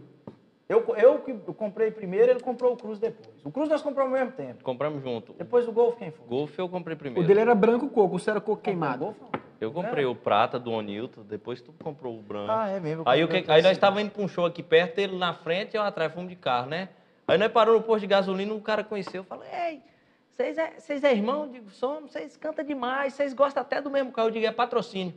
Eu, eu que comprei primeiro, ele comprou o Cruz depois. O Cruz nós compramos ao mesmo tempo.
compramos junto.
Depois o Golf, quem foi?
Golf eu comprei
É. O
primeiro.
dele é era branco coco, o seu era coco
Quem comprou
queimado.
o Golf, não?
Eu comprei o prata do Onilton, depois tu comprou o branco.
Ah, é mesmo. eu
Aí, o
comprei
que-
outro
aí nós
assim.
estávamos indo pra um show aqui perto, ele na frente e eu atrás, fomos de carro, né? Aí nós paramos no posto de gasolina, um cara conheceu, falou, ei, vocês é, vocês é irmão? Eu digo, somos, vocês cantam demais, vocês gostam até do mesmo carro. Eu digo, é patrocínio.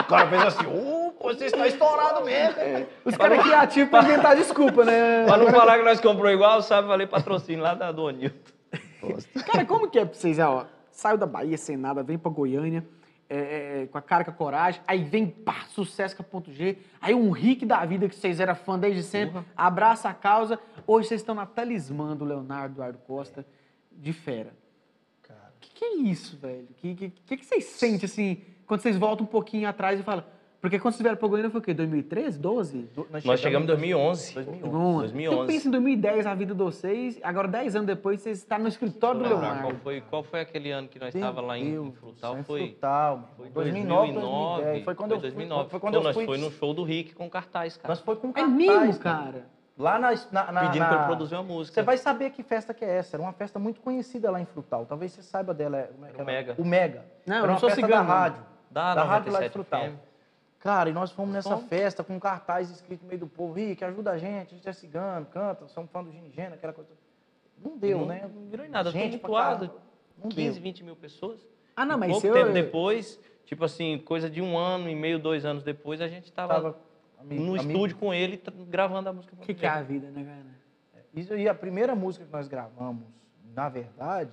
O cara fez assim, uh, pô, você está estourado mesmo. hein?"
Os caras criativos pra inventar desculpa, né?
Pra não falar que nós comprou igual, sabe? Falei patrocínio lá da do Onilton.
Tá
Cara, como que é pra vocês? Ó, saiu da Bahia sem nada, vem pra Goiânia, é, é, com a cara, com a coragem, aí vem pá, sucesso com a ponto G, aí um Rick da vida que vocês eram fã desde sempre, abraça a causa. Hoje vocês estão na talismã do Leonardo Eduardo Costa, de fera.
Cara.
O que, que é isso, velho? O que, que, que, que vocês sentem, assim, quando vocês voltam um pouquinho atrás e falam... Porque quando vocês vieram pra Goiânia foi o quê? 2013? 12?
Do-
Nós chegamos em 2011.
2011.
2011.
Então pensa em 2010 a vida de vocês, agora 10 anos depois vocês estão no escritório do
Deixa eu lembrar,
Leonardo.
Qual foi, qual foi aquele ano que nós
Meu
estávamos lá em, em
Deus,
Frutal?
só em
Foi,
Frutal, meu.
foi
2009, 2010.
2009.
Foi quando eu fui-
2009.
foi quando
Pô,
eu
nós
fui-
foi no show do Rick com cartaz, cara.
Nós foi com
É
cartaz,
mimo, cara.
Lá na... na, na
pedindo
na...
pra ele produzir uma música.
Você vai saber que festa que é essa. Era uma festa muito conhecida lá em Frutal. Talvez você saiba dela. é- Como é que
Era o
era?
Mega. Ah,
O Mega.
Não, eu
era
não
uma
sou
festa
cigano,
da
não.
rádio.
Dá
da rádio lá de
97
Frutal.
FM.
Cara, e nós fomos nessa
fomos.
festa com um cartaz escrito no meio do povo. Ih, que ajuda a gente, a gente é cigano, canta, somos fã do Gingena, aquela coisa. toda. Não deu,
não,
né?
Não virou em nada.
Gente pra
tumultuado.
caramba. Não
15,
deu.
20 mil pessoas.
Ah, não, mas
Pouco
isso eu-
tempo depois, tipo assim, coisa de um ano e meio, dois anos depois, a gente tava,
Tava ami-
no
ami-
estúdio com ele tra- gravando a música.
O que, que é a vida, né, cara?
Isso, e a primeira música que nós gravamos, na verdade,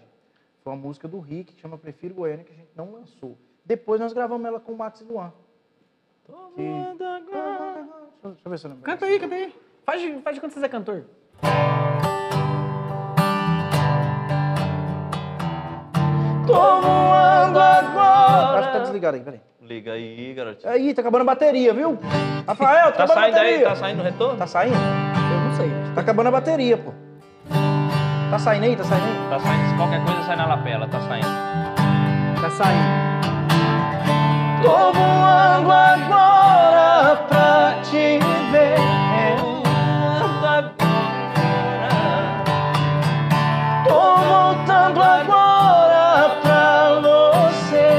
foi uma música do Rick, que chama Prefiro Goiânia, que a gente não lançou. Depois nós gravamos ela com o Max e Luan.
Tomando agora.
Deixa eu- deixa eu ver se eu lembro.
Canta aí, canta aí. Faz, de- faz de quando vocês é cantor.
Tomando
Ah, acho que tá
agora.
desligado aí, peraí.
Liga aí, garotinho.
Aí, tá acabando a bateria, viu? Rafael, tá,
Tá
acabando a
saindo
bateria.
aí? Tá saindo o retorno?
Tá saindo?
Eu não sei.
Tá acabando a bateria, pô. Tá saindo aí, tá saindo aí?
Tá saindo, se qualquer coisa sai na lapela, tá saindo.
Tá saindo.
Tô voando agora pra te ver. Tô voltando agora pra você.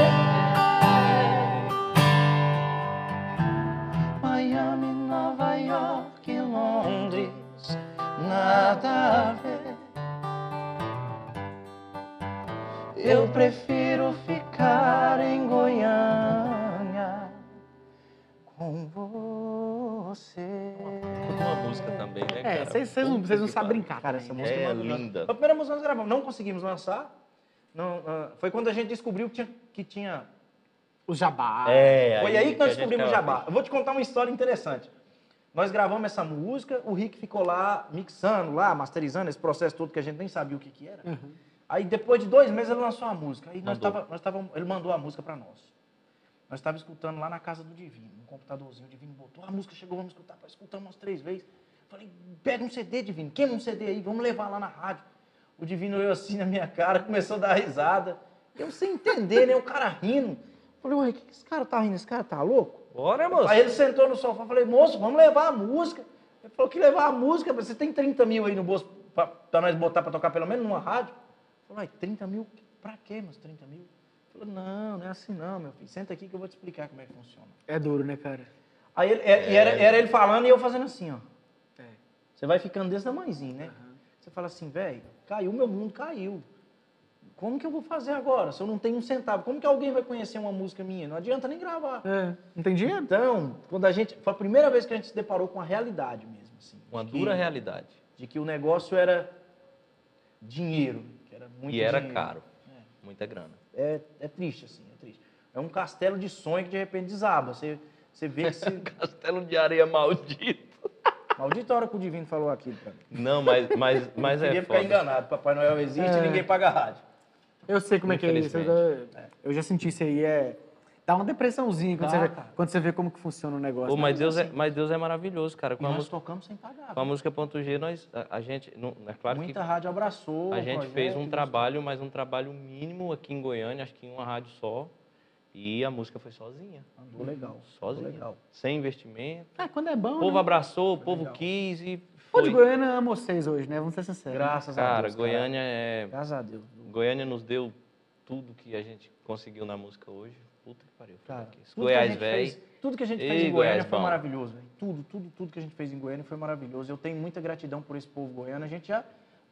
Miami, Nova York, Londres, nada a ver. Eu prefiro ficar em Goiânia com você.
Escuta uma música também, né,
É,
cara?
vocês vocês não,
Puta
vocês não
que
sabem
pariu.
brincar.
Cara,
também,
essa
né?
música
É
nós-
linda.
A primeira música que nós gravamos, não conseguimos lançar. Não, ah, foi quando a gente descobriu que tinha. que tinha-
O jabá.
É,
foi aí que
a
nós
gente
descobrimos o
ficava
Jabá. Eu vou te contar uma história interessante. Nós gravamos essa música, o Rick ficou lá mixando, lá, masterizando esse processo todo que a gente nem sabia o que, que era. Aí depois de dois meses ele lançou a música. Aí nós
Mandou.
tava, nós tava, ele mandou a música pra nós. Nós estávamos escutando lá na casa do Divino, um computadorzinho. O Divino botou a música, chegou, vamos escutar. Nós Escutamos umas três vezes. Falei, pega um CD, Divino, queima um CD aí, vamos levar lá na rádio. O Divino olhou assim na minha cara, começou a dar risada. Eu sem entender, né? O cara rindo. Falei, ué, o que que esse cara tá rindo? Esse cara tá louco?
Bora, moço.
Aí ele sentou no sofá, falei, moço, vamos levar a música. Ele falou, que levar a música? Você tem 30 mil aí no bolso pra, pra nós botar pra tocar pelo menos numa rádio? Eu falei, ai, 30 mil? Pra quê, meus 30 mil? Ele falou, não, não é assim não, meu filho. Senta aqui que eu vou te explicar como é que funciona.
É duro, né, cara?
Aí ele- é- e era, era ele falando e eu fazendo assim, ó. Você vai ficando desse tamanhozinho, né? Você fala assim, velho, caiu, meu mundo caiu. Quando Como que eu vou fazer agora? Se eu não tenho um centavo, como que alguém vai conhecer uma música minha? Não adianta nem gravar.
É, não tem dinheiro?
Então, quando a gente. Foi a primeira vez que a gente se deparou com a realidade mesmo, assim.
Uma
de
dura
que-
realidade.
De que o negócio era dinheiro. Que era muito
e era
dinheiro.
caro. Muita grana.
É, é triste, assim, é triste. É um castelo de sonho que de repente desaba. Você, você vê que se.
Castelo de areia maldito.
Maldita hora que o Divino falou aquilo pra mim.
Não, mas, mas, mas
Queria
é
ficar
foda.
enganado. Papai Noel existe
É.
e ninguém paga a rádio.
Eu sei como é que é isso. Eu, eu já senti isso aí. É, dá uma depressãozinha quando,
Dá,
você, vê,
cara.
quando você vê como que funciona o negócio.
Pô, mas, Deus
assim.
é, mas Deus é maravilhoso, cara.
E
Com a,
nós
música,
tocamos sem pagar.
com a música ponto G, nós, a, a gente. Não, é claro que
Muita rádio abraçou.
A
o
gente
projeto,
fez um
isso.
trabalho, mas um trabalho mínimo aqui em Goiânia, acho que em uma rádio só. E a música foi sozinha.
Andou legal.
Sozinha.
legal.
Sem investimento.
Ah, quando é bom.
O
né?
povo abraçou, o povo
legal.
quis e
Pô, de
foi.
Goiânia ama vocês hoje, né? Vamos ser sinceros.
Graças a
Cara,
Deus.
Goiânia é.
Graças a Deus.
Goiânia nos deu tudo que a gente conseguiu na música hoje. Puta que pariu.
Cara,
Esse
tudo que a
Goiás
gente
velho.
fez- Tudo que a gente
Ei,
fez em
Goiás
Goiânia foi
bom.
maravilhoso, velho. Tudo, tudo, tudo que a gente fez em Goiânia foi maravilhoso. Eu tenho muita gratidão por esse povo goiano. A gente já.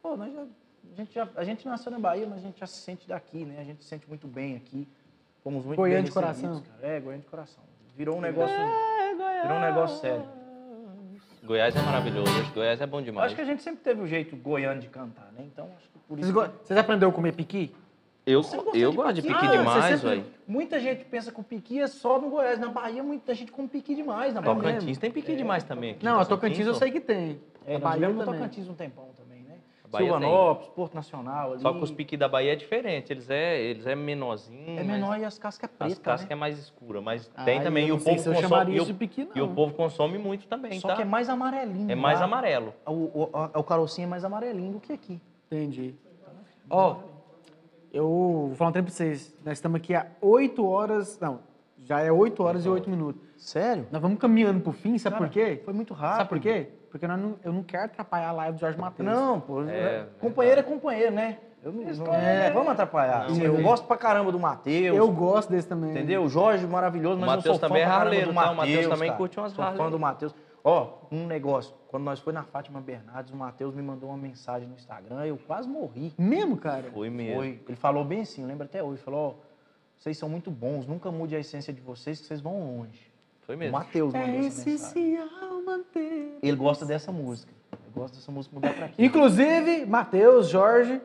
Pô, nós já. A gente, já, a gente nasceu na Bahia, mas a gente já se sente daqui, né? A gente se sente muito bem aqui. Fomos muito
Goiânia
bem
de
recebidos,
coração.
Cara. É, Goiânia de coração. Virou um
É.
negócio. Virou um negócio sério.
Goiás é maravilhoso. Acho que Goiás é bom
Eu
demais.
Acho que a gente sempre teve o jeito goiano de cantar, né? Então, acho que por isso.
Vocês, go... vocês aprenderam a comer piqui?
Eu,
Você gosta
eu
de
gosto de
piqui?
pique
Ah, você
demais,
sempre-
velho.
Muita gente pensa que o piqui é só no Goiás. Na Bahia, muita gente come piqui demais. Na Bahia.
Tocantins tem pique demais também. aqui em
Não, a Tocantins eu
ó.
sei que tem.
É,
a
nós
Bahia
vivemos no
também.
Tocantins um tempão também, né?
A Bahia tem.
Silvanópolis, Porto Nacional ali.
Só que os piqui da Bahia é diferente, eles é, eles é menorzinho.
Hum. É
mas
menor e as cascas é
As
preta,
cascas
né?
é mais escura, mas
Ah,
tem
eu
também. E
não
o
sei
povo
se eu
consome.
chamaria
E o,
isso de piqui, não.
e o povo consome muito também,
Só
tá?
que é mais amarelinho.
É mais
lá.
amarelo.
O, o, a- o carocinho é mais amarelinho do que aqui.
Entendi. Ó, eu vou falar um tempo pra vocês. Nós estamos aqui há 8 horas. Não, já é 8 horas e 8 minutos.
Sério?
Nós vamos caminhando pro fim, sabe
Cara,
por quê?
Foi muito rápido.
Sabe por quê? Porque nós não- eu não quero atrapalhar a live do Jorge Matheus.
Não, pô.
É,
companheiro é companheiro, né? Eu não, não, não vamos atrapalhar. Assim, eu gosto pra caramba do Matheus.
Eu gosto desse também.
Entendeu? O Jorge maravilhoso, mas
Matheus
eu sou fã
também é
pra caramba
harleiro,
do
tá? O
Matheus.
Matheus também
cara.
curte umas
Sou fã
Harley.
do Matheus. Ó, um negócio. Quando nós foi na Fátima Bernardes, o Matheus me mandou uma mensagem no Instagram, eu quase morri.
Mesmo, cara?
Foi mesmo.
Foi. Ele falou bem assim, eu lembro até hoje. Falou, ó, vocês são muito bons, nunca mude a essência de vocês que vocês vão longe.
Foi
O
mesmo.
Matheus mandou
É
essa mensagem.
essencial manter.
Ele gosta dessa música. Ele gosta dessa música, mudar pra aqui.
Inclusive, Matheus, Jorge,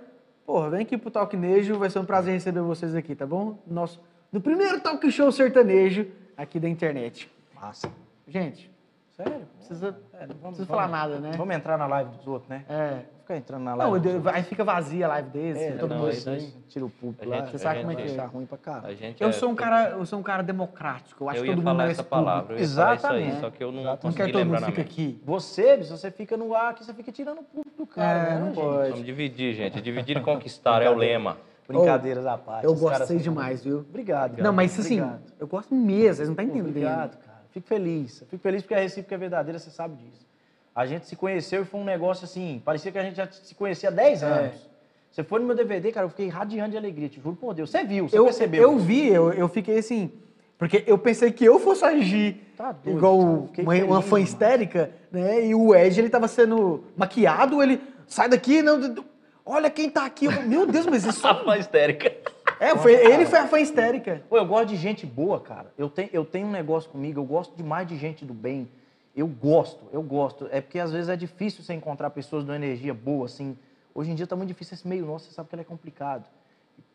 porra, vem aqui pro Talk Nejo, vai ser um prazer receber vocês aqui, tá bom? Nosso, no primeiro talk show sertanejo aqui da internet.
Massa.
Gente,
Sério?
precisa,
É, não
precisa falar nada, né?
Vamos entrar na live dos outros, né?
É.
Vamos ficar entrando na live
Não,
dos outros.
eu- aí fica vazia a live desse,
É,
todo
não,
mundo.
aí nós-
Sim, Tira o pulpo
a
lá.
gente-
Você sabe a como é gente- que é.
Tá ruim pra
A
caralho.
gente
Eu
é-
sou um cara, eu sou um cara democrático, eu acho
Eu
que
ia
todo mundo
falar
merece
essa palavra. Eu ia falar isso aí,
Exatamente.
só que eu não
Exatamente.
público. Não quero
consegui
todo mundo
lembrar na
fica
mente.
aqui.
Você, se você fica no ar aqui, você fica tirando o público do cara,
É,
né,
não
gente?
pode.
Vamos dividir, gente. Dividir e conquistar é o lema.
Brincadeiras à parte.
Eu
esses
gosto de
caras
vocês
são-
demais, viu?
Obrigado.
Não, mas isso assim,
Obrigado.
eu gosto mesmo, vocês não tá entendendo.
Obrigado, cara. Fico feliz. Fico feliz porque a recíproca é verdadeira, você sabe disso. A gente se conheceu e foi um negócio assim, parecia que a gente já se conhecia há 10
É.
anos. Você foi no meu DVD, cara, eu fiquei radiante de alegria, te juro por Deus. Você viu, você
eu,
percebeu.
Eu vi, eu, eu fiquei assim. Porque eu pensei que eu fosse agir
Tá doido,
igual
cara, eu fiquei
uma, uma
feliz,
fã
mano.
histérica, né? E o Ed, ele tava sendo maquiado, ele sai daqui, não. d- d- Olha quem tá aqui. Eu- meu Deus, mas isso.
A fã histérica.
É, foi, ele foi a fã histérica.
Pô, eu gosto de gente boa, cara. Eu tenho, eu tenho um negócio comigo, eu gosto demais de gente do bem. Eu gosto, eu gosto. É porque às vezes é difícil você encontrar pessoas de uma energia boa, assim. Hoje em dia tá muito difícil esse meio nosso, você sabe que ele é complicado.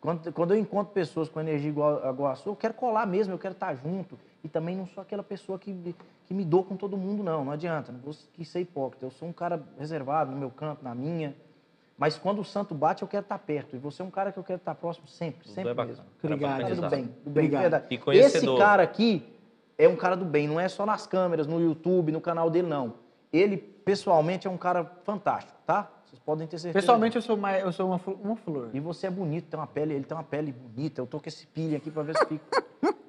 Quando, quando eu encontro pessoas com energia igual, igual a sua, eu quero colar mesmo, eu quero estar junto. E também não sou aquela pessoa que, me- que me dou com todo mundo, não. Não adianta, não vou que ser hipócrita. Eu sou um cara reservado no meu canto, na minha. Mas quando o santo bate, eu quero estar perto. E você é um cara que eu quero estar próximo sempre,
Dudu
sempre
é bacana.
mesmo.
Cara
Obrigado.
Cara do
bacanizado.
Tá bem, do bem, de
Obrigado.
verdade.
E
Esse
conhecedor.
cara aqui é um cara do bem, não é só nas câmeras, no YouTube, no canal dele, não. Ele, pessoalmente, é um cara fantástico, tá? Vocês podem ter certeza.
Pessoalmente, eu sou, mais, eu sou uma, fl- uma flor.
E você é bonito, tem uma pele, ele tem uma pele bonita. Eu tô com esse pilha aqui pra ver se fica.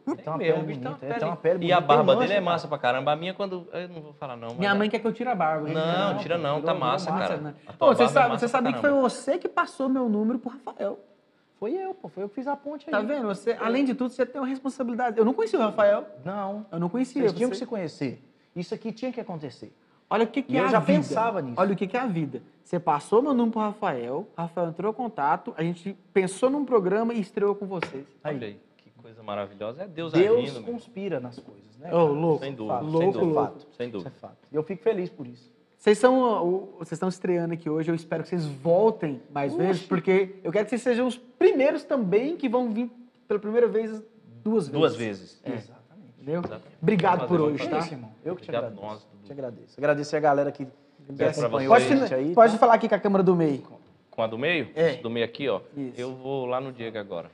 Ele tem uma
Meu,
pele
o É bicho tem
bonita,
uma
ele tem uma
pele-
pele
E
bonita.
a barba
tem
dele é
mancha,
massa pra caramba. A minha quando. Eu não vou falar, não. mas
Minha
a-
mãe quer que eu tire a barba. gente.
Não, tira não, tá
eu- eu
massa,
gosto,
cara.
né?
A tua
Ô, você
barba é
sabe,
massa
você
pra
sabia que foi
caramba.
você que passou meu número pro Rafael.
Foi eu, pô, foi eu que fiz a ponte aí.
Tá vendo? Você, além de tudo, você tem uma responsabilidade. Eu não conhecia o Rafael.
Não.
Eu não conhecia.
Vocês tinham
você-
que se conhecer. Isso aqui tinha que acontecer.
Olha o que, que
E
é
eu
a
já
vida.
pensava nisso.
Olha o que, que é a vida. Você passou meu número pro Rafael, Rafael entrou em contato, a gente pensou num programa e estreou com vocês.
Olha aí, que coisa maravilhosa. É Deus,
Deus
agindo, meu.
conspira nas coisas, né?
Ô,
cara?
louco.
Sem dúvida,
Fato.
sem
Isso é
dúvida.
fato.
Sem
Isso é
dúvida.
fato. E eu fico feliz por isso.
Vocês são, ó, o- vocês estão estreando aqui hoje, eu espero que vocês voltem mais vezes, porque eu quero que vocês sejam os primeiros também que vão vir pela primeira vez duas vezes.
Duas vezes.
É. Exatamente.
Entendeu?
Exatamente.
Obrigado por
Vamos fazer,
hoje,
É
tá?
vamos
isso, irmão. Eu que te
Obrigado,
agradeço.
nós, Dudu.
Te agradeço. Agradecer a galera que que
pra
acompanhou
vocês.
a
Pode,
gente
fina-
aí. tá?
pode falar aqui com a câmera do meio.
Com a do meio?
É.
Do meio aqui, ó.
Isso.
Eu vou lá no Diego agora.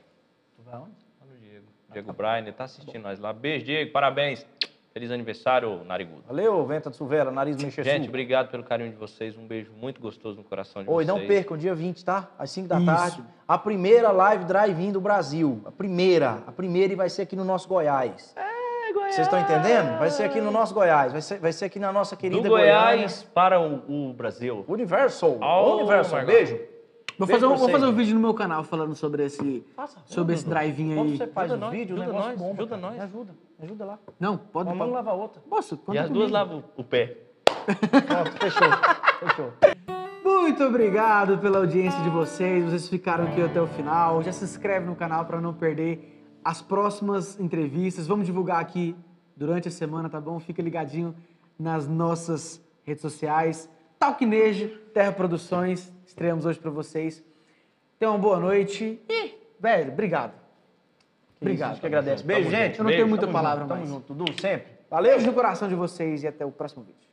Tu vai aonde?
Lá no Diego. Diego Brian, ele tá assistindo nós lá. Beijo, Diego. Parabéns. Feliz aniversário, narigudo.
Valeu, Venta de Silveira, nariz mexer
Gente, obrigado pelo carinho de vocês. Um beijo muito gostoso no coração de
Oi,
vocês.
não percam, dia 20, tá? Às 5 da
Isso.
tarde. A primeira live drive-in do Brasil. A primeira. A primeira e vai ser aqui no nosso Goiás. É, Goiás. Vocês estão entendendo? Vai ser aqui no nosso Goiás. Vai ser, vai ser aqui na nossa
Do
querida Goiás.
Goiás para o, o Brasil.
Universal.
Oh,
Universal.
my God.
Beijo.
Vou
Beijo
fazer, um,
pra
vou
vocês.
fazer um vídeo no meu canal falando sobre esse, sobre esse drive-in
Quando
aí.
você faz
Ajuda
os
nós,
vídeos, o
ajuda
negócio
nós,
bomba.
ajuda
cara.
nós.
Me ajuda, me ajuda lá.
Não, pode...
Uma mão
pode...
lava a outra.
Moço,
E
conta
as duas
comigo.
lavam o pé.
Pronto, fechou. fechou.
Muito obrigado pela audiência de vocês. Vocês ficaram aqui até o final. Já se inscreve no canal para não perder as próximas entrevistas. Vamos divulgar aqui durante a semana, tá bom? Fica ligadinho nas nossas redes sociais. Talquinejo, Terra Produções, estreamos hoje para vocês. Tenham uma boa noite e, velho, obrigado.
Obrigado.
Obrigado.
que agradece. Beijo,
Tamo junto.
gente.
Eu não
Beijo,
tenho muita
Tamo
palavra
junto, Tamo
mais.
junto, Dudu, sempre.
Valeu. Beijo no coração de vocês e até o próximo vídeo.